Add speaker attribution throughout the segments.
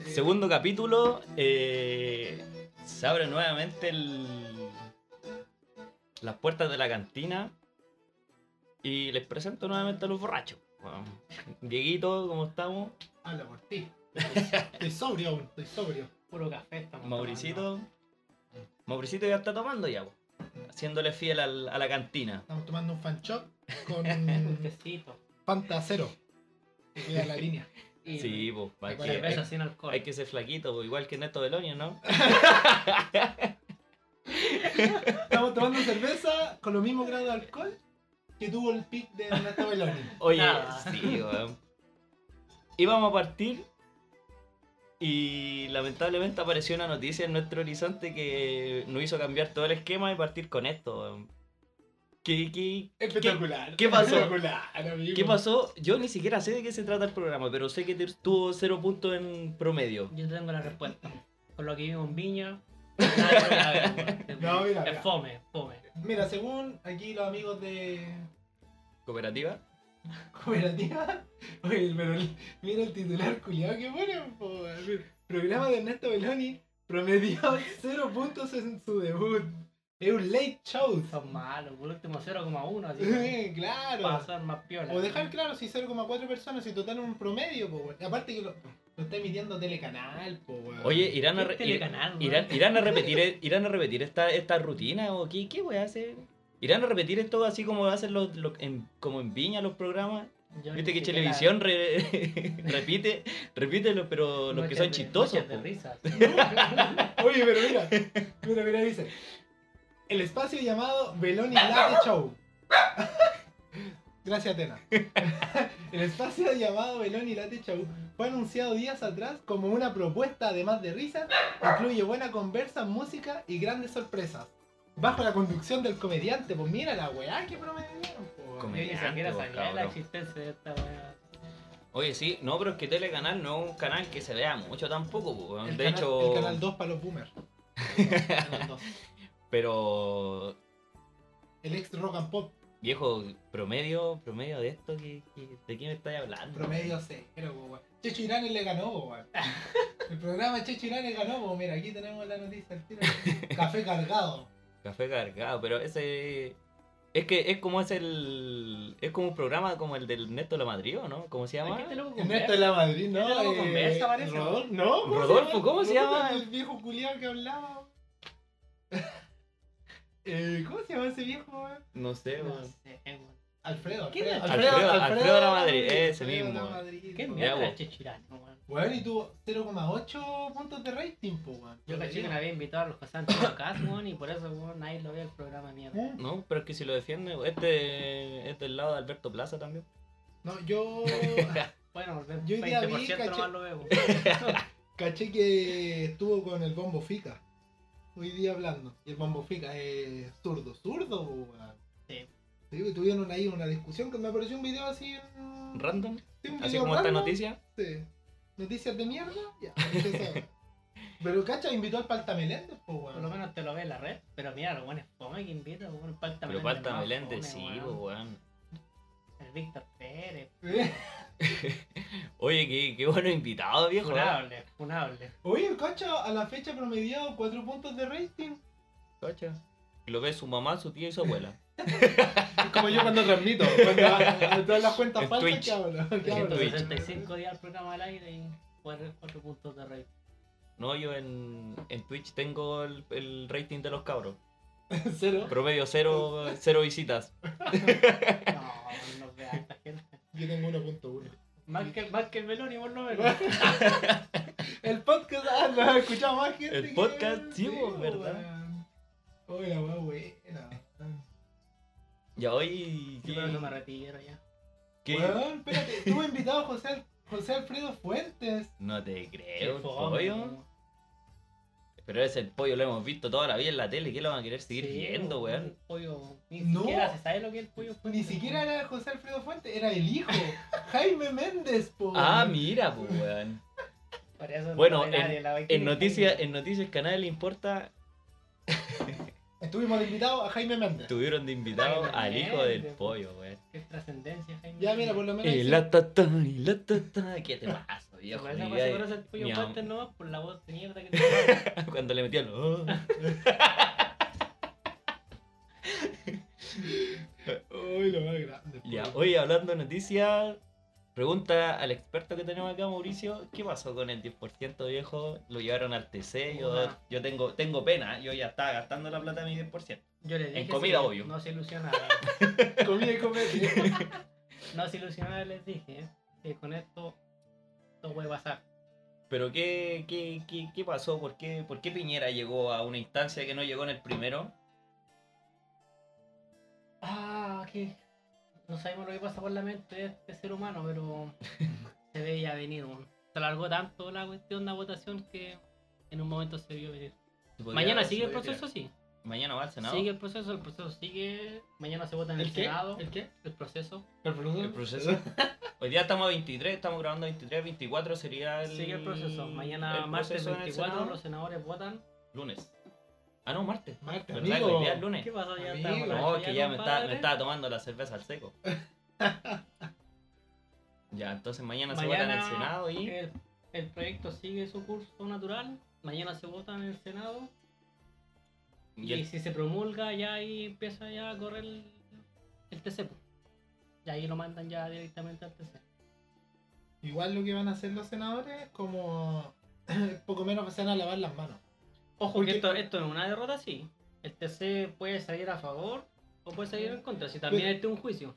Speaker 1: Eh,
Speaker 2: Segundo capítulo, eh, se abre nuevamente el- las puertas de la cantina y les presento nuevamente a los borrachos. Bueno, Dieguito, ¿cómo estamos?
Speaker 1: Habla por ti. Estoy sobrio aún, estoy sobrio.
Speaker 3: Puro café estamos tomando.
Speaker 2: Mauricito. Mauricito ya está tomando ya, po, haciéndole fiel al- a la cantina.
Speaker 1: Estamos tomando un fan shop con
Speaker 3: Un tecito.
Speaker 1: Fanta Cero. Que queda la línea.
Speaker 3: Y
Speaker 2: Sí, pues, hay
Speaker 1: Con la
Speaker 2: que,
Speaker 3: cerveza
Speaker 1: hay-
Speaker 3: sin alcohol.
Speaker 2: hay que ser flaquito, po, igual que Neto Belonio, ¿no?
Speaker 1: Estamos tomando cerveza con los mismos grados de alcohol que tuvo el pic de Ernesto Beloni.
Speaker 2: Oye,
Speaker 3: Nada.
Speaker 2: sí, weón. Íbamos a partir y lamentablemente apareció una noticia en nuestro horizonte que nos hizo cambiar todo el esquema y partir con esto, weón. ¿Qué, qué,
Speaker 1: Espectacular.
Speaker 2: qué pasó?
Speaker 1: Espectacular, amigo.
Speaker 2: qué pasó? Yo ni siquiera sé de qué se trata el programa, pero sé que te- tuvo cero puntos en promedio.
Speaker 3: Yo tengo la respuesta. Con lo que vimos en Viña. nadie lo va a ver, weón.
Speaker 1: No, mira, mira.
Speaker 3: Es fome, fome.
Speaker 1: Mira, según aquí los amigos de
Speaker 2: ¿Cooperativa?
Speaker 1: Cooperativa. Oye, pero el- mira el titular culiado que ponen, po. Programa de Ernesto Beloni promedió 0 puntos en su debut. Es un late show.
Speaker 3: Son malos. Por último 0,1. Así que
Speaker 1: Eh, claro.
Speaker 3: pasar más piola.
Speaker 1: O dejar claro si 0,4 personas, si total un promedio, po, weón. Aparte que lo, lo está emitiendo telecanal, po, weón.
Speaker 2: Oye, irán a,
Speaker 3: ¿Qué
Speaker 2: re- ir-
Speaker 3: telecanal,
Speaker 2: irán,
Speaker 3: weón?
Speaker 2: irán a repetir, e, irán a repetir esta, esta rutina o qué, qué voy a hacer. Irán a repetir esto así como hacen los, los- en, como en Viña los programas.
Speaker 3: Yo
Speaker 2: Viste
Speaker 3: ni
Speaker 2: que
Speaker 3: siquiera-
Speaker 2: televisión re- repite, repite los, pero los que
Speaker 3: Noches
Speaker 2: son
Speaker 3: de-
Speaker 2: chistosos.
Speaker 3: noches de
Speaker 2: po.
Speaker 3: risas.
Speaker 1: Oye, pero mira, mira, mira, dice. El espacio llamado Beloni Latte Show. Gracias, Atena. El espacio llamado Beloni Latte Show fue anunciado días atrás como una propuesta, además de risa, incluye buena conversa, música y grandes sorpresas. Bajo la conducción del comediante, pues mira la weá que promedieron, po.
Speaker 3: Yo
Speaker 2: Come-
Speaker 3: ni siquiera
Speaker 2: Comediante,
Speaker 3: sabía la
Speaker 2: cabrón.
Speaker 3: existencia de esta weá.
Speaker 2: Oye, sí, no, pero es que Telecanal no es un canal que se vea mucho tampoco. po, weón.
Speaker 1: El
Speaker 2: de
Speaker 1: canal-
Speaker 2: hecho,
Speaker 1: El canal 2 para los boomers. Canal 2.
Speaker 2: pero
Speaker 1: El ex rock and pop
Speaker 2: viejo, promedio, promedio de esto, que, que- ¿de qué me estáis hablando?
Speaker 1: Promedio cero, po, weón. Checho Irán le ganó, po, weón. El programa de Checho Irán le ganó, po. Mira, aquí tenemos la noticia. al tiro. Café cargado.
Speaker 2: Café cargado, pero ese. Es que es como es el. Es como un programa como el del Neto La Madrid, ¿o ¿no? ¿Cómo se llama?
Speaker 3: Aquí te lo
Speaker 1: Ernesto de la Madrid, ¿no? Eh,
Speaker 3: Era como conversa, parece.
Speaker 1: Rodolfo, ¿no? ¿Cómo se
Speaker 2: Rodolfo,
Speaker 1: llama?
Speaker 2: ¿cómo se llama?
Speaker 1: El viejo culiao que hablaba. eh, ¿Cómo se llama ese viejo, weón?
Speaker 2: No sé,
Speaker 3: No
Speaker 2: weón.
Speaker 3: sé, weón.
Speaker 1: Alfredo.
Speaker 3: ¿Quién es?
Speaker 2: Alfredo- Alfredo de la Madrid,
Speaker 1: Alfredo
Speaker 2: ese
Speaker 1: de la
Speaker 2: mismo.
Speaker 1: Madrid,
Speaker 3: ¿Qué
Speaker 1: po.
Speaker 2: mierda?
Speaker 3: mierda
Speaker 2: weón.
Speaker 3: es Chechirano, weón?
Speaker 1: Weón, y tuvo 0,8 puntos de rating, po, weón.
Speaker 3: Yo caché que me había invitado a los José Antonio Caz, weón, y por eso, weón, nadie lo ve el programa de mierda.
Speaker 1: ¿Eh?
Speaker 2: No, pero es que si lo defiende, este es del lado de Alberto Plaza también.
Speaker 1: No, yo.
Speaker 3: Bueno, el
Speaker 1: Yo hoy día
Speaker 3: 20%
Speaker 1: vi, caché-
Speaker 3: nomás lo veo.
Speaker 1: Caché que estuvo con el Bombo Fica. Hoy día hablando. Y el Bombo Fica es zurdo, zurdo, weón.
Speaker 3: Sí.
Speaker 1: Sí, pues, tuvieron ahí una discusión que me apareció un video así en.
Speaker 2: Random,
Speaker 1: sí, un
Speaker 2: así
Speaker 1: video
Speaker 2: como esta
Speaker 1: random,
Speaker 2: noticia.
Speaker 1: sí. Noticias de mierda, ya. empezó. Pero cacha, invitó al Palta Meléndez, pues,
Speaker 3: Por lo
Speaker 1: weón.
Speaker 3: menos te lo ve en la red. Pero mira, lo bueno es fome que invita, weón. Palta
Speaker 2: Pero
Speaker 3: Meléndez
Speaker 2: falta
Speaker 3: más
Speaker 2: Meléndez, sí, pues,
Speaker 3: fome, weón.
Speaker 2: weón.
Speaker 3: El Víctor Pérez.
Speaker 2: Oye, qué, qué bueno invitado, viejo. ¿eh?
Speaker 3: Funable, funable.
Speaker 1: Oye, cacha, a la fecha promediado 4 puntos de rating.
Speaker 2: Cacha. Y lo ve su mamá, su tía y su abuela.
Speaker 1: Es como yo cuando transmito. Cuando a- a todas las cuentas
Speaker 2: En
Speaker 1: falsas
Speaker 2: Twitch.
Speaker 1: que hablo. que
Speaker 2: En
Speaker 1: hablo.
Speaker 2: Twitch.
Speaker 3: 165 días al programa al aire y 4, puntos de rey.
Speaker 2: No, yo en, en Twitch tengo el, el rating de los cabros.
Speaker 1: Cero.
Speaker 2: Promedio cero, cero visitas.
Speaker 3: No, no vea a esta gente.
Speaker 1: Yo tengo 1.1.
Speaker 3: Más que, más que el Meloni, por lo menos.
Speaker 1: El podcast ah, lo ha escuchado más gente.
Speaker 2: El
Speaker 1: que-
Speaker 2: podcast, sí, vos,
Speaker 1: weón.
Speaker 2: ¿verdad?
Speaker 1: Oye, la weá buena.
Speaker 2: Ya hoy.
Speaker 3: Yo creo que me retiro ya.
Speaker 2: qué-
Speaker 1: Weón, espérate, tuvo invitado a José, Al- José Alfredo Fuentes.
Speaker 2: No te creo,
Speaker 3: Qué
Speaker 2: el
Speaker 3: fome,
Speaker 2: pollo.
Speaker 3: weón.
Speaker 2: Pero ese pollo lo hemos visto toda la vida en la tele. ¿Qué lo van a querer seguir
Speaker 3: Sí,
Speaker 2: viendo,
Speaker 3: El
Speaker 2: weón?
Speaker 3: pollo. Ni
Speaker 1: No.
Speaker 3: siquiera se sabe lo que es el pollo.
Speaker 1: Ni siquiera era José Alfredo Fuentes, era el hijo. Jaime Méndez, po.
Speaker 2: Ah, mira, pues, weón.
Speaker 3: Para eso no
Speaker 2: Bueno,
Speaker 3: sabe nadie, la verdad que
Speaker 2: En
Speaker 3: ni
Speaker 2: noticias,
Speaker 3: sabe.
Speaker 2: en noticias que a nadie le importa,
Speaker 1: Estuvimos invitados a Jaime Méndez.
Speaker 2: tuvieron de invitado
Speaker 3: Ay,
Speaker 2: al hijo
Speaker 3: tremendo,
Speaker 2: del
Speaker 3: pues.
Speaker 2: pollo, weón.
Speaker 3: Qué trascendencia, Jaime.
Speaker 1: Ya, mira, por lo menos.
Speaker 2: Y la tata, y la tata. ¿Qué te pasa,
Speaker 3: Se
Speaker 2: viejo.
Speaker 3: parece a
Speaker 2: y
Speaker 3: José
Speaker 2: ahí-
Speaker 3: Corazón el pollo
Speaker 2: mi
Speaker 3: Walter,
Speaker 2: am-
Speaker 3: no, por la voz de mierda que tenía.
Speaker 2: Cuando le metían. "Oh".
Speaker 1: Uy, lo más grande.
Speaker 2: Ya,
Speaker 1: po.
Speaker 2: hoy hablando de noticias, pregunta al experto que tenemos acá, Mauricio, ¿qué pasó con el 10% viejo? Lo llevaron al TC, yo,
Speaker 3: Puta.
Speaker 2: yo tengo, tengo pena, yo ya estaba gastando la plata de mi 10%.
Speaker 3: Yo le dije.
Speaker 2: En comida,
Speaker 3: sí,
Speaker 2: obvio.
Speaker 3: No se ilusionaba.
Speaker 1: Comida y comida.
Speaker 3: no se ilusionaba, les dije. eh, Que con esto. Esto puede pasar.
Speaker 2: Pero ¿qué, qué, qué, qué pasó? ¿Por qué, ¿Por qué Piñera llegó a una instancia que no llegó en el primero?
Speaker 3: Ah, que. No sabemos lo que pasa por la mente de este ser humano, pero. se veía venir, weón. Se alargó tanto la cuestión de la votación que. En un momento se vio venir.
Speaker 2: Se podría-
Speaker 3: Mañana
Speaker 2: se
Speaker 3: sigue el
Speaker 2: podría
Speaker 3: proceso, sí.
Speaker 2: tirar. Mañana va al Senado.
Speaker 3: Sigue el proceso, el proceso sigue. Mañana se vota en el,
Speaker 1: ¿El qué?
Speaker 3: Senado. este
Speaker 1: ¿El qué?
Speaker 3: El proceso.
Speaker 1: El proceso.
Speaker 2: El proceso. Hoy día estamos a 23, estamos grabando 23, 24 sería el...
Speaker 3: Sigue el proceso. Mañana,
Speaker 2: el
Speaker 3: martes
Speaker 2: proceso en el
Speaker 3: 24,
Speaker 2: Senado.
Speaker 3: los senadores votan.
Speaker 2: Lunes. Ah, no, martes.
Speaker 1: Marte,
Speaker 2: ¿Verdad? que
Speaker 1: amigo.
Speaker 2: Hoy día es lunes.
Speaker 3: ¿Qué pasó? Ya
Speaker 1: Amigo.
Speaker 3: está borracho
Speaker 2: No, que ya me estaba, me
Speaker 3: compadre.
Speaker 2: estaba tomando la cerveza al seco. ya, entonces mañana, se vota en el
Speaker 3: Mañana, eh,
Speaker 2: Senado y
Speaker 3: El, el proyecto sigue su curso natural. Mañana se vota en el Senado.
Speaker 2: y
Speaker 3: Y,
Speaker 2: el-
Speaker 3: si se promulga, ya ahí empieza ya a correr el, el TC. po. Y ahí lo mandan ya directamente al TC.
Speaker 1: Igual lo que van a hacer los senadores es como. poco menos se van a lavar las manos.
Speaker 3: Ojo,
Speaker 1: Porque-
Speaker 3: que esto, esto es una derrota, sí. El TC puede salir a favor o puede salir en contra. Si también
Speaker 2: Pues-
Speaker 1: Pero-
Speaker 3: este es un juicio.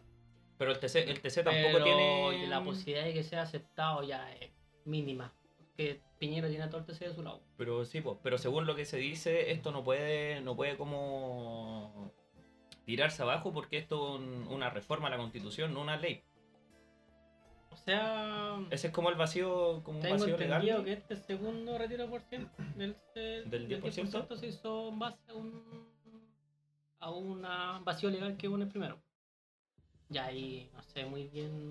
Speaker 2: pero el TC, el TC tampoco
Speaker 3: Pero
Speaker 2: tiene
Speaker 3: La posibilidad de que sea aceptado ya es mínima. Que Piñera tiene a todo el TC de su lado.
Speaker 2: Pero sí, pues, pero según lo que se dice, esto no puede, no puede como tirarse abajo porque esto es un- una reforma a la constitución, no una ley.
Speaker 3: O sea.
Speaker 2: Ese es como el vacío, como un
Speaker 3: Tengo
Speaker 2: vacío
Speaker 3: entendido
Speaker 2: legal.
Speaker 3: que este segundo retiro por ciento del, del,
Speaker 2: ¿Del 10%?
Speaker 3: 10% se hizo en base a un a una vacío legal que hubo en el primero. Y ahí no sé muy bien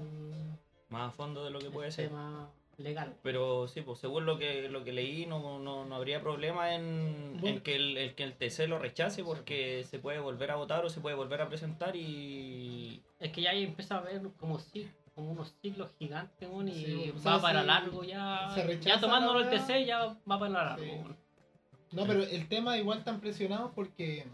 Speaker 2: Más a fondo de lo que
Speaker 3: el
Speaker 2: puede ser.
Speaker 3: tema legal.
Speaker 2: Pero sí, pues según lo que lo que leí, no, no, no habría problema en,
Speaker 1: Bueno.
Speaker 2: en que el, el que el TC lo rechace porque se puede volver a votar o se puede volver a presentar y
Speaker 3: Es que ya ahí empieza a ver como si como unos ciclos gigantes weón, y
Speaker 1: Sí, o
Speaker 3: va
Speaker 1: sea,
Speaker 3: para
Speaker 1: sí,
Speaker 3: largo ya.
Speaker 1: se rechaza
Speaker 3: ya tomándolo el
Speaker 1: la weá.
Speaker 3: TC ya va para largo.
Speaker 1: Sí.
Speaker 3: weón.
Speaker 1: No, pero el tema igual están presionados porque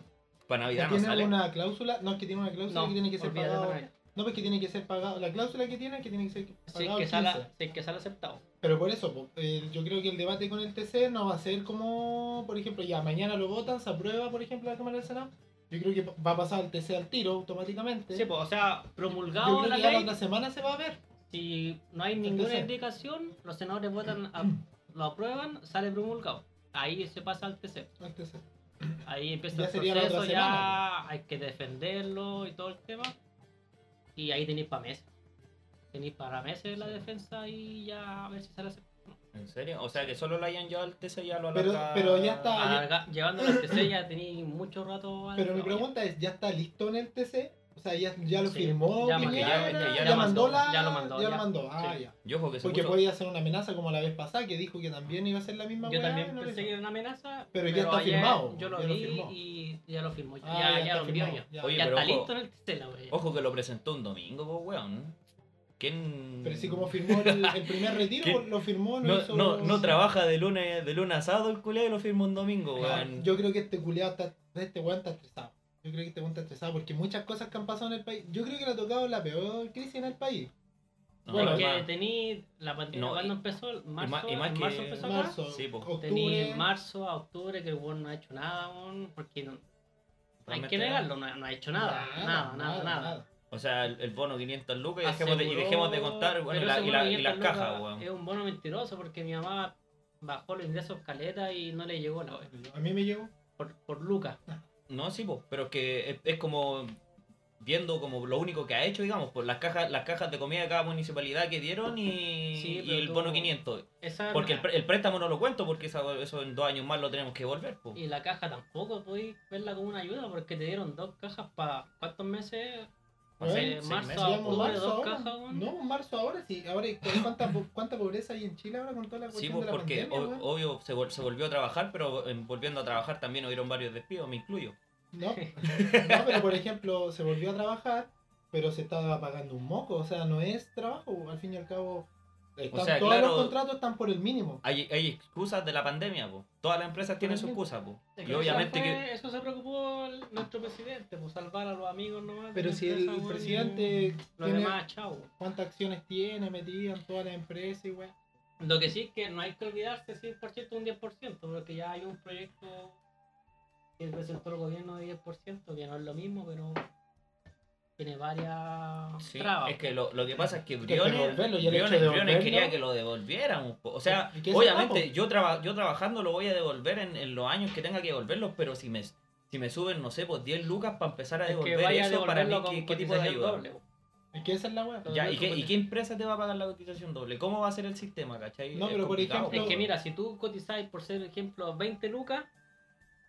Speaker 2: para
Speaker 3: Ah,
Speaker 2: Navidad no
Speaker 1: tiene
Speaker 2: sale.
Speaker 1: una cláusula. No, es que tiene una cláusula
Speaker 3: No,
Speaker 1: que tiene que ser
Speaker 3: olvídate
Speaker 1: pagado.
Speaker 3: para allá.
Speaker 1: No, pues que tiene que ser pagado. La cláusula que tiene es que tiene que ser
Speaker 3: Si es
Speaker 1: pagado. el
Speaker 3: que sale,
Speaker 1: 15.
Speaker 3: si es que sale aceptado.
Speaker 1: Pero por eso, po, eh, yo creo que el debate con el TC no va a ser como, por ejemplo, ya mañana lo votan, se aprueba, por ejemplo, la Cámara del Senado. Yo creo que va a pasar al TC al tiro automáticamente.
Speaker 3: Sí, pues, o sea,
Speaker 1: yo
Speaker 3: promulgado
Speaker 1: creo
Speaker 3: la
Speaker 1: que ya la
Speaker 3: ley.
Speaker 1: otra semana se va a ver.
Speaker 3: Si no hay
Speaker 1: Entonces-
Speaker 3: ninguna indicación, los senadores votan, a- lo aprueban, sale promulgado. Ahí se pasa al TC.
Speaker 1: al TC.
Speaker 3: Ahí empieza
Speaker 1: Ya
Speaker 3: el
Speaker 1: sería la otra
Speaker 3: proceso,
Speaker 1: semana, pues.
Speaker 3: ya hay que defenderlo y todo el tema. Y ahí tenéis para meses. Tenéis para meses la defensa y ya a ver si sale aceptado.
Speaker 2: ¿En serio? O sea, que solo lo hayan llevado al TC ya lo
Speaker 1: Pero-
Speaker 2: alarga-
Speaker 1: pero ya está- Ah, ya-
Speaker 3: Alarga- Llevándolo al TC ya tenéis mucho rato. al-
Speaker 1: Pero mi
Speaker 3: no,
Speaker 1: pregunta es, ¿ya está listo en el TC? O sea, ya, ya lo
Speaker 3: Sí,
Speaker 1: firmó,
Speaker 3: ya
Speaker 2: mandó,
Speaker 1: Piñera?
Speaker 2: ya- ya- ya
Speaker 1: ya
Speaker 2: lo
Speaker 1: mandó
Speaker 3: mandó,
Speaker 1: la...
Speaker 3: ya lo mandó,
Speaker 1: ya lo
Speaker 3: ya.
Speaker 1: mandó. Ah,
Speaker 3: Sí.
Speaker 1: ya.
Speaker 2: Yo ojo que
Speaker 1: Porque
Speaker 2: seguro-
Speaker 1: podía ser una amenaza como la vez pasada, que dijo que también iba a ser la misma
Speaker 3: Yo
Speaker 1: weá,
Speaker 3: también
Speaker 1: no lo
Speaker 3: pensé que
Speaker 1: hizo.
Speaker 3: era una amenaza.
Speaker 1: Pero ya está
Speaker 3: ayer
Speaker 1: firmado,
Speaker 3: Yo lo
Speaker 1: ya lo
Speaker 3: vi
Speaker 1: firmó.
Speaker 3: y ya lo firmó.
Speaker 1: Ah,
Speaker 3: ya,
Speaker 1: ya
Speaker 3: ya,
Speaker 1: está
Speaker 3: lo envió
Speaker 1: firmado,
Speaker 3: yo.
Speaker 1: ya.
Speaker 3: Ya,
Speaker 2: Oye, pero
Speaker 3: está
Speaker 2: ojo.
Speaker 3: listo en el TC la wea.
Speaker 2: Ojo que lo presentó un domingo, pues, weón. ¿Quién...
Speaker 1: Pero si como firmó el, el primer retiro, pues,
Speaker 2: ¿Qué?
Speaker 1: lo firmó, lo
Speaker 2: No,
Speaker 1: hizo...
Speaker 2: no, no trabaja de lunes, de lunes a sábado el culiao y lo firma un domingo,
Speaker 1: Claro,
Speaker 2: weón.
Speaker 1: Yo creo que este culiado está, este weón está estresado. Yo creo que este weón está estresado porque muchas cosas que han pasado en el país. Yo creo que le ha tocado la peor crisis en el país.
Speaker 2: No,
Speaker 1: Bueno,
Speaker 2: es
Speaker 3: Porque
Speaker 2: más-
Speaker 3: tení la pandemia
Speaker 2: No,
Speaker 3: cuando
Speaker 2: y-
Speaker 3: empezó,
Speaker 2: más-
Speaker 3: marzo,
Speaker 2: y más
Speaker 3: en
Speaker 2: que-
Speaker 3: marzo empezó acá.
Speaker 1: Marzo,
Speaker 2: Sí, po.
Speaker 1: octubre.
Speaker 3: Tení marzo a octubre que el weón no ha hecho nada, weón, porque no, hay
Speaker 2: realmente-
Speaker 3: que negarlo, no, no ha hecho nada, nada, nada, nada.
Speaker 2: O sea, el, el bono 500 lucas y dejemos, de, y dejemos de contar bueno, y,
Speaker 3: Ah, Pero
Speaker 2: la-
Speaker 3: ese
Speaker 2: y la-
Speaker 3: bono
Speaker 2: y las
Speaker 3: 500
Speaker 2: cajas,
Speaker 3: lucas
Speaker 2: weón.
Speaker 3: Es un bono mentiroso porque mi mamá bajó los ingresos caleta y no le llegó la wea,
Speaker 1: A mí me llegó.
Speaker 3: por, por lucas.
Speaker 2: No, sí, pues, pero es que es, es como viendo como lo único que ha hecho, digamos, pues las cajas, las cajas de comida de cada municipalidad que dieron y,
Speaker 3: Sí,
Speaker 2: y
Speaker 3: pero
Speaker 2: el
Speaker 3: tú-
Speaker 2: bono 500.
Speaker 3: Esa
Speaker 2: Porque el,
Speaker 3: no-
Speaker 2: pre- el préstamo no lo cuento porque esa- eso en dos años más lo tenemos que volver, pues.
Speaker 3: Y la caja tampoco podéis verla como una ayuda porque te dieron dos cajas para cuántos meses.
Speaker 2: O sea,
Speaker 1: Bueno,
Speaker 2: seis
Speaker 3: marzo
Speaker 2: meses,
Speaker 3: a
Speaker 2: pues,
Speaker 1: Digamos,
Speaker 3: octubre,
Speaker 2: weón.
Speaker 1: marzo
Speaker 3: dos
Speaker 1: ahora.
Speaker 3: cajas, weón.
Speaker 1: No, marzo ahora sí. Ahora, ¿cu- ¿cuánta, po- cuánta pobreza hay en Chile ahora con toda la
Speaker 2: Sí,
Speaker 1: cuestión de
Speaker 2: pues
Speaker 1: la
Speaker 2: porque
Speaker 1: pandemia,
Speaker 2: ob-
Speaker 1: weón?
Speaker 2: obvio se, vol- se volvió a trabajar, pero en volviendo a trabajar también hubieron varios despidos, me incluyo.
Speaker 1: No, no, pero por ejemplo, se volvió a trabajar, pero se estaba pagando un moco. O sea, no es trabajo. Al fin y al cabo, Están-
Speaker 2: sea,
Speaker 1: todos
Speaker 2: claro-
Speaker 1: los contratos están por el mínimo.
Speaker 2: Hay, hay excusas de la pandemia, po. Todas las empresas tienen su excusa, po.
Speaker 3: Es
Speaker 2: Y
Speaker 3: eso
Speaker 2: obviamente
Speaker 3: fue-
Speaker 2: que.
Speaker 3: Eso se preocupó el- nuestro presidente, por salvar a los amigos nomás. de
Speaker 1: Pero
Speaker 3: la
Speaker 1: si el,
Speaker 3: empresa, weón, y
Speaker 1: presidente
Speaker 3: Los
Speaker 1: tiene
Speaker 3: demás, chao.
Speaker 1: cuántas acciones tiene metidas en toda la empresa y weá.
Speaker 3: Lo que sí es que no hay que olvidarse 100% de un 10%, porque ya hay un proyecto que presentó el gobierno de 10%, que no es lo mismo, pero tiene varias
Speaker 2: Sí,
Speaker 3: trabas.
Speaker 2: es que lo, lo que pasa es que
Speaker 1: que
Speaker 2: Briones,
Speaker 1: devolverlo, y el hecho
Speaker 2: Briones,
Speaker 1: de
Speaker 2: Briones quería
Speaker 1: devolverlo-
Speaker 2: que lo devolviéramos. po. O sea,
Speaker 1: ¿Y qué se
Speaker 2: obviamente
Speaker 1: paga,
Speaker 2: yo, traba- yo trabajando lo voy a devolver en, en los años que tenga que devolverlos, pero si me, si me suben, no sé, pues 10 lucas para empezar a
Speaker 3: Es
Speaker 2: devolver
Speaker 3: vaya a
Speaker 2: eso, para mí,
Speaker 3: devolverlo con
Speaker 2: ¿qué, qué tipo de
Speaker 3: cotización
Speaker 2: ayuda?
Speaker 3: doble, po.
Speaker 1: Es que esa es la weá.
Speaker 2: Ya, ¿y
Speaker 3: Devolver
Speaker 2: qué,
Speaker 3: con
Speaker 2: y qué empresa te va a pagar la cotización doble? ¿Cómo va a ser el sistema, cachai?
Speaker 1: No, pero por
Speaker 2: complicado,
Speaker 1: ejemplo-
Speaker 3: Es
Speaker 2: po.
Speaker 3: que mira, si tú cotizáis, por ser ejemplo, 20 lucas,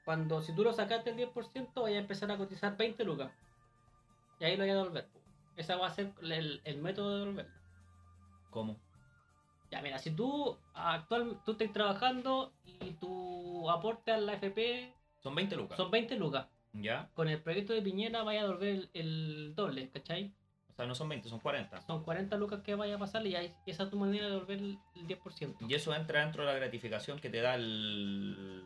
Speaker 3: cuando si tú lo sacaste el 10%, vaya a empezar a cotizar 20 lucas. Y ahí lo voy a devolver. po. Esa va a ser el, el método de devolverlo.
Speaker 2: ¿Cómo?
Speaker 3: Ya, mira, si tú actual, tú estás trabajando y tu aporte a la FP
Speaker 2: Son 20 lucas.
Speaker 3: son 20 lucas.
Speaker 2: ¿Ya?
Speaker 3: Con el proyecto de Piñera vaya a devolver el, el doble, ¿cachai?
Speaker 2: O sea, no son 20, son 40.
Speaker 3: Son 40 lucas que vaya a pasarle y ahí- esa es tu manera de devolver el, el 10%.
Speaker 2: ¿Y eso entra dentro de la gratificación que te da el,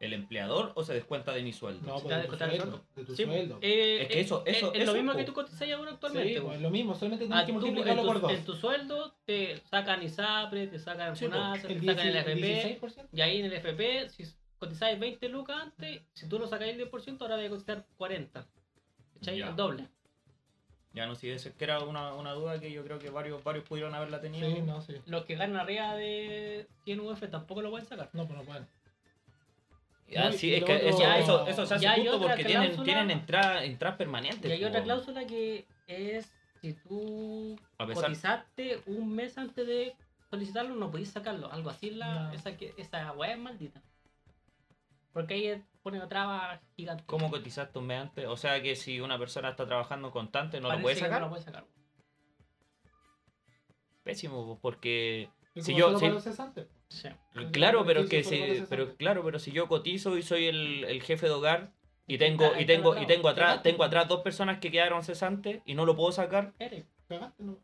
Speaker 2: el empleador o se descuenta de mi sueldo?
Speaker 1: No,
Speaker 3: Si
Speaker 1: pues
Speaker 3: te
Speaker 1: de tu
Speaker 3: da de cortar el
Speaker 1: sueldo. De tu
Speaker 3: Sí,
Speaker 1: sueldo.
Speaker 3: eh,
Speaker 2: Es que
Speaker 3: eh,
Speaker 2: eso- eso-
Speaker 3: es, es
Speaker 2: eso,
Speaker 3: lo mismo
Speaker 2: po.
Speaker 3: que tú cotizáis ahora
Speaker 1: Sí,
Speaker 3: actualmente. po.
Speaker 1: pues, lo mismo, solamente tienes
Speaker 3: Ah,
Speaker 1: que
Speaker 3: tú, en,
Speaker 1: multiplicarlo
Speaker 3: tu,
Speaker 1: por dos.
Speaker 3: en tu sueldo te sacan ISAPRE, te sacan
Speaker 2: Sí, po.
Speaker 3: FONASA, te
Speaker 1: El
Speaker 3: sacan el
Speaker 1: 16%.
Speaker 3: FP. Y ahí en el FP, si cotizáis 20 lucas antes, si tú lo sacáis el 10%, ahora voy a cotizar 40. ¿Cachai?
Speaker 2: Ya.
Speaker 3: El doble.
Speaker 2: Ya no, si eso es que era una, una duda que yo creo que varios, varios pudieron haberla tenido.
Speaker 1: Sí, no, sí.
Speaker 3: Los que ganan arriba de 100 UF tampoco lo pueden sacar.
Speaker 1: No, pues no pueden.
Speaker 2: Ah,
Speaker 1: No,
Speaker 2: sí,
Speaker 1: y
Speaker 2: es
Speaker 1: lo
Speaker 2: que
Speaker 1: otro-
Speaker 2: eso, eso, eso se
Speaker 3: Ya
Speaker 2: hace
Speaker 3: hay
Speaker 2: justo
Speaker 3: otra
Speaker 2: porque tienen,
Speaker 3: cláusula.
Speaker 2: tienen entradas entradas permanentes.
Speaker 3: Y hay
Speaker 2: po.
Speaker 3: otra cláusula que es si tú
Speaker 2: A pesar-
Speaker 3: cotizaste un mes antes de solicitarlo, no podéis sacarlo. Algo así, la,
Speaker 1: No.
Speaker 3: esa, que- esa weá es maldita. Porque ahí pone otra traba gigante.
Speaker 2: ¿Cómo cotizaste un mes antes? O sea que si una persona está trabajando constante no lo
Speaker 3: Parece
Speaker 2: puede
Speaker 3: que
Speaker 2: sacar.
Speaker 3: No lo puede sacar.
Speaker 2: Pésimo, po, porque
Speaker 1: Es
Speaker 2: Si
Speaker 1: como
Speaker 2: yo-
Speaker 1: solo
Speaker 2: si-
Speaker 1: para los cesantes.
Speaker 3: Sí.
Speaker 2: Claro,
Speaker 1: Claro,
Speaker 2: pero
Speaker 1: sí,
Speaker 2: es que
Speaker 1: sí, por valores
Speaker 2: si, pero
Speaker 1: exactos.
Speaker 2: claro, pero si yo cotizo y soy el, el jefe de hogar y
Speaker 3: Está-
Speaker 2: tengo y
Speaker 3: está
Speaker 2: tengo y
Speaker 3: atrás.
Speaker 2: tengo atrás
Speaker 1: Cagaste.
Speaker 2: tengo atrás dos personas que quedaron cesantes y no lo puedo sacar,
Speaker 3: Eres.
Speaker 1: Cagaste, ¿no?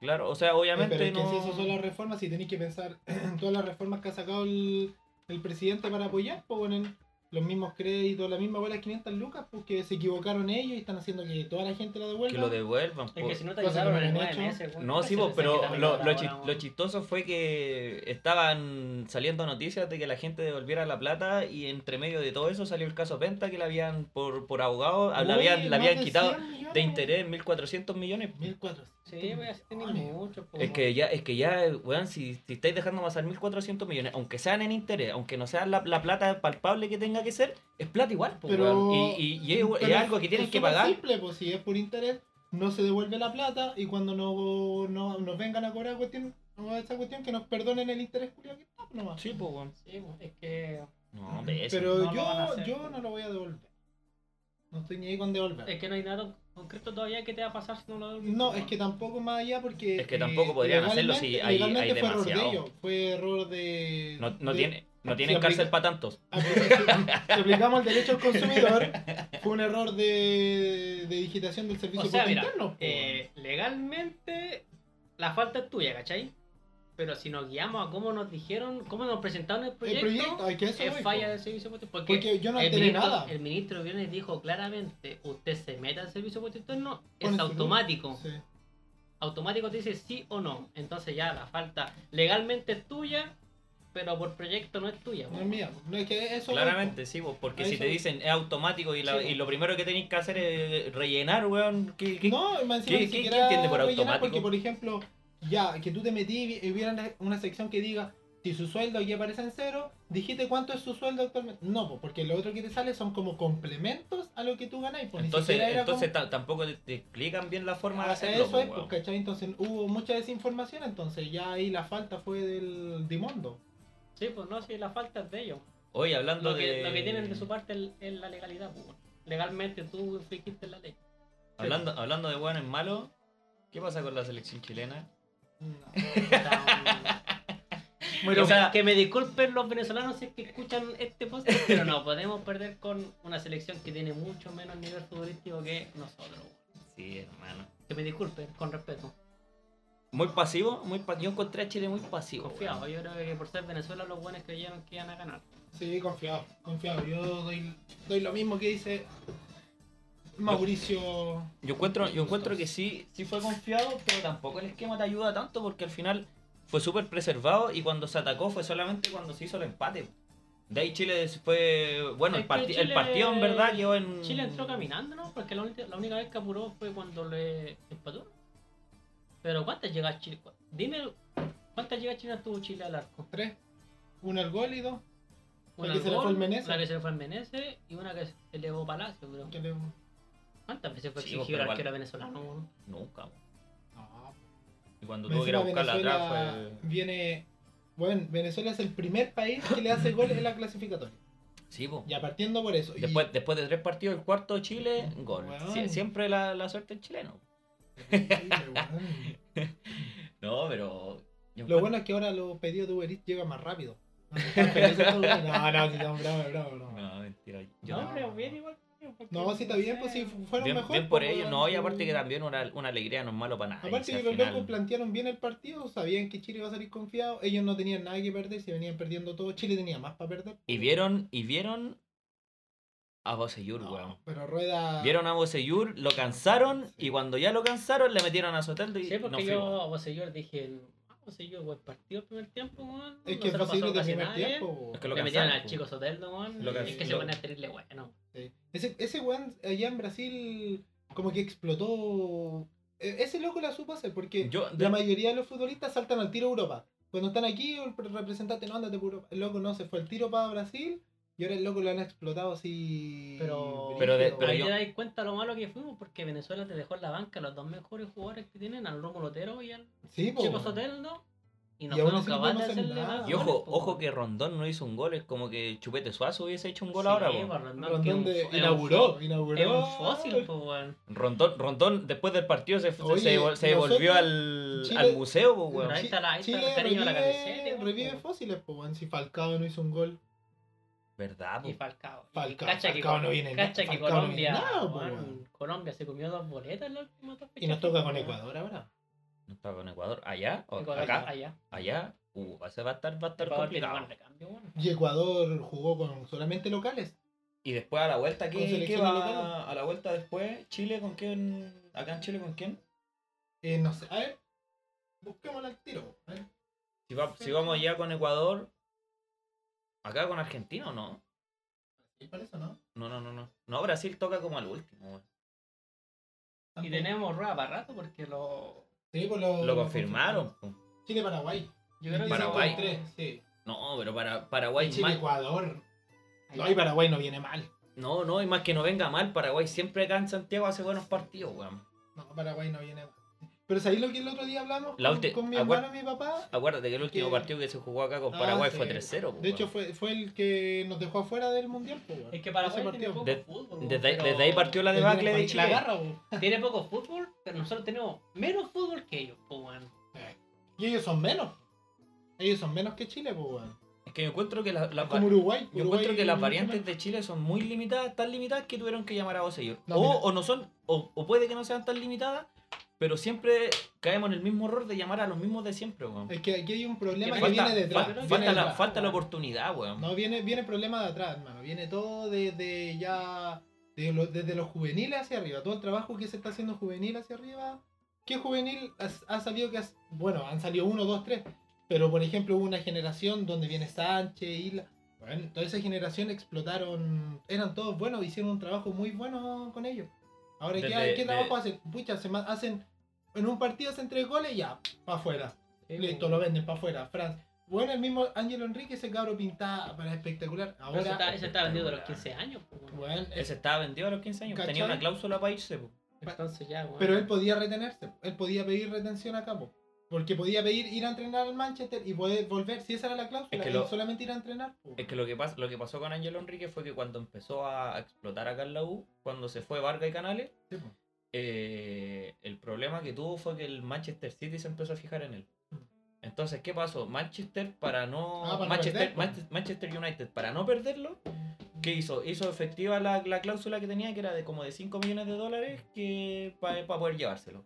Speaker 2: claro, o sea, obviamente
Speaker 1: pero es que
Speaker 2: no.
Speaker 1: si eso son las reformas, si tenéis que pensar en todas las reformas que ha sacado el, el presidente para apoyar, pues bueno, en los mismos créditos, la misma bola de 500 lucas, pues que se equivocaron ellos y están haciendo que toda la gente lo devuelva.
Speaker 2: que lo devuelvan.
Speaker 3: Es que
Speaker 2: por-
Speaker 3: si Pues no te
Speaker 1: Cosa que
Speaker 3: ayudaron
Speaker 1: no
Speaker 3: en
Speaker 1: lo han
Speaker 3: nueve
Speaker 1: hecho.
Speaker 3: meses, weón.
Speaker 2: No, sí,
Speaker 3: Pues Se
Speaker 2: vos,
Speaker 3: les ha
Speaker 2: pero
Speaker 3: quitado
Speaker 2: lo,
Speaker 3: la
Speaker 2: lo
Speaker 3: cara,
Speaker 2: chi-
Speaker 3: weón.
Speaker 2: lo chistoso fue que estaban saliendo noticias de que la gente devolviera la plata y entre medio de todo eso salió el caso Penta que la habían, por, por abogado, ah, la habían, la habían quitado de interés 1.400 millones.
Speaker 1: 1400.
Speaker 3: Sí, voy a tener mucho. pues, po,
Speaker 2: Es que ya, es que ya, weón, si, si estáis dejando pasar 1.400 millones, aunque sean en interés, aunque no sea la, la plata palpable que tenga que ser, es plata igual, po,
Speaker 1: Pero-
Speaker 2: weón. Y, y- y es,
Speaker 1: Pero
Speaker 2: es algo que tienen
Speaker 1: es
Speaker 2: que
Speaker 1: súper
Speaker 2: pagar.
Speaker 1: simple, pues si es por interés, no se devuelve la plata y cuando no, no- nos vengan a cobrar cuestión, no, esa cuestión que nos perdonen el interés culiao que está nomás.
Speaker 2: Sí, po, weón.
Speaker 3: Sí, po, es que.
Speaker 2: No, hombre, eso.
Speaker 1: Pero
Speaker 3: No lo
Speaker 1: yo,
Speaker 3: van a hacer.
Speaker 1: yo no lo voy a devolver. No estoy ni ahí con devolver.
Speaker 3: Es que no hay nada concreto todavía que te va a pasar si no lo devuelves,
Speaker 1: No,
Speaker 3: po,
Speaker 1: es que tampoco más allá porque... eh,
Speaker 2: Es que tampoco podrían hacerlo si
Speaker 1: legalmente-
Speaker 2: hay- hay
Speaker 1: legalmente fue
Speaker 2: demasiado.
Speaker 1: Error de ellos, fue error de...
Speaker 2: no, no
Speaker 1: de-
Speaker 2: tiene, no tienen
Speaker 1: aplica-
Speaker 2: cárcel para tantos.
Speaker 1: Ah, pero Si si aplicamos el derecho al consumidor, fue un error de, de digitación del servicio
Speaker 3: O sea,
Speaker 1: público
Speaker 3: mira,
Speaker 1: interno, pues, po.
Speaker 3: Eh, legalmente la falta es tuya, ¿cachai? Pero si nos guiamos a cómo nos dijeron, cómo nos presentaron el
Speaker 1: el
Speaker 3: proyecto,
Speaker 1: proyecto, hay que eso voy,
Speaker 3: es
Speaker 1: po.
Speaker 3: falla del servicio público. Porque,
Speaker 1: Porque yo no
Speaker 3: el,
Speaker 1: alteré
Speaker 3: ministro,
Speaker 1: nada.
Speaker 3: el ministro Briones dijo claramente, usted se meta al servicio público interno, es
Speaker 1: Con el
Speaker 3: automático.
Speaker 1: Sí.
Speaker 3: Automático te dice sí o no. Entonces ya la falta legalmente es tuya, pero por proyecto no es tuya.
Speaker 1: No es mía. No es que eso.
Speaker 2: Claramente, sí, vos, porque
Speaker 1: A
Speaker 2: si
Speaker 1: eso
Speaker 2: te
Speaker 1: voy.
Speaker 2: dicen es automático y, la-
Speaker 1: Sí,
Speaker 2: y lo primero que tenéis que hacer es rellenar, weón. ¿qué- qué-
Speaker 1: No, más encima
Speaker 2: ¿Qué-
Speaker 1: ni
Speaker 2: qué- qué
Speaker 1: siquiera
Speaker 2: entiende por
Speaker 1: rellenar,
Speaker 2: automático?
Speaker 1: Porque, por ejemplo, ya que tú te metí y hubiera una sección que diga si su sueldo aquí aparece en cero, dijiste cuánto es su sueldo actualmente. No, po, porque lo otro que te sale son como complementos a lo que tú ganáis. pues, ni
Speaker 2: Entonces,
Speaker 1: siquiera era
Speaker 2: entonces
Speaker 1: como-
Speaker 2: ta- tampoco te, te explican bien la forma de
Speaker 1: Ah,
Speaker 2: hacerlo.
Speaker 1: Eso
Speaker 2: po,
Speaker 1: es, pues,
Speaker 2: weón.
Speaker 1: ¿cachai? Entonces hubo mucha desinformación, entonces ya ahí la falta fue del Dimondo.
Speaker 3: Sí, pues no, si la falta es de ellos.
Speaker 2: Hoy hablando
Speaker 3: Lo que,
Speaker 2: de.
Speaker 3: lo que tienen de su parte es- es la legalidad. pues. Legalmente tú infringiste la ley.
Speaker 2: hablando, hablando de weones malos, ¿qué pasa con la selección chilena?
Speaker 3: Pero
Speaker 2: O sea-
Speaker 3: que me disculpen los venezolanos si es que escuchan este podcast, pero no podemos perder con una selección que tiene mucho menos nivel futbolístico que nosotros.
Speaker 2: Sí, hermano.
Speaker 3: Que me disculpen, con respeto.
Speaker 2: Muy pasivo, muy pa- yo encontré a Chile muy pasivo. weón.
Speaker 3: Confiado, yo creo que por ser Venezuela los buenos creyeron que iban a ganar.
Speaker 1: Sí, confiado, confiado. Yo doy, doy lo mismo que dice Mauricio.
Speaker 2: Yo encuentro, yo encuentro que sí, sí fue confiado, pero tampoco el esquema te ayuda tanto porque al final fue súper preservado y cuando se atacó fue solamente cuando se hizo el empate. De ahí Chile des- fue. Bueno,
Speaker 3: Es
Speaker 2: el,
Speaker 3: que
Speaker 2: parti- el
Speaker 3: Chile-
Speaker 2: partido en verdad quedó en.
Speaker 3: Chile entró caminando, ¿no? Porque la, ulti- la única vez que apuró fue cuando le empató. Pero ¿cuántas llegadas Chile? Cu- Dime, ¿cuántas llegadas Chile tuvo Chile al arco?
Speaker 1: Tres. Uno al gol y dos.
Speaker 3: Una
Speaker 1: que se le
Speaker 3: gol,
Speaker 1: fue al Menezes.
Speaker 3: Una que se le fue al Menezes y una que se le llevó Palacio, creo.
Speaker 1: que le-
Speaker 3: ¿Cuántas veces fue
Speaker 2: Sí, pues,
Speaker 3: exigido
Speaker 2: pero
Speaker 3: el
Speaker 2: igual-
Speaker 3: arquero venezolano? weón?
Speaker 2: Nunca. weón.
Speaker 1: No,
Speaker 2: Y cuando tuvo que ir a
Speaker 1: Venezuela,
Speaker 2: buscarla atrás
Speaker 1: Venezuela
Speaker 2: fue.
Speaker 1: viene. Bueno, Venezuela es el primer país que le hace goles en la clasificatoria.
Speaker 2: Sí, po.
Speaker 1: Ya partiendo por eso. y-
Speaker 2: Después, después de tres partidos, el cuarto Chile, gol.
Speaker 1: Weón.
Speaker 2: Sie- siempre la, la suerte del chileno. No, pero.
Speaker 1: Lo
Speaker 2: yo encuentro-
Speaker 1: bueno es que ahora los pedidos de Uber Eats llegan más rápido. No, no, si son bravo, bravo, bravo.
Speaker 2: No, mentira. Yo
Speaker 3: No,
Speaker 1: no.
Speaker 3: pero bien igual. creo, porque-
Speaker 1: No, si está bien, pues si fueron
Speaker 2: Bien,
Speaker 1: mejor.
Speaker 2: bien por
Speaker 1: pues,
Speaker 2: ellos,
Speaker 1: weón,
Speaker 2: no, y
Speaker 1: si-
Speaker 2: aparte que también una, una alegría no es malo para nadie.
Speaker 1: Aparte
Speaker 2: si al
Speaker 1: que los
Speaker 2: final-
Speaker 1: locos plantearon bien el partido, sabían que Chile iba a salir confiado, ellos no tenían nada que perder, se venían perdiendo todo, Chile tenía más para perder.
Speaker 2: Y vieron, y vieron a Boseyur,
Speaker 1: No,
Speaker 2: weón.
Speaker 1: Pero Rueda...
Speaker 2: Vieron a Boseyur, lo cansaron, y cuando ya lo cansaron le metieron a Soteldo y
Speaker 3: Sí, porque
Speaker 2: no
Speaker 3: yo
Speaker 2: fuimos.
Speaker 3: a Bosellor dije, ah, Bosellor, buen partido el primer tiempo, weón.
Speaker 1: Es que
Speaker 3: No se
Speaker 1: es
Speaker 3: lo pasó
Speaker 1: posible de
Speaker 3: casi
Speaker 1: primer
Speaker 3: nadie.
Speaker 1: tiempo.
Speaker 2: Es que lo
Speaker 3: Le metieron
Speaker 2: cansaron,
Speaker 3: al
Speaker 2: po.
Speaker 3: chico Soteldo, weón.
Speaker 1: Lo
Speaker 3: Es que
Speaker 1: cansaron.
Speaker 3: se van a terrible, bueno.
Speaker 1: Sí. Ese, ese weón allá en Brasil como que explotó... E- Ese loco la supo hacer porque
Speaker 2: Yo- de-
Speaker 1: la mayoría de los futbolistas saltan al tiro a Europa. Cuando están aquí, el pre- representante no anda por Europa. El loco no, se fue al tiro para Brasil y ahora el loco lo han explotado así...
Speaker 3: Pero-
Speaker 2: Pero de-
Speaker 1: brígido,
Speaker 2: pero
Speaker 1: weón.
Speaker 3: ahí
Speaker 2: yo-
Speaker 3: te das cuenta lo malo que fuimos porque Venezuela te dejó en la banca los dos mejores jugadores que tienen, al Romo Lotero y al
Speaker 1: Sí, po,
Speaker 3: Chico
Speaker 1: Pues, weón.
Speaker 3: Soteldo. Y no
Speaker 1: Y aún
Speaker 3: fueron
Speaker 1: así no
Speaker 3: capaces de
Speaker 1: hacen
Speaker 3: hacerle
Speaker 1: nada.
Speaker 3: nada. pues,
Speaker 2: Y ojo, ojo que Rondón no hizo un gol, es como que Chupete Suazo hubiese hecho un gol ahora, po.
Speaker 3: pues,
Speaker 1: Rondón de- inauguró, inauguró.
Speaker 3: Es un fósil, po, weón.
Speaker 2: Rondón, Rondón después del partido se, se-
Speaker 1: Oye,
Speaker 2: se devol-
Speaker 1: nosotros-
Speaker 2: se devolvió al,
Speaker 1: Chile-
Speaker 2: al museo, po,
Speaker 3: Pero
Speaker 2: weón.
Speaker 3: ahí está la- ahí está el
Speaker 1: Chile
Speaker 3: cariño a la
Speaker 1: revive,
Speaker 3: camiseta, po.
Speaker 1: revive fósiles, po, weón. Si Falcao no hizo un gol.
Speaker 2: ¿Verdad, po?
Speaker 3: Y Falcao. Y
Speaker 1: Falcao-
Speaker 3: cacha que,
Speaker 1: Falcao
Speaker 3: Col-
Speaker 1: no viene nada,
Speaker 3: cacha que
Speaker 1: Falcao no viene
Speaker 3: Colombia.
Speaker 1: nada, po,
Speaker 3: weón,
Speaker 1: weón.
Speaker 3: Colombia se comió dos boletas en la última dos
Speaker 1: Y nos
Speaker 3: fechas,
Speaker 1: toca
Speaker 3: po,
Speaker 1: con
Speaker 3: weón.
Speaker 1: Ecuador ahora.
Speaker 2: No estaba con Ecuador. ¿Allá? ¿O
Speaker 3: Ecuador,
Speaker 2: ¿Acá?
Speaker 3: Allá.
Speaker 2: ¿Allá? Uh, va a ser- va a estar, va a estar
Speaker 3: Ecuador tiene
Speaker 2: complicado.
Speaker 3: buen recambio, weón.
Speaker 1: Y Ecuador jugó con solamente locales.
Speaker 2: Y después a la vuelta,
Speaker 1: Con
Speaker 2: ¿qué, qué
Speaker 1: selección
Speaker 2: va?
Speaker 1: local.
Speaker 2: A la vuelta después, Chile con quién. Acá en Chile con quién?
Speaker 1: Eh, no sé, a ver. Busquémosla al tiro. a ver.
Speaker 2: Si, va- si vamos ya con Ecuador, acá con Argentina o no?
Speaker 1: ¿Y por eso no?
Speaker 2: No, no, no, no. No, Brasil toca como al último. weón.
Speaker 3: Y tenemos rueda para rato porque lo.
Speaker 1: Sí, pues lo,
Speaker 2: Lo confirmaron. po.
Speaker 1: Chile-Paraguay.
Speaker 3: Yo creo que
Speaker 2: Paraguay.
Speaker 1: 25-3, sí.
Speaker 2: No, pero para Paraguay
Speaker 1: Y
Speaker 2: más-
Speaker 1: Chile-Ecuador.
Speaker 3: Allá.
Speaker 1: No, y Paraguay no viene mal.
Speaker 2: No, no, y más que no venga mal, Paraguay siempre acá en Santiago hace buenos partidos, weón.
Speaker 1: No, Paraguay no viene mal. Pero ¿sabéis lo que el otro día hablamos
Speaker 2: La
Speaker 1: con,
Speaker 2: ulti-
Speaker 1: con mi
Speaker 2: acuer-
Speaker 1: hermano y mi papá?
Speaker 2: Acuérdate que el último
Speaker 1: Que-
Speaker 2: partido que se jugó acá con
Speaker 1: Ah,
Speaker 2: Pues Paraguay
Speaker 1: sí.
Speaker 2: fue pues, 3-0. po,
Speaker 1: De hecho,
Speaker 2: weón.
Speaker 1: fue, fue el que nos dejó afuera del mundial. po, weón.
Speaker 3: Es que Paraguay
Speaker 1: Ese
Speaker 3: tiene
Speaker 1: partido.
Speaker 3: poco pues.
Speaker 2: De-
Speaker 3: fútbol. weón,
Speaker 2: desde, ahí-
Speaker 3: pero-
Speaker 2: desde ahí partió la debacle de
Speaker 1: La
Speaker 2: Chile.
Speaker 1: garra, po.
Speaker 3: Tiene poco fútbol, pero nosotros tenemos menos fútbol que ellos, po, weón.
Speaker 1: Y ellos son menos. Ellos son menos que Chile, pues, weón.
Speaker 2: Es que yo encuentro que la- las
Speaker 1: Como
Speaker 2: var-
Speaker 1: Uruguay.
Speaker 2: yo
Speaker 1: Uruguay
Speaker 2: encuentro que las
Speaker 1: mucho
Speaker 2: variantes
Speaker 1: más.
Speaker 2: de Chile son muy limitadas, tan limitadas que tuvieron que llamar a Bosellor.
Speaker 1: No,
Speaker 2: o,
Speaker 1: mira.
Speaker 2: o no son, o, o puede que no sean tan limitadas, pero siempre caemos en el mismo error de llamar a los mismos de siempre, weón.
Speaker 1: Es que aquí hay un problema
Speaker 3: Que
Speaker 1: que,
Speaker 2: Falta,
Speaker 1: viene detrás.
Speaker 2: fa-
Speaker 1: viene
Speaker 2: falta la,
Speaker 1: detrás.
Speaker 2: falta la oportunidad, weón.
Speaker 1: No, viene, viene el problema de atrás, hermano. Viene todo desde ya. de lo- desde los juveniles hacia arriba. Todo el trabajo que se está haciendo juvenil hacia arriba. ¿Qué juvenil has- ha, salido que has- Bueno, han salido uno, dos, tres. Pero por ejemplo, hubo una generación donde viene Sánchez, Isla. Bueno, toda esa generación explotaron. Eran todos buenos, hicieron un trabajo muy bueno con ellos. Ahora, ¿qué,
Speaker 2: Desde-
Speaker 1: qué
Speaker 2: de-
Speaker 1: trabajo hacen? Pucha, se ma- hacen. En un partido hacen tres goles y ya, para afuera.
Speaker 3: Sí,
Speaker 1: Listo,
Speaker 3: po.
Speaker 1: lo venden para afuera, Francia. Bueno, el mismo Ángelo Enrique, ese cabro pintaba para espectacular.
Speaker 3: Pero ese está,
Speaker 1: Ahora,
Speaker 3: ese está vendido a los 15 años, po, weón.
Speaker 1: bueno,
Speaker 2: Ese estaba vendido a los 15 años.
Speaker 1: ¿Cachai?
Speaker 2: Tenía una cláusula para irse, po.
Speaker 3: Entonces ya, weón.
Speaker 1: pero él podía retenerse, él podía pedir retención a Capo. Porque podía pedir ir a entrenar al Manchester y poder volver, si esa era la cláusula,
Speaker 2: Es que
Speaker 1: él
Speaker 2: lo-
Speaker 1: solamente ir a entrenar. po.
Speaker 2: Es que lo que, pas- lo que pasó con Ángel Enrique fue que cuando empezó a explotar acá en la U, cuando se fue Vargas y Canales,
Speaker 1: Sí, po.
Speaker 2: eh, el problema que tuvo fue que el Manchester City se empezó a fijar en él. Entonces, ¿qué pasó? Manchester, para no.
Speaker 1: Ah, para no
Speaker 2: Manchester,
Speaker 1: perder,
Speaker 2: Manche- Manchester United, para no perderlo, ¿qué hizo? Hizo efectiva la, la cláusula que tenía, que era de como de 5 millones de dólares, que para poder eh, llevárselo.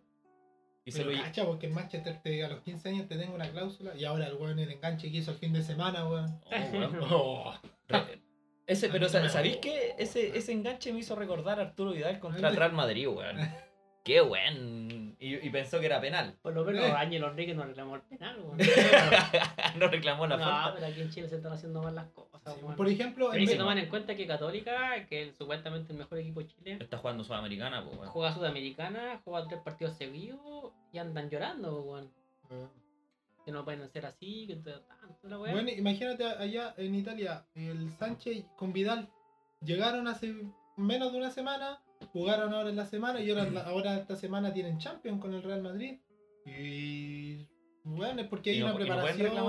Speaker 2: Y se lo lle-
Speaker 1: cacha, porque el Manchester te, a los 15 años te tengo una cláusula y ahora el weón el enganche que hizo el fin de semana, weón.
Speaker 2: Oh, weón.
Speaker 1: Oh,
Speaker 2: Re- Ese, pero sa-
Speaker 1: No.
Speaker 2: ¿sabéis qué? Ese, ese enganche me hizo recordar a Arturo Vidal contra el
Speaker 1: Ande.
Speaker 2: Real Madrid, weón. Qué weón. Y, y pensó que era penal.
Speaker 3: Por lo menos
Speaker 1: Eh.
Speaker 3: a Ángel Enrique no reclamó el penal, weón.
Speaker 2: no reclamó la
Speaker 3: No,
Speaker 2: falta.
Speaker 3: pero aquí en Chile se están haciendo mal las cosas, weón.
Speaker 1: por ejemplo,
Speaker 3: Pero ahí se
Speaker 2: Sí.
Speaker 3: toman en cuenta que Católica, que es supuestamente el mejor equipo de Chile,
Speaker 2: Está jugando Sudamericana, pues, weón.
Speaker 3: juega Sudamericana, juega tres partidos seguidos y andan llorando, weón. Que no pueden hacer así, que todo tanto, la weá.
Speaker 1: Bueno, imagínate allá en Italia, el Sánchez con Vidal llegaron hace menos de una semana, jugaron ahora en la semana y ahora, ahora esta semana tienen Champions con el Real Madrid. Y bueno, es porque
Speaker 2: Y
Speaker 1: hay
Speaker 2: no-
Speaker 1: una
Speaker 2: y no pueden
Speaker 1: preparación.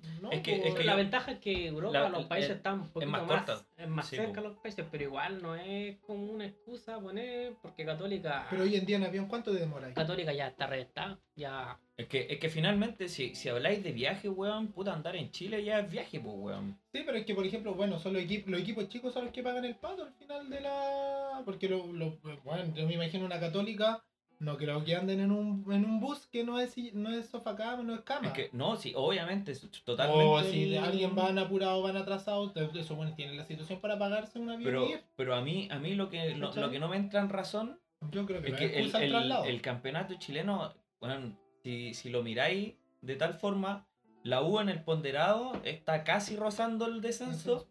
Speaker 2: reclamar,
Speaker 1: no,
Speaker 2: Es que-
Speaker 1: po,
Speaker 2: es que
Speaker 3: la
Speaker 2: yo-
Speaker 3: ventaja es que Europa,
Speaker 2: la-
Speaker 3: los países
Speaker 2: es-
Speaker 3: están un poquito
Speaker 2: más
Speaker 3: más,
Speaker 2: corta.
Speaker 3: es más
Speaker 2: Sí,
Speaker 3: cerca
Speaker 2: po.
Speaker 3: los países, pero igual no es como una excusa poner, porque Católica,
Speaker 1: Pero hoy en día en avión, ¿cuánto te demoráis?
Speaker 3: Católica ya está reventada, ya
Speaker 2: Es que, es que finalmente, si, si habláis de viaje, weón, puta, andar en Chile ya es viaje, pues, weón.
Speaker 1: Sí, pero es que, por ejemplo, bueno, son los, equip- los equipos chicos son los que pagan el pato al final de la... Porque, lo, lo- bueno, yo me imagino una católica, no creo que anden en un, en un bus que no es, no es sofacama, no es cama.
Speaker 2: Es que, no, sí, obviamente, es totalmente.
Speaker 1: o si
Speaker 2: el-
Speaker 1: Oh, alguien van apurado, van atrasado, te- eso, bueno, tienen la situación para pagarse un avión
Speaker 2: Pero,
Speaker 1: y ir.
Speaker 2: pero a mí, a mí lo, que, lo,
Speaker 1: ¿Cachai?
Speaker 2: lo que no me entra en razón
Speaker 1: Yo creo que,
Speaker 2: Es
Speaker 1: la
Speaker 2: que el,
Speaker 1: excusa al
Speaker 2: el-
Speaker 1: traslado.
Speaker 2: el campeonato chileno, bueno, si, si lo miráis de tal forma, la U en el ponderado está casi rozando el descenso.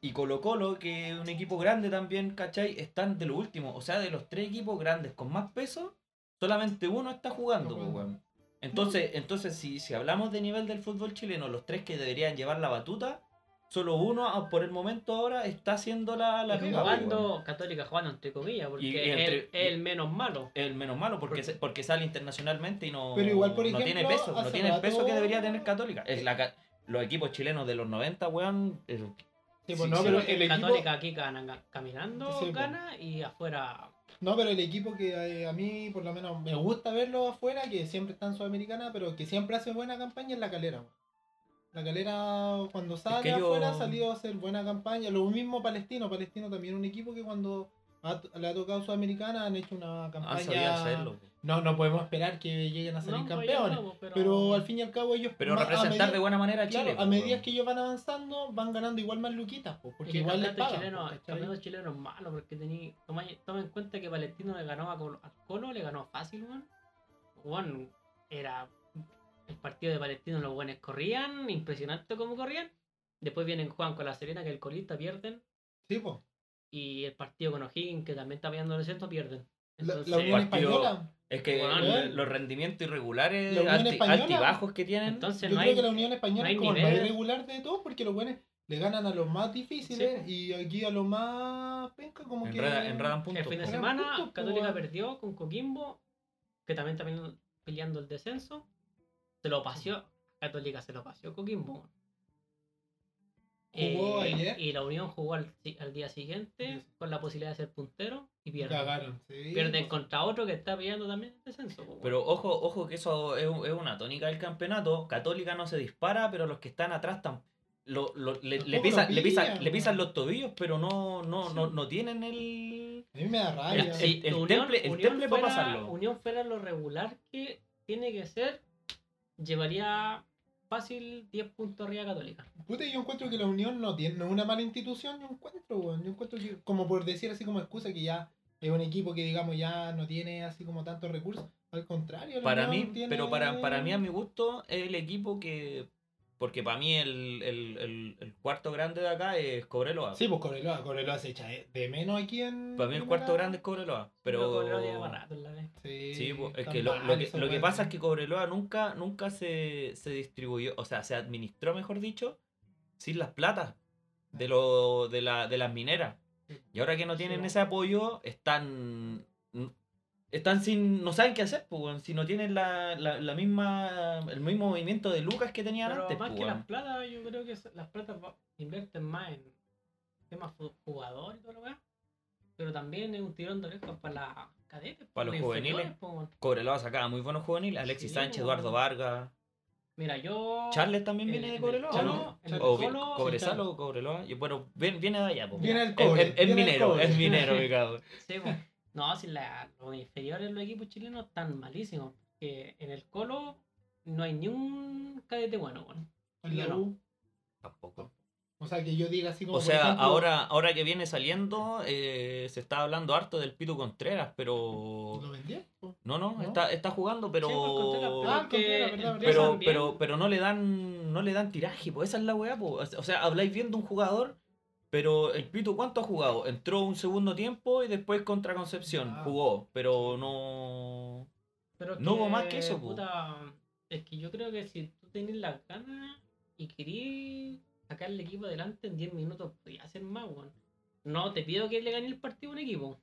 Speaker 2: Y Colo Colo, que es un equipo grande también, ¿cachai? Están de lo último. O sea, de los tres equipos grandes con más peso, solamente uno está jugando,
Speaker 1: Está
Speaker 2: pues,
Speaker 1: jugando.
Speaker 2: weón. Entonces, entonces si, si hablamos de nivel del fútbol chileno, los tres que deberían llevar la batuta, solo uno ah, por el momento ahora está haciendo la, la
Speaker 1: Y
Speaker 2: pega, pues, weón.
Speaker 3: jugando, Católica jugando entre comillas, porque
Speaker 2: Y- y
Speaker 3: es
Speaker 2: entre-
Speaker 3: el- es el menos malo.
Speaker 2: el menos malo porque,
Speaker 3: Porque-
Speaker 2: se- porque sale internacionalmente y no,
Speaker 1: Pero igual, por
Speaker 2: no tiene
Speaker 1: ejemplo,
Speaker 2: peso, no
Speaker 1: hace
Speaker 2: tiene el peso
Speaker 1: rato-
Speaker 2: que debería tener Católica. Es la ca- los equipos chilenos de los 90, weón, eh,
Speaker 1: Sí, pues,
Speaker 2: sí,
Speaker 1: no,
Speaker 2: sí,
Speaker 1: pero
Speaker 2: porque
Speaker 1: el equipo,
Speaker 3: Católica aquí gana ga- caminando,
Speaker 1: Sí, po.
Speaker 3: gana y afuera.
Speaker 1: no, pero el equipo que eh, a mí, por lo menos, me gusta verlo afuera, que siempre está en Sudamericana, pero que siempre hace buena campaña en la calera. weón. La calera, cuando sale
Speaker 2: que yo-
Speaker 1: afuera, ha salido a hacer buena campaña. Lo mismo Palestino, Palestino también un equipo que cuando ha- le ha tocado Sudamericana han hecho una
Speaker 2: han
Speaker 1: campaña.
Speaker 2: sabido Ah, hacerlo.
Speaker 1: No, no podemos esperar que lleguen a salir
Speaker 3: No, pues, ya
Speaker 1: campeones.
Speaker 3: no, pero,
Speaker 1: Pero al fin y al cabo ellos
Speaker 2: Pero
Speaker 1: ma- a
Speaker 2: representar
Speaker 1: medida-
Speaker 2: de buena manera a Chile.
Speaker 1: claro, a
Speaker 2: pues,
Speaker 1: medida
Speaker 2: weón.
Speaker 1: que ellos van avanzando, van ganando igual más luquitas, po,
Speaker 3: es
Speaker 1: porque
Speaker 3: que
Speaker 1: igual les
Speaker 3: el campeonato
Speaker 1: pagan.
Speaker 3: chileno,
Speaker 1: po,
Speaker 3: el
Speaker 1: ¿cachai?
Speaker 3: campeonato chileno es malo porque tení, toma, toma en cuenta que Palestino le ganó a Colo, a Colo, le ganó fácil, weón. Weón, era el partido de Palestino, los buenos corrían, impresionante cómo corrían. Después vienen Juan con la Serena, que el colista pierden,
Speaker 1: Sí, po.
Speaker 3: y el partido con O'Higgins, que también está peleando el centro, pierden.
Speaker 1: La, la
Speaker 3: Entonces,
Speaker 1: Unión
Speaker 2: partido-
Speaker 1: Española.
Speaker 2: Es que
Speaker 3: Weón.
Speaker 2: eh, los rendimientos irregulares,
Speaker 1: La Unión
Speaker 2: alti-
Speaker 1: Española.
Speaker 2: altibajos que tienen.
Speaker 3: entonces
Speaker 1: Yo
Speaker 3: no
Speaker 1: creo
Speaker 3: hay.
Speaker 1: que la Unión Española
Speaker 3: no hay
Speaker 1: es como el
Speaker 3: nivel.
Speaker 1: más irregular de todos, porque los buenos le ganan a los más difíciles y aquí a los más penca, como
Speaker 2: enreda-
Speaker 1: que.
Speaker 2: enredan puntos.
Speaker 3: El fin de
Speaker 2: pues,
Speaker 1: Gran
Speaker 3: semana,
Speaker 1: punto,
Speaker 3: Católica
Speaker 1: Cuba.
Speaker 3: perdió con Coquimbo, que también también peleando el descenso. Se lo paseó. Católica se lo paseó Coquimbo. Eh,
Speaker 1: Jugó ayer.
Speaker 3: Y la Unión jugó al, si- al día siguiente
Speaker 1: Sí.
Speaker 3: con la posibilidad de ser puntero y pierden.
Speaker 1: Cagaron. Sí, pues.
Speaker 3: Pierden
Speaker 1: po.
Speaker 3: contra otro que está peleando también el descenso. pues, po,
Speaker 2: Pero ojo, ojo que eso es, un- es una tónica del campeonato. Católica no se dispara, pero los que están atrás tam- lo- lo- le, le
Speaker 1: Tampoco
Speaker 2: pisan,
Speaker 1: lo
Speaker 2: le, pisan,
Speaker 1: pillan,
Speaker 2: le pisan
Speaker 1: weón.
Speaker 2: los tobillos, pero no, no,
Speaker 1: Sí.
Speaker 2: no, no tienen el...
Speaker 1: A mí me da
Speaker 2: El-
Speaker 1: rabia.
Speaker 3: Mira, si
Speaker 2: el temple- el temple pa'
Speaker 3: fuera,
Speaker 2: pasarlo.
Speaker 3: Unión fuera lo regular que tiene que ser, llevaría fácil 10 puntos arriba a Católica.
Speaker 1: Puta, yo encuentro que la Unión no tiene no es una mala institución, yo encuentro, weón. Yo encuentro que, como por decir así como excusa, que ya es un equipo que, digamos, ya no tiene así como tantos recursos. Al contrario, la
Speaker 2: Para
Speaker 1: Unión
Speaker 2: mí,
Speaker 1: tiene-
Speaker 2: pero para, para mí, a mi gusto, es el equipo que... Porque para mí el, el- el- el cuarto grande de acá es Cobreloa.
Speaker 1: Sí, pues Coreloa, Coreloa se echa de de menos aquí en.
Speaker 2: para mí el
Speaker 1: primera.
Speaker 2: cuarto grande es Cobreloa. Pero...
Speaker 3: Colo lleva rato en la vez.
Speaker 1: Sí,
Speaker 2: Sí, po, es
Speaker 1: tan
Speaker 2: que lo,
Speaker 1: mal
Speaker 2: lo que,
Speaker 1: esa
Speaker 2: lo que
Speaker 1: weá.
Speaker 2: pasa es que Cobreloa nunca, nunca se, se distribuyó, o sea, se administró, mejor dicho, sin las platas de, lo, de, la, de las mineras. Y ahora que no
Speaker 3: Sí,
Speaker 2: tienen
Speaker 3: bueno.
Speaker 2: ese apoyo, están. Están sin. No saben qué hacer, pues, weón, si no tienen la, la, la misma, el mismo movimiento de Lucas que tenían
Speaker 3: Pero
Speaker 2: antes,
Speaker 3: más
Speaker 2: pues,
Speaker 3: que
Speaker 2: weón.
Speaker 3: las platas, yo creo que es- las platas va- invierten más en temas fu- jugador y todo lo que Pero también es un tirón de orejas para las cadetes.
Speaker 2: Para los juveniles.
Speaker 3: inferiores, po, weón.
Speaker 2: Cobreloa sacaba muy buenos juveniles, Alexis
Speaker 3: Sí,
Speaker 2: Sánchez,
Speaker 3: weón.
Speaker 2: Eduardo Vargas.
Speaker 3: Mira, yo.
Speaker 2: Charles también
Speaker 3: eh,
Speaker 2: viene de
Speaker 3: el
Speaker 2: Cobreloa,
Speaker 3: Colo-
Speaker 2: ¿no?
Speaker 3: el
Speaker 1: Charles.
Speaker 2: O vi-
Speaker 3: Colo-
Speaker 2: Cobresal o Cobreloa. y Bueno, viene, viene de allá, pues.
Speaker 1: Viene
Speaker 2: weón.
Speaker 1: el cobre,
Speaker 2: Es- es- es
Speaker 1: viene el
Speaker 2: minero,
Speaker 1: cobre.
Speaker 2: es minero, mi cabrón.
Speaker 3: Sí, po. No, si la- los inferiores de los equipos chilenos están malísimos. que en el colo no hay ni un cadete bueno, weón.
Speaker 1: En la
Speaker 3: Yo no.
Speaker 1: U.
Speaker 2: Tampoco.
Speaker 1: O sea, que yo diga así como.
Speaker 2: O
Speaker 1: por
Speaker 2: sea,
Speaker 1: ejemplo,
Speaker 2: ahora, ahora que viene saliendo, eh, se está hablando harto del Pitu Contreras, pero.
Speaker 1: ¿Lo vendieron?
Speaker 2: No, no,
Speaker 1: ¿No?
Speaker 2: Está, está jugando, pero.
Speaker 3: Sí, pues, Contreras,
Speaker 1: Ah,
Speaker 3: es que
Speaker 1: Contreras, verdad, verdad.
Speaker 3: empiezan
Speaker 2: pero,
Speaker 3: bien.
Speaker 2: pero, pero no le dan no le dan tiraje, pues esa es la weá, po. o sea, habláis bien de un jugador, pero el Pito ¿cuánto ha jugado? Entró un segundo tiempo y después contra Concepción
Speaker 1: Ah.
Speaker 2: jugó, pero no
Speaker 3: Pero es
Speaker 2: No hubo más que eso, po.
Speaker 3: puta, es que yo creo que si tú tenés las ganas y querís sacar el equipo adelante en 10 minutos, podías hacer más, weón. No te pido que le gane el partido a un equipo,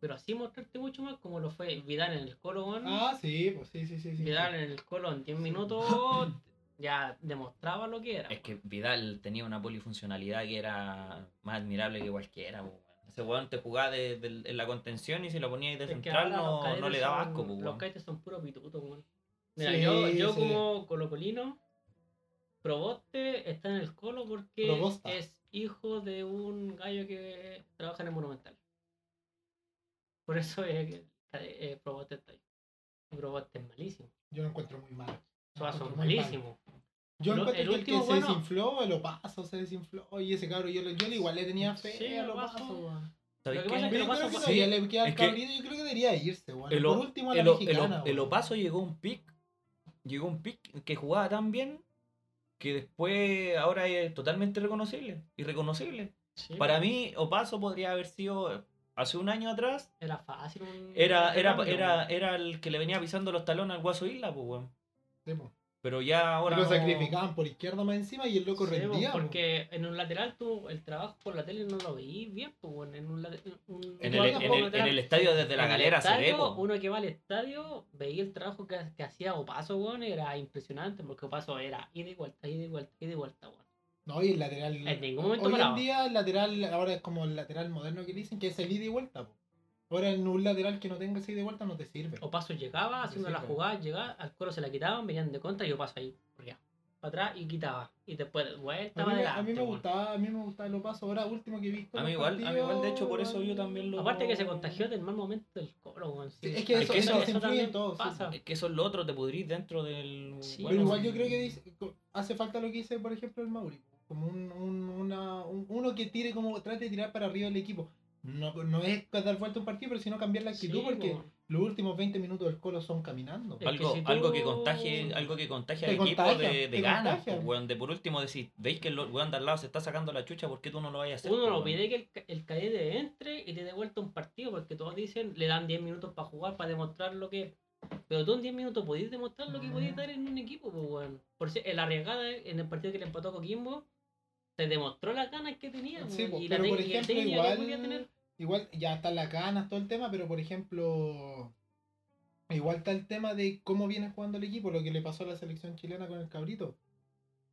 Speaker 3: pero así mostrarte mucho más como lo fue Vidal en el Colo, weón.
Speaker 1: Ah, sí, pues sí, sí, sí. sí.
Speaker 3: Vidal en el Colo en 10 minutos ya demostraba lo que era.
Speaker 2: es que Vidal tenía una polifuncionalidad que era más admirable que cualquiera, po, weón. Ese weón te jugaba de- del- en la contención y si la ponías de
Speaker 3: Es que
Speaker 2: central
Speaker 3: ahora los
Speaker 2: no, no
Speaker 3: cadetes
Speaker 2: le daba
Speaker 3: son-
Speaker 2: asco, po,
Speaker 3: Los
Speaker 2: weón.
Speaker 3: cadetes son puro pituto, weón. Mira,
Speaker 1: Sí,
Speaker 3: yo, yo
Speaker 1: sí.
Speaker 3: como colocolino, Proboste está en el colo porque
Speaker 1: Probosta.
Speaker 3: es hijo de un gallo que trabaja en el Monumental. Por eso es que eh, Proboste está ahí. Y Proboste es malísimo.
Speaker 1: Yo lo encuentro muy mal.
Speaker 2: Ah,
Speaker 1: Lo
Speaker 3: Todas son
Speaker 1: encuentro muy mal.
Speaker 3: malísimos.
Speaker 1: Yo
Speaker 3: Lo-
Speaker 1: encuentro que el
Speaker 3: el
Speaker 1: que
Speaker 3: último,
Speaker 1: se
Speaker 3: bueno-
Speaker 1: desinfló, lo paso, se desinfló. Y ese cabro, yo, le- yo le- igual le tenía fe
Speaker 3: Sí,
Speaker 1: a lo
Speaker 3: Lopazo.
Speaker 1: paso, weón.
Speaker 2: ¿Sabéis
Speaker 3: lo
Speaker 2: qué?
Speaker 3: que pasa es
Speaker 1: Pero yo
Speaker 3: Lopazo
Speaker 1: creo que
Speaker 2: fue-
Speaker 1: todavía le queda
Speaker 2: es
Speaker 1: el
Speaker 2: que-
Speaker 1: cabrito, yo creo que debería irse, weón.
Speaker 2: El,
Speaker 1: Por
Speaker 2: o-
Speaker 1: último a la
Speaker 2: el o- el o-
Speaker 1: mexicana,
Speaker 2: el
Speaker 1: weón.
Speaker 2: Opaso llegó a un pick. Llegó a un pick que jugaba tan bien que después ahora es totalmente reconocible. Irreconocible.
Speaker 3: Sí,
Speaker 2: Para mí, Opaso podría haber sido hace un año atrás.
Speaker 3: Era fácil. un-
Speaker 2: Era,
Speaker 3: un
Speaker 2: era,
Speaker 3: cambio,
Speaker 2: era,
Speaker 3: weón.
Speaker 2: era el que le venía pisando los talones al Guaso Isla, pues, weón.
Speaker 1: Sí, po.
Speaker 2: Pero ya ahora.
Speaker 1: lo
Speaker 2: no-
Speaker 1: sacrificaban por izquierda más encima y el loco
Speaker 3: Sí,
Speaker 1: rendía.
Speaker 3: po,
Speaker 1: po.
Speaker 3: porque en un lateral tú el trabajo por la tele no lo veís bien, pues bueno, en un, late- un-
Speaker 2: En
Speaker 3: tú
Speaker 2: el, e-,
Speaker 3: hablas
Speaker 2: en,
Speaker 3: por
Speaker 2: el,
Speaker 3: lateral,
Speaker 2: en el estadio desde la
Speaker 3: en el
Speaker 2: galera se ve,
Speaker 3: estadio,
Speaker 2: po.
Speaker 3: Uno que va al estadio veía el trabajo que, que hacía Opaso, weón, era impresionante, porque Opaso era ida y vuelta, ida y vuelta, ida y vuelta, weón.
Speaker 1: No, y el lateral.
Speaker 3: En ningún
Speaker 1: Mm. Hoy
Speaker 3: momento
Speaker 1: en
Speaker 3: paraba.
Speaker 1: día el lateral, ahora es como el lateral moderno que dicen, que es el ida y vuelta. po. Ahora en un lateral que no tenga ese ida y vuelta no te sirve.
Speaker 3: Opaso llegaba, haciendo
Speaker 1: Sí,
Speaker 3: la
Speaker 1: claro.
Speaker 3: jugada, llegaba, al coro se la quitaban, venían de contra y Opaso ahí, corría. Para atrás y quitaba. Y después de vuelta,
Speaker 1: A mí,
Speaker 3: para
Speaker 1: me-
Speaker 3: adelante.
Speaker 1: a mí me
Speaker 3: weón.
Speaker 1: gustaba, a mí me gustaba lo paso. Ahora último que he visto.
Speaker 2: A mí
Speaker 1: los
Speaker 2: igual, a mí
Speaker 1: partidos,
Speaker 2: igual, de hecho, por eso yo también lo-
Speaker 3: Aparte que se contagió del mal momento del coro, weón. sí.
Speaker 1: Sí, es que
Speaker 2: Es eso- que eso- eso
Speaker 1: influye
Speaker 3: también
Speaker 1: en todo, sí.
Speaker 3: pasa.
Speaker 2: Es que eso es lo otro, te pudrís dentro del.
Speaker 3: Sí,
Speaker 1: Pero igual
Speaker 3: sí.
Speaker 1: yo creo que dice- hace falta lo que dice, por ejemplo, el Mauri. Como un, un- una- un- uno que tire, como trate de tirar para arriba del equipo. No, no es dar vuelta a un partido, pero sino cambiar la actitud,
Speaker 3: Sí,
Speaker 1: porque
Speaker 3: weón.
Speaker 1: los últimos 20 minutos del colo son caminando.
Speaker 3: Es que
Speaker 2: Algo,
Speaker 3: si
Speaker 2: algo
Speaker 3: tú-
Speaker 2: que contagie, algo que contagie
Speaker 1: Te
Speaker 2: al equipo
Speaker 1: contagia,
Speaker 2: de, de
Speaker 1: te
Speaker 2: ganas,
Speaker 1: contagia.
Speaker 2: po, weón. De por último decís, veis que el weón de al lado se está sacando la chucha, ¿por qué tú no lo vayas a hacer?
Speaker 3: Uno
Speaker 2: po,
Speaker 3: no
Speaker 2: weón?
Speaker 3: pide que el, ca- el cadete entre y te dé vuelta un partido, porque todos dicen, le dan 10 minutos para jugar, para demostrar lo que es. Pero tú en 10 minutos podías demostrar lo que podías
Speaker 1: Ujú.
Speaker 3: dar en un equipo, pues bueno. Por si el arriesgada en el partido que le empató a Coquimbo, se demostró las ganas que tenía,
Speaker 1: Sí,
Speaker 3: pues,
Speaker 1: po,
Speaker 3: y la
Speaker 1: pero por
Speaker 3: tec- y la
Speaker 1: ejemplo,
Speaker 3: técnica que podía
Speaker 1: igual,
Speaker 3: tener.
Speaker 1: igual ya están las ganas, todo el tema, pero por ejemplo, igual está el tema de cómo viene jugando el equipo, lo que le pasó a la selección chilena con el cabrito,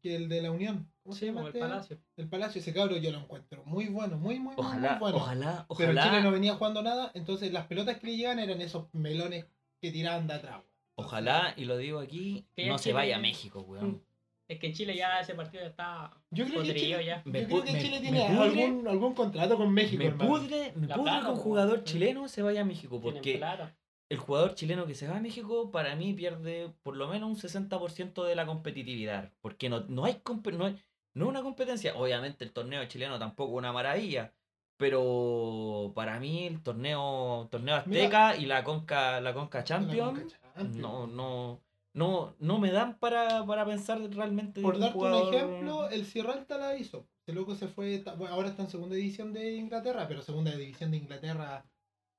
Speaker 1: que el de la Unión. ¿Cómo se
Speaker 3: Sí,
Speaker 1: llama?
Speaker 3: como el
Speaker 1: este?
Speaker 3: Palacio.
Speaker 1: El Palacio, ese cabro yo lo encuentro muy bueno, muy, muy, muy,
Speaker 2: Ojalá,
Speaker 3: Ah,
Speaker 1: muy bueno.
Speaker 2: ojalá,
Speaker 1: Pero
Speaker 2: ojalá,
Speaker 1: Chile no venía jugando nada, entonces las pelotas que le llegan eran esos melones que tiraban de atrás.
Speaker 2: ojalá, y lo digo aquí,
Speaker 3: Que
Speaker 2: no
Speaker 3: ya
Speaker 2: se
Speaker 3: Chile-
Speaker 2: vaya a Weón. México, weón.
Speaker 3: Es que en Chile ya ese partido ya está
Speaker 1: Yo creo que
Speaker 3: podrido
Speaker 1: Chile,
Speaker 3: ya.
Speaker 1: yo
Speaker 2: Me
Speaker 1: creo
Speaker 2: pu-
Speaker 1: que
Speaker 2: me-
Speaker 1: Chile
Speaker 2: me
Speaker 1: tiene
Speaker 2: pudre-
Speaker 1: algún, algún contrato con México,
Speaker 2: Me
Speaker 1: hermano.
Speaker 2: pudre, me
Speaker 3: La
Speaker 2: pudre
Speaker 3: plata,
Speaker 2: que un
Speaker 3: po,
Speaker 2: jugador
Speaker 3: weón. Mm.
Speaker 2: chileno se vaya a México,
Speaker 3: Tienen
Speaker 2: porque
Speaker 3: plata.
Speaker 2: el jugador chileno que se va a México, para mí pierde por lo menos un 60% de la competitividad, porque no, no hay compe- no, hay- no es una competencia. Obviamente el torneo chileno tampoco es una maravilla, pero para mí el torneo, torneo
Speaker 1: Mira.
Speaker 2: Azteca y la Conca, la Conca
Speaker 1: La
Speaker 2: Champions,
Speaker 1: Conca Champions.
Speaker 2: no, no, no, no me dan para, para pensar realmente de
Speaker 1: Por
Speaker 2: un
Speaker 1: darte
Speaker 2: jugador-
Speaker 1: un ejemplo, el Sierra Alta la hizo. El loco se fue, ta- bueno, ahora está en segunda división de Inglaterra, pero segunda división de Inglaterra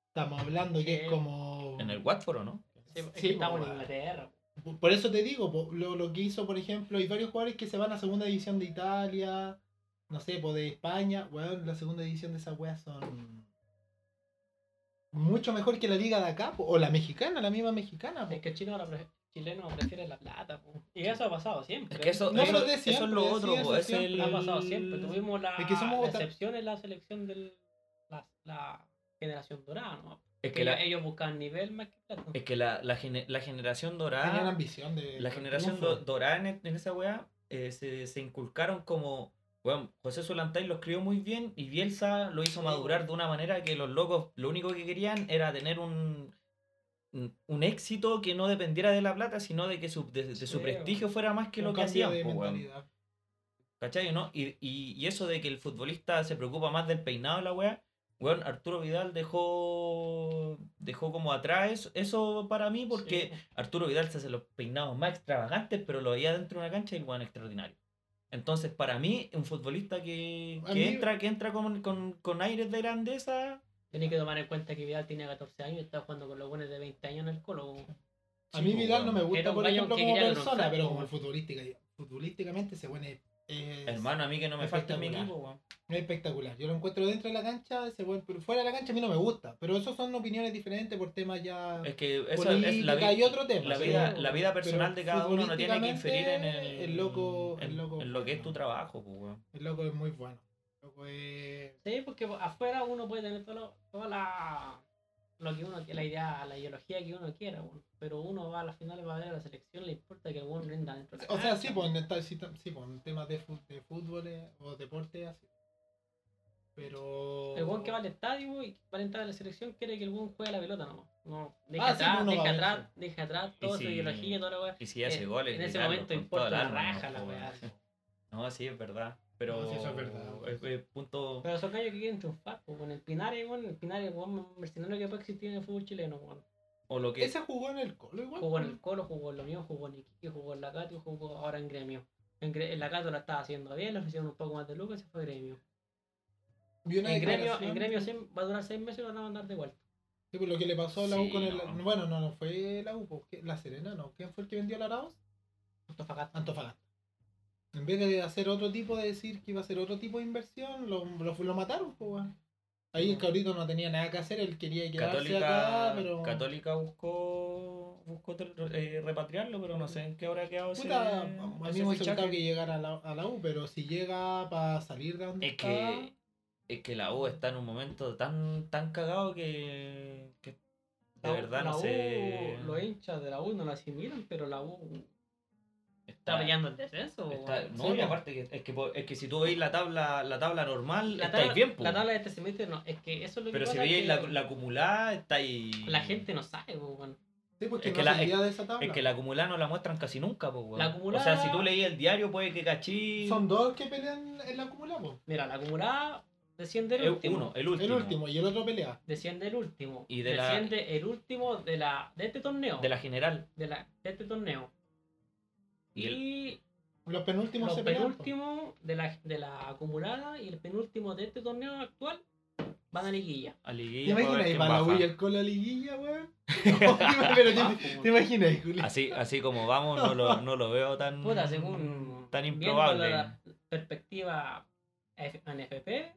Speaker 1: estamos hablando que
Speaker 3: Sí.
Speaker 1: es como...
Speaker 2: En el Watford, ¿o no?
Speaker 3: Sí, es
Speaker 1: Sí, pues,
Speaker 3: que estamos
Speaker 1: po,
Speaker 3: en Inglaterra.
Speaker 1: po- Por eso te digo, po, lo, lo que hizo, por ejemplo, hay varios jugadores que se van a segunda división de Italia, no sé, po, de España, weón, la segunda división de esas weas son mucho mejor que la liga de acá, po, o la mexicana, la misma mexicana. po.
Speaker 2: Eh,
Speaker 3: Es que el chileno, ahora pre- chileno prefiere la plata. po. Y eso ha pasado siempre.
Speaker 2: Es que eso,
Speaker 1: No,
Speaker 2: eso,
Speaker 1: pero de
Speaker 2: eso es lo
Speaker 1: siempre,
Speaker 2: otro,
Speaker 1: sí,
Speaker 2: po,
Speaker 1: eso
Speaker 2: es el...
Speaker 1: siempre
Speaker 3: ha pasado siempre. Tuvimos la,
Speaker 1: Mm, Es que somos
Speaker 3: la
Speaker 1: otra-
Speaker 3: excepción en la selección de la, la generación dorada, ¿no?
Speaker 2: Es que
Speaker 3: ellos,
Speaker 2: la,
Speaker 3: ellos buscan nivel más que plata.
Speaker 2: Es que la, la, gene- la generación
Speaker 1: Tenían
Speaker 2: dorada,
Speaker 1: ambición de...
Speaker 2: Ah, la
Speaker 1: de
Speaker 2: generación do-
Speaker 1: triunfo.
Speaker 2: dorada en, e- en esa weá, eh, se, se inculcaron como, weón, José Solantay lo escribió muy bien y Bielsa lo hizo
Speaker 3: Sí,
Speaker 2: madurar
Speaker 3: weón.
Speaker 2: de una manera que los locos lo único que querían era tener un, un éxito que no dependiera de la plata, sino de que su, de, de su
Speaker 3: Sí, weón.
Speaker 2: prestigio fuera más que
Speaker 1: Un
Speaker 2: lo que
Speaker 1: cambio
Speaker 2: hacían.
Speaker 1: de
Speaker 2: po, weón.
Speaker 1: mentalidad.
Speaker 2: ¿Cachai? ¿No? Y, y, y eso de que el futbolista se preocupa más del peinado de la weá. Weón, Arturo Vidal dejó dejó como atrás eso, eso para mí porque
Speaker 3: Sí. pues.
Speaker 2: Arturo Vidal se hace los peinados más extravagantes, pero lo veía dentro de una cancha y el weón extraordinario. Entonces, para mí, un futbolista que,
Speaker 1: A
Speaker 2: que
Speaker 1: mí-
Speaker 2: entra, que entra con, con, con aires de grandeza.
Speaker 3: Tenés que tomar en cuenta que Vidal tenía 14 años y estaba jugando con los buenos de 20 años en el colo. weón.
Speaker 1: A mí
Speaker 2: Sí,
Speaker 1: Vidal no me
Speaker 2: weón.
Speaker 1: gusta,
Speaker 3: Era un
Speaker 1: por
Speaker 3: gallo
Speaker 1: ejemplo,
Speaker 3: que
Speaker 1: como
Speaker 3: quería
Speaker 1: persona,
Speaker 3: cruzar,
Speaker 1: pero
Speaker 3: weón.
Speaker 1: como futbolística, futbolísticamente ese buen es, es-
Speaker 2: Hermano, a mí que no me falta en mi
Speaker 1: espectacular.
Speaker 2: equipo, weón.
Speaker 1: es espectacular. Yo lo encuentro dentro de la cancha, ese buen, pero fuera de la cancha a mí no me gusta. Pero eso son opiniones diferentes por temas ya.
Speaker 2: Es que eso es- es la,
Speaker 1: Política
Speaker 2: vida
Speaker 1: y otro tema,
Speaker 2: la,
Speaker 1: sí,
Speaker 2: vida,
Speaker 1: weón.
Speaker 2: la vida personal de
Speaker 1: Pero
Speaker 2: cada uno no tiene que inferir en
Speaker 1: futbolísticamente,
Speaker 2: el,
Speaker 1: el loco- el
Speaker 2: en-
Speaker 1: loco-
Speaker 2: en lo que es tu trabajo, pues, weón.
Speaker 1: El loco es muy bueno. El loco es.
Speaker 3: Sí, porque afuera uno puede tener todo lo, toda la, lo que uno, la idea, la ideología que uno quiera, weón. pero uno va a las finales va a ver a la selección, le importa que el weón rinda dentro. de la
Speaker 1: O
Speaker 2: Ah,
Speaker 1: sea,
Speaker 3: cancha.
Speaker 1: sí, pues en, esta- sí, tam- sí, pues, en temas de, fu- de fútbol eh, o deporte, así. Pero.
Speaker 3: El weón que va al estadio y va a entrar a la selección quiere que el weón juegue la pelota nomás. No, deja
Speaker 1: Ah, sí,
Speaker 3: atrás,
Speaker 1: pues uno va
Speaker 3: deja
Speaker 1: a ver
Speaker 3: atrás, deja atrás toda su
Speaker 2: si-
Speaker 3: ideología, toda la weá.
Speaker 2: Y si hace
Speaker 3: Eh,
Speaker 2: goles,
Speaker 3: En ese
Speaker 2: gritarlo
Speaker 3: momento
Speaker 2: con
Speaker 3: importa
Speaker 2: toda
Speaker 3: la
Speaker 2: el alma,
Speaker 3: raja la
Speaker 2: po,
Speaker 3: weá.
Speaker 2: weón. No, sí, es verdad. Pero.
Speaker 1: No, sí, eso es verdad, weón.
Speaker 2: es- es punto.
Speaker 3: Pero son gallos que quieren triunfar, pues, con el Pinares, weón, el Pinares, el weón más mercenario que puede existir en el fútbol chileno, weón.
Speaker 2: O lo que.
Speaker 1: Ese jugó en el colo igual.
Speaker 3: Jugó en el Colo, jugó en la Unión, jugó en Iquique, jugó en la Cato y jugó ahora en Gremio. En, Gre- en la Cato la estaba haciendo bien, le ofrecieron un poco más de lucas y se fue a Gremio.
Speaker 1: Vi una
Speaker 3: En Gremio,
Speaker 1: declaración-
Speaker 3: en Gremio se- va a durar seis meses y lo van a mandar de vuelta.
Speaker 1: Sí, pues lo que le pasó a la U
Speaker 2: Sí,
Speaker 1: con el.
Speaker 2: no.
Speaker 1: Bueno, no, no fue la U, pues, que- la Serena, no. ¿Quién fue el que vendió a Arauz?
Speaker 3: Antofagasta.
Speaker 1: Antofagasta. En vez de hacer otro tipo, de decir que iba a hacer otro tipo de inversión, lo, lo, lo mataron, pues, weón. Ahí el cabrito no tenía nada que hacer, él quería quedarse
Speaker 2: Mm. Católica,
Speaker 1: acá, pero.
Speaker 2: Católica buscó, buscó ter- eh, repatriarlo, pero no sé en qué habrá quedado ese-
Speaker 1: Puta, a mí
Speaker 2: ese
Speaker 1: me hubiese
Speaker 2: fichaje.
Speaker 1: gustado que llegara a la, a la U, pero si llega para salir de donde
Speaker 2: Es
Speaker 1: está.
Speaker 2: que, es que la U está en un momento tan, tan cagado que, que de
Speaker 3: La U-
Speaker 2: verdad
Speaker 3: la
Speaker 2: no
Speaker 3: U,
Speaker 2: sé.
Speaker 3: Los hinchas de la U no la asimilan, pero la U está
Speaker 2: Ah,
Speaker 3: peleando el descenso.
Speaker 2: está-
Speaker 3: weón.
Speaker 2: no,
Speaker 1: Sí,
Speaker 2: y
Speaker 1: po.
Speaker 2: aparte que, es que po- es que si tú veis la tabla, la tabla normal,
Speaker 3: La
Speaker 2: estáis
Speaker 3: tabla,
Speaker 2: bien, po.
Speaker 3: la tabla de este semestre no, es que eso es lo que
Speaker 2: pero si
Speaker 3: pasa,
Speaker 2: veis
Speaker 3: que
Speaker 2: la, la acumulada, estáis.
Speaker 3: la gente no sabe, weón.
Speaker 1: Sí, porque
Speaker 2: es
Speaker 1: no
Speaker 2: que la-
Speaker 1: salía de esa tabla.
Speaker 2: Es que la acumulada no la muestran casi nunca, po, weón.
Speaker 3: La
Speaker 2: O
Speaker 3: acumulada-
Speaker 2: sea, si tú leí el diario, puede que cachí.
Speaker 1: Son dos que pelean en la acumulada, po.
Speaker 3: Mira, la acumulada desciende el
Speaker 2: el
Speaker 3: último.
Speaker 2: uno, el
Speaker 1: El
Speaker 2: último.
Speaker 1: último y el otro pelea.
Speaker 3: Desciende el último.
Speaker 2: Y de la-
Speaker 3: desciende el último de la de este torneo.
Speaker 2: De la general.
Speaker 3: de, la- de este torneo.
Speaker 2: Y el-
Speaker 3: Y
Speaker 1: Los penúltimos
Speaker 3: los
Speaker 1: se pelean. po.
Speaker 3: penúltimos de la, de la acumulada y el penúltimo de este torneo actual van a liguilla.
Speaker 2: A
Speaker 1: ¿Te
Speaker 2: liguilla. para ver
Speaker 1: imaginas ahí
Speaker 2: quién
Speaker 1: para la
Speaker 2: baja.
Speaker 1: U y el colo a liguilla, weón? Pero
Speaker 3: Ah,
Speaker 1: te-
Speaker 3: po.
Speaker 1: ¿Te imaginas, Julio?
Speaker 2: Así, así como vamos, no lo, no lo veo tan.
Speaker 3: Puta, según
Speaker 2: Mm, Tan
Speaker 3: viendo
Speaker 2: improbable.
Speaker 3: la perspectiva F- en FP,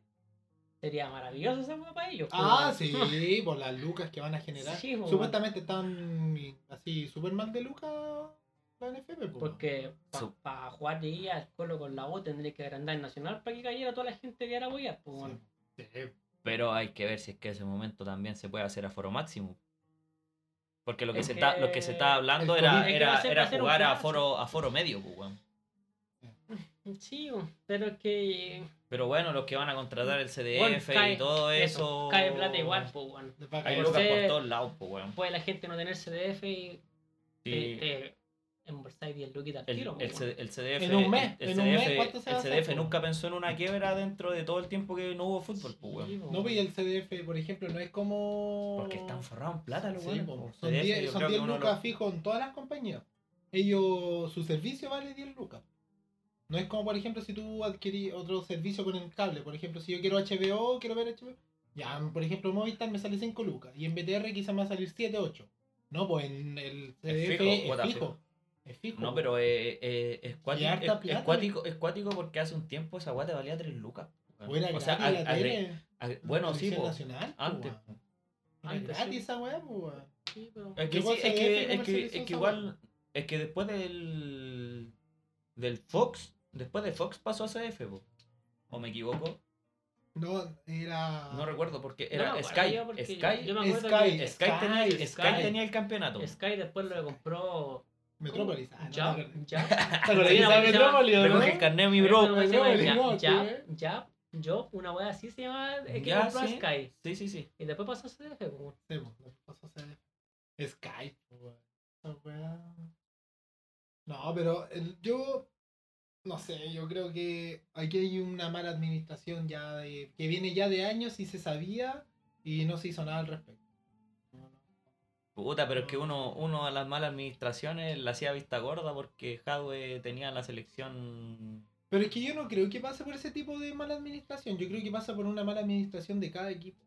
Speaker 3: sería maravilloso esa hueá para ellos.
Speaker 1: Ah,
Speaker 3: pues.
Speaker 1: sí, por las lucas que van a generar.
Speaker 3: Sí, po,
Speaker 1: Supuestamente están así, súper mal de lucas la NFP, po.
Speaker 3: Porque para
Speaker 2: Su-
Speaker 3: jugar liguilla el colo con la U tendría que agrandar el nacional para que cayera toda la gente que era hueá. Pues, bueno.
Speaker 1: Sí. Sí.
Speaker 2: Pero hay que ver si es que ese momento también se puede hacer a foro máximo. Porque lo que,
Speaker 3: Es
Speaker 2: se,
Speaker 3: que-
Speaker 2: Está, lo que se estaba hablando
Speaker 1: El
Speaker 2: era,
Speaker 1: COVID-
Speaker 2: era,
Speaker 3: Es que va
Speaker 2: era
Speaker 3: a ser- va a ser un
Speaker 2: jugar a
Speaker 3: clásico.
Speaker 2: foro, a foro medio, pues, weón.
Speaker 3: Sí, bo, pero es que
Speaker 2: Pero bueno, los que van a contratar el CDF
Speaker 3: Bueno, cae-
Speaker 2: y todo eso.
Speaker 3: eso, cae plata igual, pues, bueno.
Speaker 1: Les va a
Speaker 2: Hay
Speaker 1: caer.
Speaker 3: lo-
Speaker 2: lucas por
Speaker 3: Entonces-
Speaker 2: todos lados, pues, weón.
Speaker 3: Puede la gente no tener CDF y
Speaker 2: Sí.
Speaker 3: te, te embolsáis 10 luquitas al
Speaker 2: El,
Speaker 3: tiro,
Speaker 2: el
Speaker 3: pues,
Speaker 2: C- el CDF,
Speaker 1: En un mes,
Speaker 2: el,
Speaker 1: en
Speaker 2: el
Speaker 1: un mes,
Speaker 2: CDF
Speaker 1: ¿cuánto se va
Speaker 2: el
Speaker 1: a hacer,
Speaker 2: CDF
Speaker 1: pues?
Speaker 2: nunca pensó en una quiebra dentro de todo el tiempo que no hubo fútbol, pues,
Speaker 3: bueno. Sí,
Speaker 2: weón.
Speaker 3: bo.
Speaker 1: No, pues, y el CDF, por ejemplo, no es como.
Speaker 2: Porque están forrados en plata, los
Speaker 1: Oh. Sí,
Speaker 2: weones,
Speaker 1: po.
Speaker 2: pues.
Speaker 1: Son
Speaker 2: CDF,
Speaker 1: 10
Speaker 2: yo
Speaker 1: son
Speaker 2: creo que
Speaker 1: 10
Speaker 2: uno de
Speaker 1: lucas
Speaker 2: los-
Speaker 1: fijo en todas las compañías. Ellos, su servicio vale 10 lucas. No es como, por ejemplo, si tú adquirís otro servicio con el cable. Por ejemplo, si yo quiero HBO, quiero ver HBO. Ya, por ejemplo, Movistar me sale 5 lucas. Y en BTR quizás me va a salir 7, 8. No, pues en el
Speaker 2: Es
Speaker 1: CDF
Speaker 2: fijo,
Speaker 1: es
Speaker 2: cuota
Speaker 1: fijo. Es fijo.
Speaker 2: fijo. No, pero eh, eh, es, cuático,
Speaker 1: harta
Speaker 2: es- es
Speaker 1: plata.
Speaker 2: cuático- es cuático porque hace un tiempo esa guata valía 3 lucas. weón.
Speaker 1: O era
Speaker 2: O sea,
Speaker 1: gratis la
Speaker 2: agre-
Speaker 1: tele,
Speaker 2: agre- bueno, sí,
Speaker 1: televisión
Speaker 2: po,
Speaker 1: nacional, po,
Speaker 2: antes.
Speaker 1: weón. Era
Speaker 3: Antes,
Speaker 1: gratis
Speaker 3: sí.
Speaker 1: esa weá, po, weón.
Speaker 3: Sí, pero-
Speaker 2: Es que,
Speaker 1: Llegó
Speaker 2: sí,
Speaker 1: CDF
Speaker 2: es que, es que,
Speaker 1: comercializó
Speaker 2: es que
Speaker 1: esa
Speaker 2: igual, es que después del, del Fox, después de Fox pasó a CF, po. o me equivoco,
Speaker 1: No, era.
Speaker 2: no recuerdo porque
Speaker 3: No me
Speaker 2: era
Speaker 3: acuerdo
Speaker 2: Sky,
Speaker 3: yo porque
Speaker 2: Sky,
Speaker 3: yo
Speaker 2: Sky,
Speaker 3: me acuerdo
Speaker 1: Sky,
Speaker 3: que
Speaker 2: tenía,
Speaker 1: Sky,
Speaker 2: Sky
Speaker 3: Sky.
Speaker 2: tenía el campeonato.
Speaker 3: Sky después lo compró
Speaker 1: Metrópolis. Ah, no, no, no.
Speaker 3: Jab, Jab,
Speaker 1: Pero le dice a Metrópolis, ¿no?
Speaker 2: Recoge el carnet de mi bro.
Speaker 1: no,
Speaker 3: ¿cómo se llama?
Speaker 1: Metrópolis, no,
Speaker 3: Jab,
Speaker 1: sí,
Speaker 3: Jab, Jab, Job, una wea así se llama, es que
Speaker 2: Ya,
Speaker 3: compró a
Speaker 2: sí.
Speaker 3: Sky.
Speaker 2: Sí, sí, sí.
Speaker 3: Y después pasó a CDF, pues, bueno.
Speaker 1: Sí, pues, lo que pasó a ser- Skype, weón. Esa weá. No, pero el- yo. No sé, yo creo que aquí hay una mala administración ya de, que viene ya de años y se sabía y no se hizo nada al respecto. No, no.
Speaker 2: Puta, pero es que uno, uno a las malas administraciones la hacía vista gorda porque Jadwe tenía la selección.
Speaker 1: Pero es que yo no creo que pase por ese tipo de mala administración. Yo creo que pasa por una mala administración de cada equipo.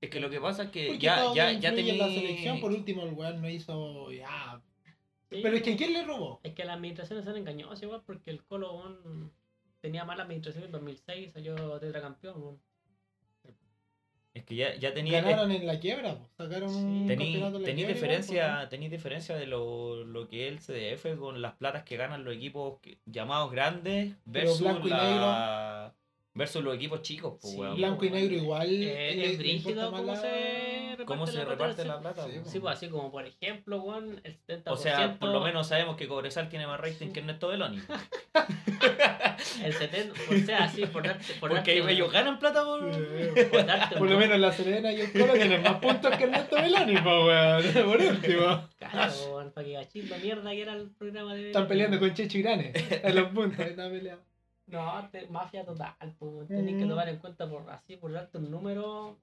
Speaker 2: Es que lo que pasa es que
Speaker 1: Porque
Speaker 2: ya,
Speaker 1: cada
Speaker 2: ya,
Speaker 1: uno
Speaker 2: ya
Speaker 1: influye en la
Speaker 2: tení-
Speaker 1: selección, por último, el weón no hizo. Ya.
Speaker 3: Sí,
Speaker 1: Pero es que ¿quién le robó?
Speaker 3: Es que las administraciones son engañosas igual porque el Colo weón, tenía mala administración en 2006, salió tetracampeón. weón.
Speaker 2: Es que ya, ya tenía. eh,
Speaker 1: Ganaron en la quiebra, po. sacaron un
Speaker 3: Sí.
Speaker 2: Tení,
Speaker 1: campeonato en la
Speaker 2: tení
Speaker 1: quiebra igual, pues, po,
Speaker 2: diferencia, tení diferencia de lo, lo que es el CDF con las platas que ganan los equipos que- llamados grandes
Speaker 1: Pero
Speaker 2: versus,
Speaker 1: blanco y
Speaker 2: la- versus los equipos chicos. po,
Speaker 3: Sí,
Speaker 2: weón.
Speaker 1: ¿no? Blanco y
Speaker 3: Bueno,
Speaker 1: negro igual.
Speaker 3: Eh,
Speaker 1: le-
Speaker 3: es
Speaker 1: le importa
Speaker 3: brígido
Speaker 1: más
Speaker 3: cómo
Speaker 1: la-
Speaker 3: se reparte
Speaker 2: ¿Cómo se
Speaker 3: la plata
Speaker 2: reparte
Speaker 3: del
Speaker 2: la
Speaker 3: cen-
Speaker 2: plata?
Speaker 1: Sí,
Speaker 2: po?
Speaker 1: po.
Speaker 3: Sí, pues así como por ejemplo, weón, el 70%.
Speaker 2: O sea, por lo menos sabemos que Cobresal tiene más rating
Speaker 3: Sí.
Speaker 2: que Ernesto Beloni.
Speaker 3: El 70%, o sea, así, por darte. Por
Speaker 2: Porque
Speaker 3: darte,
Speaker 2: ellos ganan plata por...
Speaker 1: Sí,
Speaker 3: por darte
Speaker 1: Por lo
Speaker 3: un-
Speaker 1: menos la Serena y el Colo tienen más puntos que el Neto Melani, po, weón. Por último.
Speaker 3: Claro, weón, para que cachis la mierda que era el programa de.
Speaker 1: Están peleando con Checho Irane. En los puntos, están peleando.
Speaker 3: No, te- mafia total, pues, weón, tenés que
Speaker 1: Mm.
Speaker 3: tomar en cuenta por así, por darte un número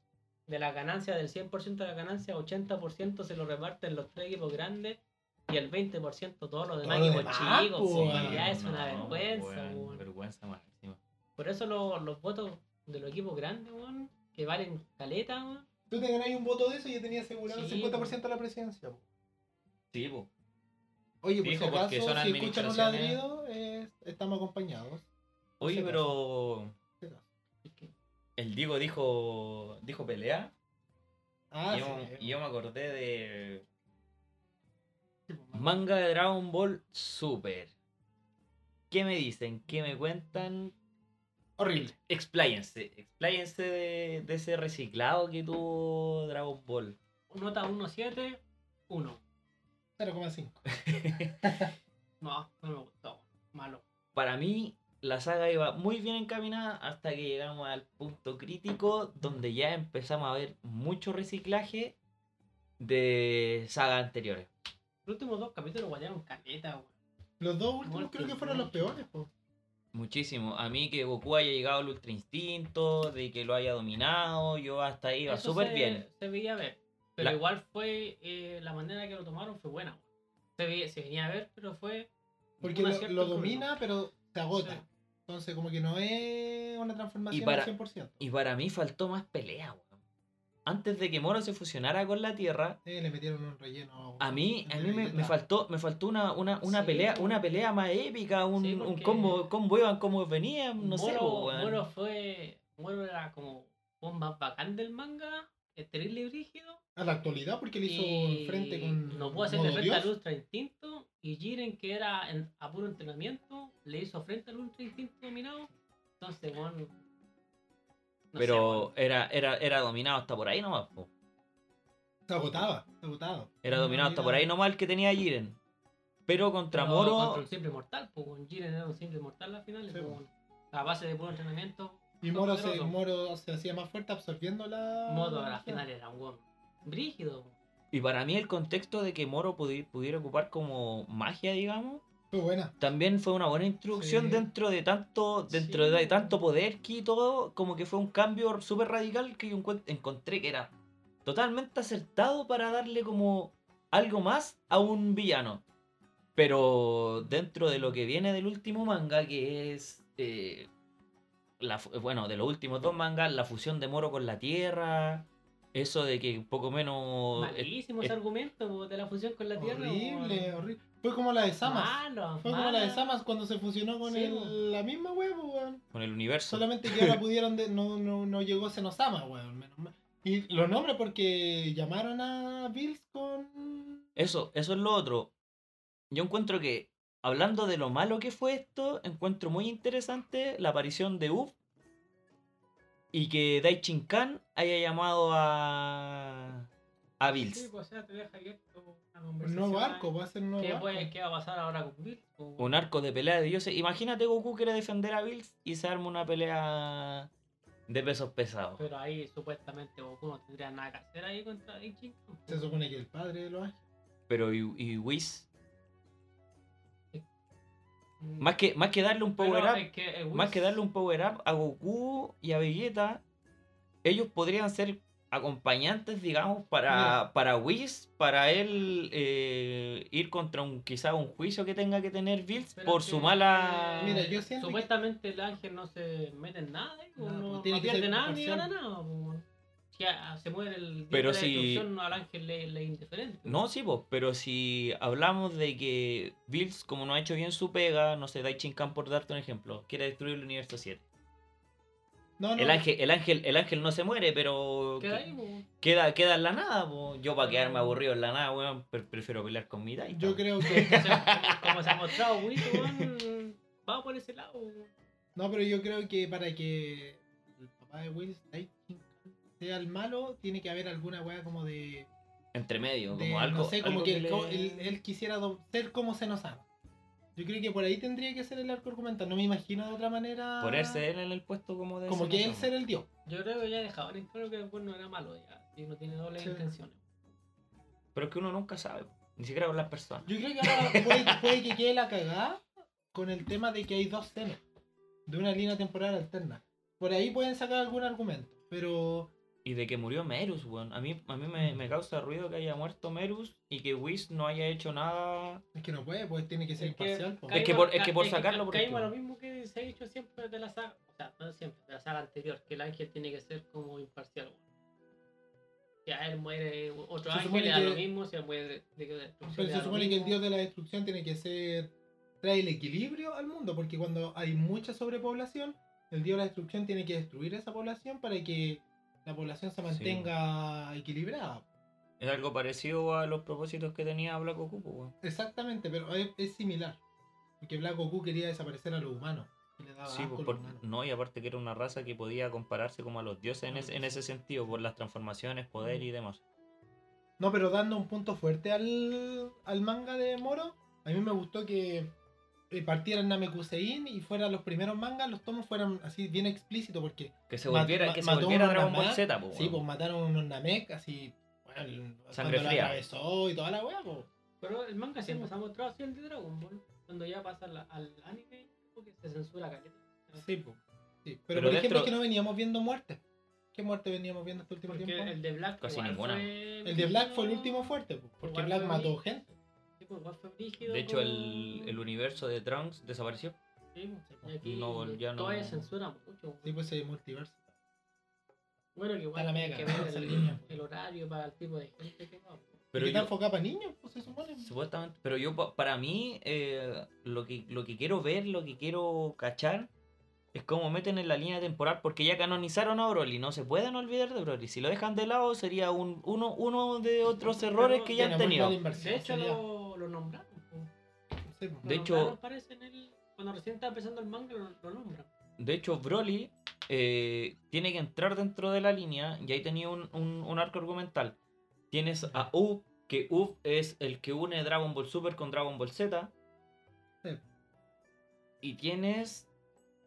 Speaker 3: de la ganancia, del 100% de la ganancia, 80% se lo reparten los tres equipos grandes y el 20% todos los demás
Speaker 1: Todo lo
Speaker 3: equipos
Speaker 1: demás,
Speaker 3: chicos.
Speaker 1: pues,
Speaker 3: weón,
Speaker 1: weón.
Speaker 3: ya es una
Speaker 2: No, pues,
Speaker 3: vergüenza,
Speaker 2: weón,
Speaker 3: weón.
Speaker 2: Vergüenza máxima.
Speaker 3: Por eso lo- los votos de los equipos grandes, weón, que valen caleta, weón.
Speaker 1: Tú te ganás un voto de eso y yo tenía asegurado
Speaker 3: Sí,
Speaker 1: el 50% de la presidencia. po.
Speaker 2: Sí, pues. po.
Speaker 1: Oye, por
Speaker 2: Dijo,
Speaker 1: si acaso,
Speaker 2: porque son
Speaker 1: si escuchan un
Speaker 2: administraciones.
Speaker 1: ladrido, eh, estamos acompañados.
Speaker 2: Oye,
Speaker 1: Sí,
Speaker 2: pero
Speaker 3: Así que-
Speaker 2: el Diego dijo, dijo pelea.
Speaker 1: Ah,
Speaker 2: y, yo,
Speaker 1: sí,
Speaker 2: y yo me acordé de
Speaker 1: sí, po, man.
Speaker 2: manga de Dragon Ball Super. ¿Qué me dicen? ¿Qué me cuentan?
Speaker 1: Horrible.
Speaker 2: Expláyense. Expláyense de, de ese reciclado que tuvo Dragon Ball.
Speaker 3: Nota 1.7, 1.
Speaker 1: 0,5.
Speaker 3: No, no me gustó, malo.
Speaker 2: Para mí, la saga iba muy bien encaminada hasta que llegamos al punto crítico donde ya empezamos a ver mucho reciclaje de sagas anteriores.
Speaker 3: Los últimos dos capítulos guayaron caleta, weón.
Speaker 1: Los dos últimos
Speaker 3: Muerte,
Speaker 1: creo que fueron los
Speaker 3: muerte.
Speaker 1: peores, po.
Speaker 2: Muchísimo. A mí que Goku haya llegado al Ultra Instinto, de que lo haya dominado, yo hasta ahí iba
Speaker 3: Eso
Speaker 2: súper
Speaker 3: se-
Speaker 2: bien.
Speaker 3: Se veía ver. Pero
Speaker 2: La-
Speaker 3: igual fue. eh, la manera que lo tomaron fue buena. weón. Se, ve- se venía a ver, pero fue.
Speaker 1: Porque
Speaker 3: un
Speaker 1: lo,
Speaker 3: acierto
Speaker 1: lo
Speaker 3: el público.
Speaker 1: domina, pero se agota.
Speaker 3: Sí.
Speaker 1: Entonces, como que no es una transformación
Speaker 2: Y para-
Speaker 1: al 100%.
Speaker 2: Y para mí faltó más pelea, weón. Antes de que Moro se fusionara con la Tierra,
Speaker 1: Eh, le metieron un relleno.
Speaker 2: a mí, a
Speaker 1: una
Speaker 2: mí me, me
Speaker 1: galleta.
Speaker 2: faltó, me faltó una, una, una
Speaker 3: Sí,
Speaker 2: pelea,
Speaker 3: weón.
Speaker 2: una pelea más épica, un,
Speaker 3: Sí,
Speaker 2: un
Speaker 3: porque-
Speaker 2: combo, combo iban como venían, no
Speaker 1: pues,
Speaker 2: sé,
Speaker 3: Moro,
Speaker 2: weón.
Speaker 3: Moro fue. Moro era como. Un más bacán del manga. Estéril y brígido.
Speaker 1: A la actualidad, porque le hizo
Speaker 3: y
Speaker 1: frente con.
Speaker 3: No pudo hacerle
Speaker 1: modo
Speaker 3: frente al
Speaker 1: Dios.
Speaker 3: Ultra Instinto. Y Jiren, que era en, a puro entrenamiento, le hizo frente al Ultra Instinto dominado. Entonces, weón. no sé,
Speaker 2: Pero
Speaker 3: weón.
Speaker 2: era, era, era dominado hasta por ahí nomás, po.
Speaker 1: Se agotaba, se agotaba.
Speaker 2: Era dominado hasta por ahí nomás el que tenía Jiren. Pero contra
Speaker 3: Pero
Speaker 2: Moro.
Speaker 3: Contra un simple mortal, pues con Jiren era un simple mortal en la final. pues,
Speaker 1: Sí, po.
Speaker 3: a base de puro entrenamiento.
Speaker 1: Y Moro se,
Speaker 3: poderoso.
Speaker 1: Moro se hacía más fuerte absorbiendo la.
Speaker 3: Modo a la final era un weón brígido.
Speaker 2: Y para mí el contexto de que Moro pudi- pudiera ocupar como magia, digamos,
Speaker 1: Fue buena.
Speaker 2: también fue una buena introducción
Speaker 1: Sí.
Speaker 2: dentro de tanto dentro
Speaker 3: Sí.
Speaker 2: de tanto poder que y todo, como que fue un cambio súper radical que yo encuent- encontré que era totalmente acertado para darle como algo más a un villano. Pero dentro de lo que viene del último manga, que es... eh, la fu- bueno, de los últimos dos mangas, la fusión de Moro con la Tierra, eso de que poco menos... eh,
Speaker 3: Malísimo ese
Speaker 2: eh,
Speaker 3: argumento po, de la fusión con la tierra.
Speaker 1: horrible,
Speaker 3: po,
Speaker 1: horrible. Fue como la de Samas.
Speaker 3: Malo,
Speaker 1: Fue como
Speaker 3: malo.
Speaker 1: la de Samas cuando se fusionó con
Speaker 3: Sí,
Speaker 1: el-
Speaker 3: po.
Speaker 1: la misma huevo, weón.
Speaker 2: con el universo.
Speaker 1: Solamente que ahora pudieron. de- no, no, no llegó Senosama, weón. Menos mal. Y lo nombra porque llamaron a Bills con.
Speaker 2: Eso, eso es lo otro. Yo encuentro que, hablando de lo malo que fue esto, encuentro muy interesante la aparición de Uf y que Daichin Kan haya llamado a. a Bills.
Speaker 3: Sí, po, o sea, te deja abierto una
Speaker 1: Un
Speaker 3: conversación
Speaker 1: nuevo
Speaker 3: ahí.
Speaker 1: arco, va a ser un nuevo
Speaker 3: Pues ¿Qué,
Speaker 1: arco.
Speaker 3: puede- qué va a pasar ahora con Bill? po?
Speaker 2: Un arco de pelea de dioses. Imagínate Goku quiere defender a Bills y se arma una pelea de pesos pesados.
Speaker 3: Pero ahí supuestamente Goku no tendría nada que hacer ahí contra Ichigo.
Speaker 1: Se supone que el padre de los ángeles.
Speaker 2: Pero y, y Whis,
Speaker 3: Mm.
Speaker 2: más que, más que darle un power up,
Speaker 3: eh,
Speaker 2: más que darle un power up a Goku y a Vegeta, ellos podrían ser acompañantes, digamos, para, para Whis, para él eh, ir contra un quizá un juicio que tenga que tener Bills
Speaker 3: Pero
Speaker 2: por
Speaker 3: es
Speaker 2: su
Speaker 3: que- eh,
Speaker 2: mala...
Speaker 1: Mira, yo siento que-
Speaker 3: Supuestamente el ángel no se mete en nada, ¿eh?
Speaker 1: No,
Speaker 3: no,
Speaker 1: pues
Speaker 3: no
Speaker 1: tiene que
Speaker 3: pierde
Speaker 1: ser
Speaker 3: nada ni
Speaker 1: parcial.
Speaker 3: gana nada. po. Si a- se muere el diente
Speaker 2: Pero
Speaker 3: de
Speaker 2: si-
Speaker 3: destrucción, al ángel le, le es indiferente.
Speaker 2: No, sí, pues, pero si hablamos de que Bills, como no ha hecho bien su pega, no sé, Daichinkan por darte un ejemplo, quiere destruir el universo 7.
Speaker 1: No, no.
Speaker 2: El ángel, el ángel, el ángel no se muere, pero
Speaker 3: Queda
Speaker 2: que-
Speaker 3: ahí, Ah. po.
Speaker 2: queda, queda en la nada, po. Yo para quedarme aburrido en la nada, weón, pre- prefiero pelear con mi Daichi.
Speaker 1: Yo creo que.
Speaker 3: O sea, como se ha mostrado, Wiz, weón, va por ese lado. po.
Speaker 1: No, pero yo creo que para que el papá de Will Daikin sea el malo, tiene que haber alguna wea como de.
Speaker 2: Entre medio,
Speaker 1: de-
Speaker 2: como algo.
Speaker 1: no sé, como
Speaker 2: algo
Speaker 1: que,
Speaker 2: que
Speaker 1: él,
Speaker 2: le-
Speaker 1: co- él- él quisiera do- ser como se nos ama. Yo creo que por ahí tendría que ser el arco argumental. No me imagino de otra manera.
Speaker 2: Ponerse él en el puesto como de.
Speaker 1: Como que él
Speaker 2: Sengoku.
Speaker 1: ser el dios.
Speaker 3: Yo creo que ya dejaban en claro que el no era malo, ya. Y no tiene dobles
Speaker 1: Sí.
Speaker 3: intenciones.
Speaker 2: Pero es que uno nunca sabe, po. ni siquiera con las personas.
Speaker 1: Yo creo que ahora puede, puede que quede la cagada con el tema de que hay dos temas de una línea temporal alterna. Por ahí pueden sacar algún argumento, pero
Speaker 2: Y de que murió Merus, weón. A mí, a mí me, me causa ruido que haya muerto Merus y que Whis no haya hecho nada.
Speaker 1: es que no puede, pues tiene que ser
Speaker 3: Es que
Speaker 1: imparcial. po.
Speaker 2: Es que por- es que por sacarlo, por
Speaker 3: Caímos a lo
Speaker 2: último.
Speaker 3: mismo que se ha dicho siempre de la saga. O sea, no siempre, de la saga anterior, que el ángel tiene que ser como imparcial. Si a él muere otro
Speaker 1: Se supone
Speaker 3: ángel, le da
Speaker 1: que-
Speaker 3: lo mismo. Si él muere de, de- de destrucción,
Speaker 1: Pero
Speaker 3: le
Speaker 1: se
Speaker 3: da lo
Speaker 1: supone que el
Speaker 3: mismo.
Speaker 1: dios de la destrucción tiene que ser. trae el equilibrio al mundo, porque cuando hay mucha sobrepoblación, el dios de la destrucción tiene que destruir esa población para que la población se mantenga equilibrada.
Speaker 2: Es algo parecido a los propósitos que tenía Black Goku, po, weón.
Speaker 1: Exactamente, pero es, es similar. Porque Black Goku quería desaparecer a los humanos. y le daba
Speaker 2: Sí,
Speaker 1: Ah, asco
Speaker 2: pues,
Speaker 1: a los
Speaker 2: por-
Speaker 1: humanos.
Speaker 2: no, y aparte que era una raza que podía compararse como a los dioses
Speaker 1: Ah,
Speaker 2: en, ese- en ese sentido, por las transformaciones, poder
Speaker 1: Mm.
Speaker 2: y demás.
Speaker 1: No, pero dando un punto fuerte al, al manga de Moro, a mí me gustó que eh, partieran Namekusein y fueran los primeros mangas, los tomos fueran así bien explícitos porque
Speaker 2: Que se
Speaker 1: Mat-
Speaker 2: volviera,
Speaker 1: ma-
Speaker 2: que se
Speaker 1: mató
Speaker 2: volviera
Speaker 1: unos
Speaker 2: Dragon Ball
Speaker 1: Namek,
Speaker 2: Z, po,
Speaker 1: Sí, pues
Speaker 2: weón.
Speaker 1: mataron unos Namek así, bueno, el-
Speaker 2: Sangre
Speaker 1: cuando lo
Speaker 2: fría.
Speaker 1: atravesó y toda la weá, pues.
Speaker 3: Pero el manga siempre se ha mostrado así el de Dragon Ball. Cuando ya pasa la- al anime, porque se censura caleta.
Speaker 1: Sí, pues. Sí. Pero,
Speaker 2: Pero
Speaker 1: por ejemplo
Speaker 2: dentro-
Speaker 1: es que no veníamos viendo muertes. ¿Qué muerte veníamos viendo este último
Speaker 3: Porque
Speaker 1: tiempo?
Speaker 3: el de Black
Speaker 2: Casi
Speaker 3: igual
Speaker 2: ninguna.
Speaker 3: fue
Speaker 1: El de Black fue el
Speaker 3: brígido,
Speaker 1: último fuerte, po, porque
Speaker 3: Igual
Speaker 1: Black
Speaker 3: fue
Speaker 1: mató
Speaker 3: brígido.
Speaker 1: gente.
Speaker 3: sí, pues, igual fue brígido
Speaker 2: De hecho, el,
Speaker 3: con-
Speaker 2: el universo de Trunks desapareció.
Speaker 3: Sí, pues, y aquí
Speaker 2: No, ya no-
Speaker 3: todavía censura mucho.
Speaker 1: Sí, pues el multiverso.
Speaker 3: Bueno, que igual
Speaker 1: Está la
Speaker 3: hay
Speaker 1: mega,
Speaker 3: que ver
Speaker 1: esa línea.
Speaker 3: el, el horario para el tipo de gente que va.
Speaker 2: Pero
Speaker 1: Pero
Speaker 2: yo-
Speaker 1: está enfocado para niños, pues se supone.
Speaker 2: Supuestamente, pero yo pa- para mí eh, lo, que, lo que quiero ver, lo que quiero cachar, es cómo meten en la línea temporal, porque ya canonizaron a Broly, no se pueden olvidar de Broly. Si lo dejan de lado sería un, uno, uno de otros
Speaker 3: Pero
Speaker 2: errores que ya
Speaker 1: Tiene
Speaker 2: han
Speaker 1: muy
Speaker 2: tenido.
Speaker 1: mala
Speaker 3: De
Speaker 1: inversión,
Speaker 3: hecho,
Speaker 1: sería.
Speaker 3: lo, lo nombraron. po.
Speaker 1: Sí, pues, po.
Speaker 3: Lo
Speaker 2: De hecho-
Speaker 3: nombraron, parece, en el- cuando recién estaba empezando el manga, lo, lo nombran.
Speaker 2: De hecho, Broly eh, tiene que entrar dentro de la línea y ahí tenía un, un- un arco argumental. Tienes a Up, que Up es el que une Dragon Ball Super con Dragon Ball Z.
Speaker 1: Sí.
Speaker 2: Y tienes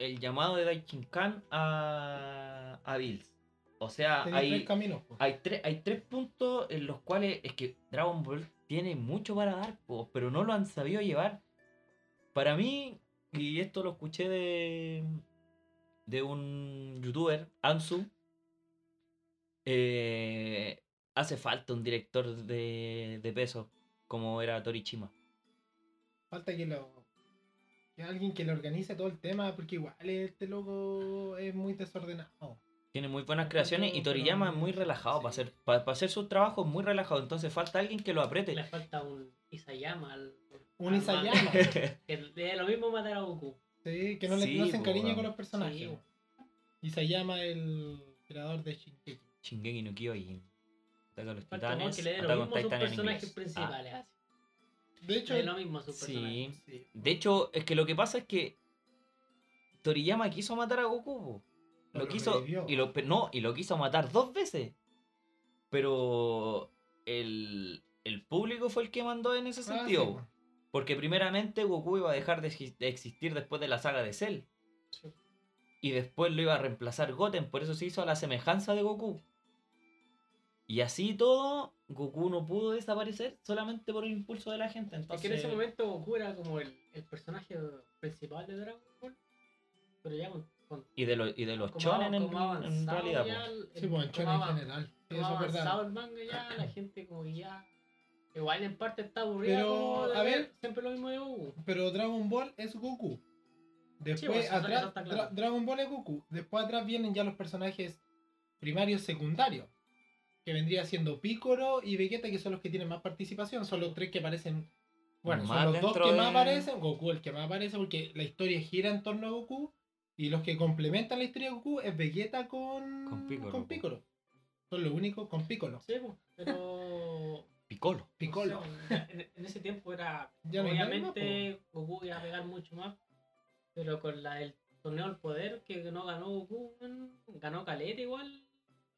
Speaker 2: el llamado de Daichinkan a, a Bills. O sea,
Speaker 1: Tenía
Speaker 2: hay,
Speaker 1: tres caminos. pues. po.
Speaker 2: hay, tres, hay tres puntos en los cuales es que Dragon Ball tiene mucho para dar, po, pero no lo han sabido llevar. Para mí, y esto lo escuché de, de un youtuber, Ansu, eh, hace falta un director de, de peso como era Torichima.
Speaker 1: Falta que lo. que alguien que le organice todo el tema, porque igual este loco es muy desordenado.
Speaker 2: Tiene muy buenas creaciones y
Speaker 1: Ah, Pero-
Speaker 2: Toriyama es muy relajado
Speaker 1: sí.
Speaker 2: para hacer, para, hacer sus trabajos es muy relajado, entonces falta alguien que lo
Speaker 3: Le
Speaker 2: apriete.
Speaker 3: falta un Isayama. Al,
Speaker 1: Un
Speaker 3: al
Speaker 1: Isayama.
Speaker 3: manga. Que le da lo mismo matar a Goku.
Speaker 1: Sí, que no, le,
Speaker 2: Sí,
Speaker 1: no se
Speaker 2: po,
Speaker 1: encariña
Speaker 2: weón.
Speaker 1: con los personajes.
Speaker 3: Sí.
Speaker 1: po. Y se llama el creador de Shinkeki.
Speaker 2: Shingeki no Kyojin. Ataca a los
Speaker 3: Falta un
Speaker 2: titanes,
Speaker 3: que le dé
Speaker 2: ataca a
Speaker 3: lo
Speaker 2: un
Speaker 3: mismo a sus
Speaker 2: titán en
Speaker 3: personajes
Speaker 2: inglés. Ah,
Speaker 3: principales. así.
Speaker 1: De hecho,
Speaker 3: Le dé lo mismo a sus personajes.
Speaker 2: sí.
Speaker 1: sí.
Speaker 2: De hecho, es que lo que pasa es que Toriyama quiso matar a Goku. po.
Speaker 1: Pero
Speaker 2: Lo
Speaker 1: lo
Speaker 2: quiso
Speaker 1: revivió.
Speaker 2: y lo pe- no, y lo quiso matar dos veces. Pero el, el público fue el que mandó en ese
Speaker 1: Ah, sí,
Speaker 2: sentido.
Speaker 1: po.
Speaker 2: Porque primeramente Goku iba a dejar de exi- de existir después de la saga de Cell.
Speaker 3: Sí.
Speaker 2: y después lo iba a reemplazar Goten, por eso se hizo a la semejanza de Goku. Y así todo, Goku no pudo desaparecer solamente por el impulso de la gente.
Speaker 3: Es
Speaker 2: Entonces,
Speaker 3: que en ese momento Goku era como el, el personaje principal de Dragon Ball. Pero ya con, con
Speaker 2: y, de lo- y de los
Speaker 3: como
Speaker 2: chonen
Speaker 3: ha-
Speaker 2: en,
Speaker 3: como ha
Speaker 2: en
Speaker 3: avanzado
Speaker 2: realidad.
Speaker 3: ya
Speaker 2: po.
Speaker 3: el-
Speaker 1: Sí, pues en
Speaker 3: como
Speaker 1: Shonen en
Speaker 3: ha-
Speaker 1: general. Sí,
Speaker 3: como ha
Speaker 1: eso es
Speaker 3: avanzado
Speaker 1: verdad.
Speaker 3: el manga ya, la gente como que ya... Igual en parte está aburrida
Speaker 1: Pero,
Speaker 3: como de
Speaker 1: a ver.
Speaker 3: siempre lo mismo de Goku.
Speaker 1: Pero Dragon Ball es Goku.
Speaker 3: Sí,
Speaker 1: Después
Speaker 3: pues, eso-
Speaker 1: atrás,
Speaker 3: eso está
Speaker 1: Dra-
Speaker 3: claro.
Speaker 1: Dragon Ball es Goku. Después atrás vienen ya los personajes primarios, secundarios. Que vendría siendo Piccolo y Vegeta, que son los que tienen más participación. Son los tres que aparecen. Bueno,
Speaker 2: Más
Speaker 1: son los dos
Speaker 2: dentro
Speaker 1: que
Speaker 2: de-
Speaker 1: más aparecen. Goku el que más aparece porque la historia gira en torno a Goku. Y los que complementan la historia de Goku es Vegeta con,
Speaker 2: Con Piccolo.
Speaker 1: Piccolo. Son los únicos con Piccolo.
Speaker 3: Sí, pues, pero...
Speaker 2: Piccolo.
Speaker 1: Piccolo.
Speaker 3: o sea, en, en ese tiempo era...
Speaker 1: Ya no hay nadie más,
Speaker 3: obviamente Goku iba a pegar mucho más. Pero con la, el torneo del poder que no ganó Goku, weón, ganó Caleta igual.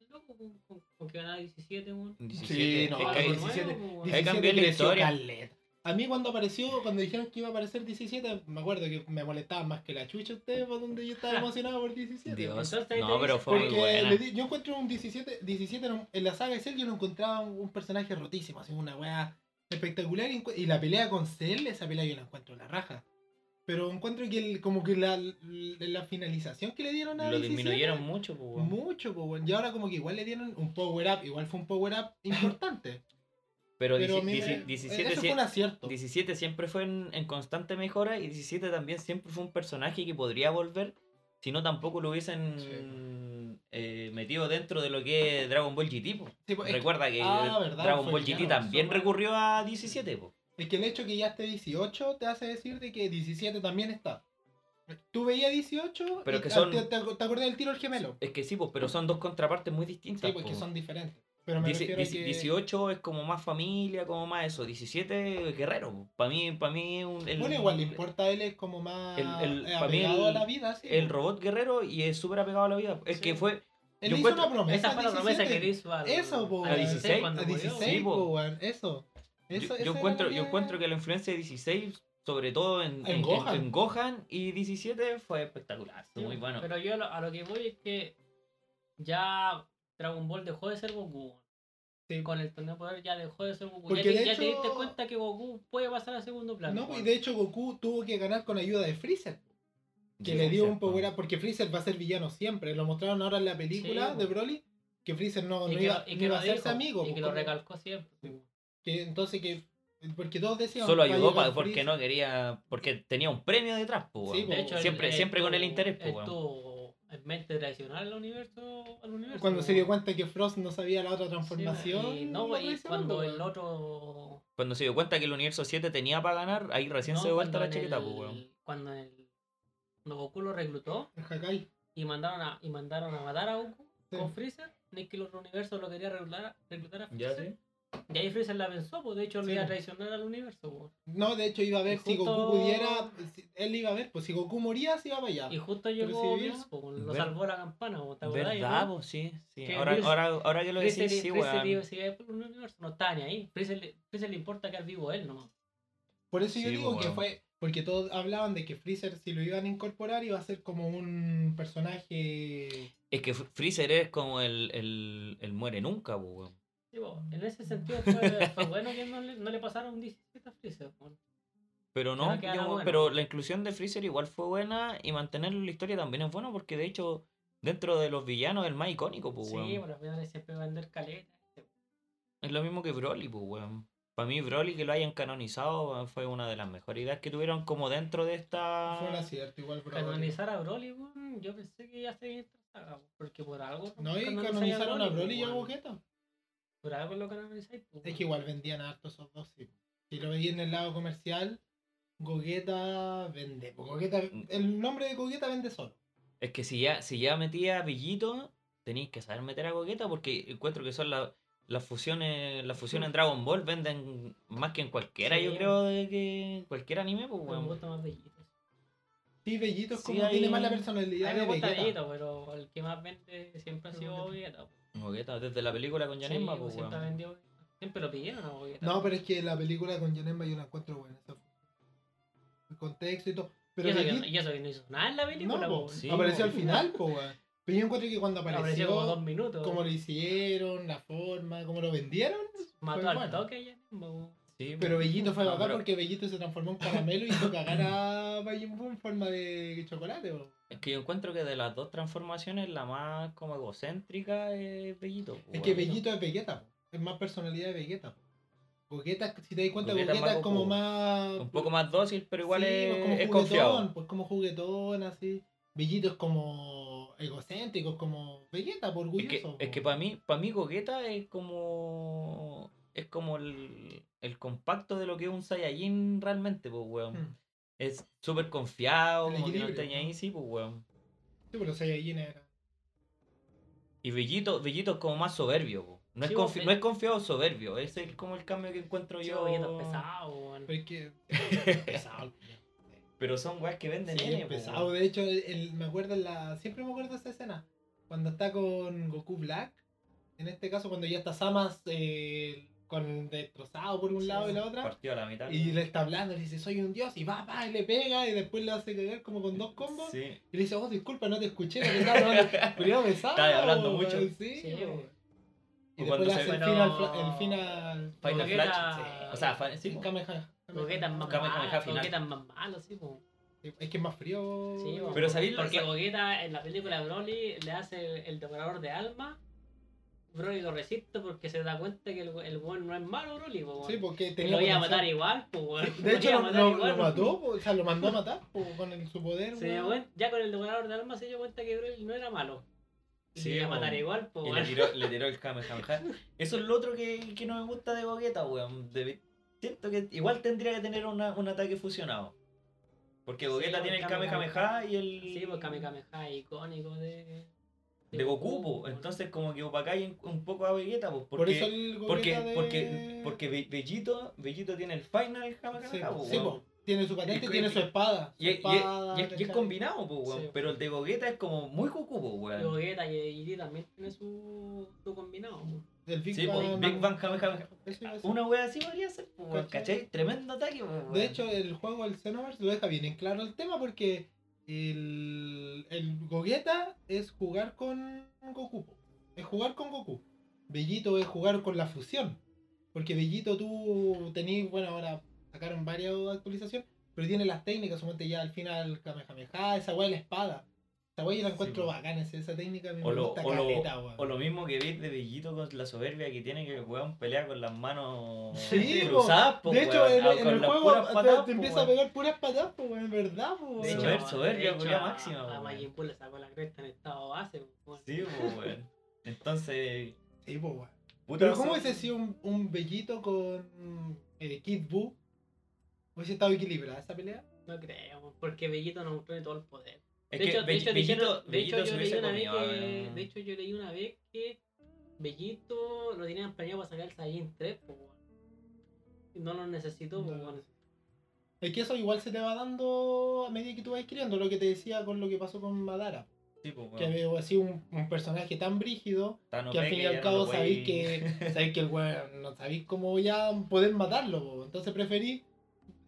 Speaker 3: Loco, con, con- con que ganaba 17, weón.
Speaker 2: 17.
Speaker 1: no,
Speaker 2: Es que
Speaker 3: Algo
Speaker 2: ahí-
Speaker 1: hay
Speaker 3: nuevo,
Speaker 1: 17,
Speaker 3: weón.
Speaker 2: Ahí cambió
Speaker 1: 17
Speaker 2: la
Speaker 1: creció
Speaker 2: historia.
Speaker 1: caleta. A mí cuando apareció, cuando dijeron que iba a aparecer 17, me acuerdo que me molestaba más que la chucha ustedes por donde yo estaba emocionado por 17.
Speaker 2: Dios.
Speaker 3: Entonces ahí te
Speaker 2: No, pero
Speaker 3: dice-
Speaker 2: fue
Speaker 1: Porque
Speaker 2: muy buena.
Speaker 1: le di- yo encuentro un 17, 17 era un- en la saga de Cell yo lo encontraba un, un personaje rotísimo, así una weá espectacular. Y, encu- y la pelea con Cell, esa pelea yo la encuentro la raja. Pero encuentro que el- como que la, la finalización que le dieron a
Speaker 2: Lo
Speaker 1: 17
Speaker 2: disminuyeron mucho, po, weón.
Speaker 1: mucho, po, weón. y ahora como que igual le dieron un power up, igual fue un power up importante.
Speaker 2: Pero,
Speaker 1: Pero
Speaker 2: dieci-
Speaker 1: a mí me-
Speaker 2: dieci- 17,
Speaker 1: eso fue un
Speaker 2: sie-
Speaker 1: acierto.
Speaker 2: 17 siempre fue en, en constante mejora y 17 también siempre fue un personaje que podría volver si no tampoco lo hubiesen eh, metido dentro de lo que es Dragon Ball GT. po.
Speaker 1: Sí, pues, es,
Speaker 2: Recuerda que
Speaker 1: ah, verdad,
Speaker 2: Dragon
Speaker 1: fue
Speaker 2: Ball
Speaker 1: claro,
Speaker 2: GT también
Speaker 3: eso-
Speaker 2: recurrió a 17. po.
Speaker 1: que- es que el hecho que ya esté 18 te hace decir de que 17 también está. Tú veías 18,
Speaker 2: Pero
Speaker 1: y
Speaker 2: que
Speaker 1: te-
Speaker 2: son-
Speaker 1: te, te, te acordás del tiro al gemelo.
Speaker 2: Es que sí, po, pero son dos contrapartes muy distintas.
Speaker 1: Sí, porque
Speaker 2: po.
Speaker 1: son diferentes. Pero me
Speaker 2: Dieci-
Speaker 1: refiero a
Speaker 2: dieci-
Speaker 1: que-
Speaker 2: 18 es como más familia, como más eso. 17 guerrero. Para mí, para mí es un- el-
Speaker 1: bueno, igual le importa a él es como más
Speaker 2: el- el-
Speaker 1: eh,
Speaker 2: pa' mí
Speaker 1: apegado
Speaker 2: el-
Speaker 1: a la vida. sí,
Speaker 2: el
Speaker 1: po.
Speaker 2: robot guerrero y es súper apegado a la vida. Es
Speaker 3: Sí.
Speaker 2: que fue
Speaker 1: Él hizo
Speaker 2: yo encuentro-
Speaker 1: una promesa.
Speaker 3: Esa fue la promesa que
Speaker 1: 17.
Speaker 3: le hizo al,
Speaker 1: Eso, po,
Speaker 3: al
Speaker 2: a 16,
Speaker 3: cuando
Speaker 1: A
Speaker 3: murió,
Speaker 1: 16,
Speaker 2: Sí, po.
Speaker 1: po, weón, eso.
Speaker 2: Yo-
Speaker 1: Eso-
Speaker 2: yo,
Speaker 1: eso era
Speaker 2: encuentro,
Speaker 1: lo
Speaker 2: yo encuentro que la influencia de 16, sobre todo en,
Speaker 1: En Gohan.
Speaker 2: en Gohan, y 17 fue espectacular, fue
Speaker 3: Sí,
Speaker 2: muy bueno.
Speaker 3: Pero yo a lo, a lo que voy es que ya Dragon Ball dejó de ser Goku.
Speaker 1: Sí.
Speaker 3: Con el torneo de poder ya dejó de ser Goku.
Speaker 1: Porque
Speaker 3: ya, te-
Speaker 1: de
Speaker 3: ya te
Speaker 1: hecho-
Speaker 3: diste cuenta que Goku puede pasar a segundo plano.
Speaker 1: No, y
Speaker 3: weón.
Speaker 1: de hecho Goku tuvo que ganar con ayuda de Freezer. que le dio un power up, porque Freezer va a ser villano siempre. Lo mostraron ahora en la película
Speaker 3: Sí,
Speaker 1: de
Speaker 3: po.
Speaker 1: Broly, que Freezer no,
Speaker 3: Y
Speaker 1: no
Speaker 3: que
Speaker 1: iba,
Speaker 3: lo- y
Speaker 1: no
Speaker 3: que
Speaker 1: iba
Speaker 3: lo
Speaker 1: a hacerse
Speaker 3: dijo,
Speaker 1: amigo. pues,
Speaker 3: Y
Speaker 1: po,
Speaker 3: que lo
Speaker 1: como-
Speaker 3: recalcó siempre. pues. weón.
Speaker 1: que entonces que. Porque todos decían.
Speaker 2: Solo ayudó
Speaker 1: "Vaya
Speaker 2: pa-
Speaker 1: con
Speaker 2: porque
Speaker 1: Freezer".
Speaker 2: no quería, porque tenía un premio detrás, po,
Speaker 1: Sí,
Speaker 2: weón.
Speaker 1: po.
Speaker 3: De hecho, él-
Speaker 2: siempre
Speaker 3: él
Speaker 2: siempre con el
Speaker 3: tuvo-
Speaker 2: interés, po,
Speaker 3: él
Speaker 2: weón.
Speaker 3: tuvo en mente traicionar al universo. Al universo
Speaker 1: Cuando se dio
Speaker 3: weón.
Speaker 1: cuenta que Frost no sabía la otra transformación.
Speaker 3: Sí, weón. y no,
Speaker 1: lo
Speaker 3: weón, y
Speaker 1: traicionó,
Speaker 3: cuando
Speaker 1: weón.
Speaker 3: el otro.
Speaker 2: Cuando se dio cuenta que el universo 7 tenía para ganar, ahí recién
Speaker 3: no,
Speaker 2: se dio vuelta
Speaker 3: cuando
Speaker 2: la
Speaker 3: en
Speaker 2: chaqueta, po,
Speaker 3: el-
Speaker 2: weón.
Speaker 3: Cuando el. Cuando Goku lo reclutó.
Speaker 1: El Hakai.
Speaker 3: y mandaron a, y mandaron a matar a Goku
Speaker 1: Sí.
Speaker 3: con Freezer, ni que el otro universo lo quería reclutar a, reclutar a
Speaker 2: ¿Ya
Speaker 3: Freezer. Y ahí Freezer la pensó, pues de hecho
Speaker 1: Sí,
Speaker 3: lo iba a
Speaker 1: po.
Speaker 3: traicionar al universo. po.
Speaker 1: No, de hecho iba a ver
Speaker 3: Y
Speaker 1: si Goku
Speaker 3: justo-
Speaker 1: pudiera. si- Él iba a ver, pues si Goku moría, se iba para allá.
Speaker 3: Y justo
Speaker 1: Pero
Speaker 3: llegó
Speaker 1: si
Speaker 3: Bills,
Speaker 1: bien-
Speaker 3: po, lo
Speaker 2: Ah, Ver-
Speaker 3: salvó la campana, po, ¿te acordás?
Speaker 2: ¿Verdad,
Speaker 3: no?
Speaker 2: po? Sí, sí.
Speaker 3: Que
Speaker 2: Ahora,
Speaker 3: Bills-
Speaker 2: ahora, ahora que lo
Speaker 3: Freezer,
Speaker 2: decís, sí,
Speaker 3: Freezer iba,
Speaker 2: weón.
Speaker 3: se iba por un universo, no estaba ni ahí. Freezer, le- Freezer le importa quedar vivo él nomás.
Speaker 1: Por eso yo
Speaker 2: Sí,
Speaker 1: digo
Speaker 2: pues,
Speaker 1: que
Speaker 2: weón.
Speaker 1: fue. Porque todos hablaban de que Freezer, si lo iban a incorporar, iba a ser como un personaje.
Speaker 2: Es que Freezer es como el, el, el muere nunca, po, weón.
Speaker 3: Sí, po, en ese sentido fue, fue bueno que no le, no le pasaron 17 a Freezer. po.
Speaker 2: Pero no,
Speaker 3: Pero queda
Speaker 2: yo-
Speaker 3: bueno.
Speaker 2: pero la inclusión de Freezer igual fue buena y mantenerlo en la historia también es bueno porque de hecho dentro de los villanos es el más icónico, pues,
Speaker 3: sí,
Speaker 2: weón.
Speaker 3: por las veces siempre va a vender caleta.
Speaker 2: Es lo mismo que Broly, pues, weón. Para mí Broly que lo hayan canonizado weón, fue una de las mejores ideas que tuvieron como dentro de esta...
Speaker 1: Fue un
Speaker 3: Ah,
Speaker 1: acierto, igual, bro.
Speaker 3: Canonizar a Broly, weón, yo pensé que ya se iba a estar saga, po, porque por algo.
Speaker 1: No, y
Speaker 3: canonizáis
Speaker 1: canonizaron a Broly y a
Speaker 3: weón.
Speaker 1: Gogeta.
Speaker 3: Por algo lo canonizáis. po,
Speaker 1: Es
Speaker 3: weón.
Speaker 1: que igual vendían harto esos dos, sí. Si lo veía en el lado comercial, Gogeta vende. po. Gogeta, el nombre de Gogeta vende solo.
Speaker 2: Es que si ya, si ya metía a Pillito, tenéis que saber meter a Coqueta porque encuentro que son la- las fusiones las fusiones en Dragon Ball venden más que en cualquiera,
Speaker 3: Sí,
Speaker 2: yo
Speaker 3: weón.
Speaker 2: creo, de que cualquier anime, pues,
Speaker 3: Pero me
Speaker 2: weón.
Speaker 3: gusta más Bellito.
Speaker 1: Sí, Bellito es
Speaker 2: Sí,
Speaker 1: como
Speaker 2: ahí-
Speaker 1: tiene más la
Speaker 3: A
Speaker 1: personalidad
Speaker 3: mí me
Speaker 1: de
Speaker 3: gusta
Speaker 1: Vegeta.
Speaker 3: Bellito, pero el que más vende siempre ha sido Vegeta. po.
Speaker 2: Gogeta, desde la película con
Speaker 3: Sí,
Speaker 2: Yanemba,
Speaker 3: po,
Speaker 2: pues,
Speaker 3: siempre ha
Speaker 2: weón.
Speaker 3: vendido Vegeta. Siempre lo pidieron a Vegeta.
Speaker 1: No, pero es que la película con Janemba yo la encuentro buena. esa fue- El contexto y todo. Pero
Speaker 3: y, eso
Speaker 1: de
Speaker 3: que,
Speaker 1: Kid-
Speaker 3: y eso que no hizo nada en la película,
Speaker 1: no,
Speaker 3: po.
Speaker 1: po.
Speaker 2: Sí,
Speaker 1: apareció al
Speaker 2: po.
Speaker 1: final, po, weón. Pero yo encuentro que cuando apareció,
Speaker 3: Apareció como dos minutos.
Speaker 1: cómo lo hicieron, la forma, cómo lo vendieron.
Speaker 3: Mató
Speaker 1: fue
Speaker 3: al
Speaker 1: bueno.
Speaker 3: toque ya mismo.
Speaker 2: Sí,
Speaker 1: Pero Bellito fue
Speaker 2: No,
Speaker 1: bacán
Speaker 2: pero-
Speaker 1: porque Bellito se transformó en caramelo y hizo cagar a Majin Buu en forma de chocolate, po.
Speaker 2: Es que yo encuentro que de las dos transformaciones, la más como egocéntrica es Bellito. po,
Speaker 1: Es que
Speaker 2: weón.
Speaker 1: Bellito es Vegeta, po. es más personalidad de Vegeta. po. Gogeta, si te das cuenta, Gogeta,
Speaker 2: Gogeta es más
Speaker 1: es como
Speaker 2: Goku.
Speaker 1: más.
Speaker 2: Un poco más dócil, pero igual
Speaker 1: Sí,
Speaker 2: es,
Speaker 1: pues como
Speaker 2: es
Speaker 1: juguetón,
Speaker 2: confiado.
Speaker 1: pues como juguetón, así. Bellito es como egocéntrico, es como Vegeta, por
Speaker 2: Es
Speaker 1: orgulloso.
Speaker 2: que, es
Speaker 1: po.
Speaker 2: que para mí, para mí Gogeta es como. Es como el, el compacto de lo que es un Saiyajin realmente, pues weón.
Speaker 1: Mm.
Speaker 2: Es súper confiado,
Speaker 1: El
Speaker 2: como que no
Speaker 1: equilibrio,
Speaker 2: tenía
Speaker 1: ¿no?
Speaker 2: ahí, sí, pues weón.
Speaker 1: Sí, pues, pero Saiyajin era.
Speaker 2: Y Bellito, Bellito es como más soberbio, po. No,
Speaker 3: Sí,
Speaker 2: es
Speaker 3: vos,
Speaker 2: confi-
Speaker 3: eh.
Speaker 2: no es confiado, es soberbio. Ese es como el cambio que encuentro
Speaker 3: Yo,
Speaker 2: yo.
Speaker 3: Vegeta es pesado, weón.
Speaker 1: Pero es que.
Speaker 3: pesado.
Speaker 2: Pero son weas que venden
Speaker 1: Sí,
Speaker 2: N, po,
Speaker 1: pesado.
Speaker 2: weón.
Speaker 1: De hecho, el- el- me acuerdo en la. Siempre me acuerdo de esa escena. Cuando está con Goku Black. En este caso, cuando ya está Samas eh, con destrozado por un
Speaker 3: Sí,
Speaker 1: lado y la otra.
Speaker 2: Partido a la mitad.
Speaker 1: Y le está hablando, le dice, soy un dios, y va, va, y le pega, y después le hace cagar como con dos combos.
Speaker 2: Sí.
Speaker 1: Y le dice, oh, disculpa, no te escuché, porque estaba hablando, culiao pesado,
Speaker 2: Estaba hablando
Speaker 1: weón,
Speaker 2: mucho.
Speaker 1: Sí,
Speaker 3: Sí,
Speaker 1: weón.
Speaker 3: weón.
Speaker 1: Y
Speaker 2: O
Speaker 1: después
Speaker 2: cuando
Speaker 1: le
Speaker 2: se-
Speaker 1: hace el
Speaker 3: Bueno,
Speaker 1: final, fla- el final...
Speaker 2: Final
Speaker 3: Gogeta-
Speaker 2: Flash. sí. O sea, fa- sí,
Speaker 1: Sí,
Speaker 2: po.
Speaker 1: Kamehameha.
Speaker 3: Gogeta es más
Speaker 2: Kamehameha
Speaker 3: malo,
Speaker 2: final.
Speaker 3: Gogeta es más malo, sí, po.
Speaker 1: Es que es más frío.
Speaker 3: Sí, po.
Speaker 2: Pero sabéis lo-
Speaker 3: Porque
Speaker 2: sa-
Speaker 3: Gogeta en la película de Broly le hace el devorador de alma. Broly lo resiste porque se da cuenta que el, el weón no es malo, Broly, po.
Speaker 1: Sí,
Speaker 3: weón.
Speaker 1: porque
Speaker 3: Y
Speaker 1: tenía
Speaker 3: lo iba a
Speaker 1: potencial.
Speaker 3: matar igual, po, weón.
Speaker 1: De hecho,
Speaker 3: iba a
Speaker 1: lo,
Speaker 3: matar
Speaker 1: lo-
Speaker 3: igual,
Speaker 1: lo
Speaker 3: po.
Speaker 1: mató, po, o sea, lo mandó a matar po, con el- su poder.
Speaker 3: Sí,
Speaker 1: weón.
Speaker 3: weón, ya con el devorador de alma se dio cuenta que Broly no era malo. Y
Speaker 2: Sí,
Speaker 3: le iba a matar
Speaker 2: weón.
Speaker 3: igual, po,
Speaker 2: Y le
Speaker 3: weón.
Speaker 2: tiró, le tiró el Kamehameha. Eso es lo otro que, que no me gusta de Gogeta, weón. De- siento que igual tendría que tener una- un ataque fusionado. Porque
Speaker 3: Sí,
Speaker 2: Gogeta
Speaker 3: el
Speaker 2: tiene el
Speaker 3: Kamehameha.
Speaker 2: Kamehameha y el.
Speaker 3: Sí, pues Kamehameha es icónico de.
Speaker 2: De Goku, po.
Speaker 3: weón.
Speaker 2: Entonces, como que opacáis un poco a Vegeta, pues. Porque,
Speaker 1: Por eso el Gogeta
Speaker 2: porque,
Speaker 1: de-
Speaker 2: porque, porque Be- Bellito, Bellito tiene el Final Kamehameha,
Speaker 1: Sí,
Speaker 2: po,
Speaker 1: sí,
Speaker 2: weón.
Speaker 1: po. Tiene su patente,
Speaker 2: Y-
Speaker 1: tiene su espada. su
Speaker 2: Y, es- y es-
Speaker 1: espada,
Speaker 2: y es, y es
Speaker 1: ¿cachai?
Speaker 2: combinado, pues, weón.
Speaker 3: Sí.
Speaker 2: Pero el de Gogeta es como muy Goku, po, weón.
Speaker 3: Y Gogeta y GT también tiene su, su combinado. po.
Speaker 1: Del Big
Speaker 2: Sí, po,
Speaker 1: Bang.
Speaker 2: Big Bang Kamehameha.
Speaker 1: Eso iba a decir.
Speaker 2: Una wea así podría ser, po, weón.
Speaker 1: pues, ¿Cachai? pues,
Speaker 2: ¿Cachai? Tremendo ataque, po, weón.
Speaker 1: De hecho, el juego del Xenoverse lo deja bien en claro el tema porque el, el Gogeta es jugar con Goku. po. Es jugar con Goku. Bellito es jugar con la fusión. Porque Bellito tú tenés, bueno, ahora sacaron varias actualizaciones, pero tiene las técnicas, suponte ya al final Kamehameha, esa weá de la espada. Esa weá yo la
Speaker 2: Sí,
Speaker 1: encuentro
Speaker 2: po.
Speaker 1: bacana, esa- esa técnica me
Speaker 2: O lo,
Speaker 1: gusta
Speaker 2: o lo-
Speaker 1: caleta, weón.
Speaker 2: o lo mismo que veis de Bellito con la soberbia que tiene que el weón pelea con las manos
Speaker 1: Sí, po.
Speaker 2: cruzadas, po,
Speaker 1: de hecho,
Speaker 2: weón,
Speaker 1: en,
Speaker 2: ah,
Speaker 1: en
Speaker 2: con
Speaker 1: el
Speaker 2: las
Speaker 1: juego
Speaker 2: puras
Speaker 1: te- te,
Speaker 2: patadas, po,
Speaker 1: empieza a
Speaker 2: weón.
Speaker 1: pegar puras patadas, pues, en verdad, po,
Speaker 2: De
Speaker 1: weón.
Speaker 2: hecho, Sober- soberbia, culia máxima,
Speaker 3: A, a
Speaker 2: weón.
Speaker 3: Majin Buu le sacó la cresta en estado base. weón.
Speaker 2: Sí, po, weón. Entonces,
Speaker 1: Sí, po, weón.
Speaker 2: puta,
Speaker 1: Pero
Speaker 2: no
Speaker 1: ¿cómo
Speaker 2: sé.
Speaker 1: hubiese sido un, un bellito con eh, Kid Buu? ¿Hubiese estado equilibrada esa pelea?
Speaker 3: No creo, weón, porque Bellito no tiene todo el poder.
Speaker 2: Es
Speaker 3: de
Speaker 2: que
Speaker 3: hecho, de
Speaker 2: Be-
Speaker 3: hecho, dijeron- de hecho,
Speaker 2: se
Speaker 3: yo leí
Speaker 2: hubiese
Speaker 3: una vez
Speaker 2: comido,
Speaker 3: que,
Speaker 2: weón.
Speaker 3: de hecho yo leí una vez que Bellito lo tenían planeado para sacar el Saiyan 3, po, weón. Y no lo necesitó, po,
Speaker 1: No.
Speaker 3: weón.
Speaker 1: Es que eso igual se te va dando a medida que tú vas escribiendo, lo que te decía con lo que pasó con Madara.
Speaker 2: Sí, po, weón.
Speaker 1: Que veo así un, un personaje tan brígido
Speaker 2: Tan
Speaker 1: que al
Speaker 2: OP
Speaker 1: fin y
Speaker 2: ya
Speaker 1: al
Speaker 2: no
Speaker 1: cabo
Speaker 2: lo
Speaker 1: sabéis
Speaker 2: podéis-
Speaker 1: que, sabéis que el weón, no sabéis cómo ya poder matarlo, po. entonces preferí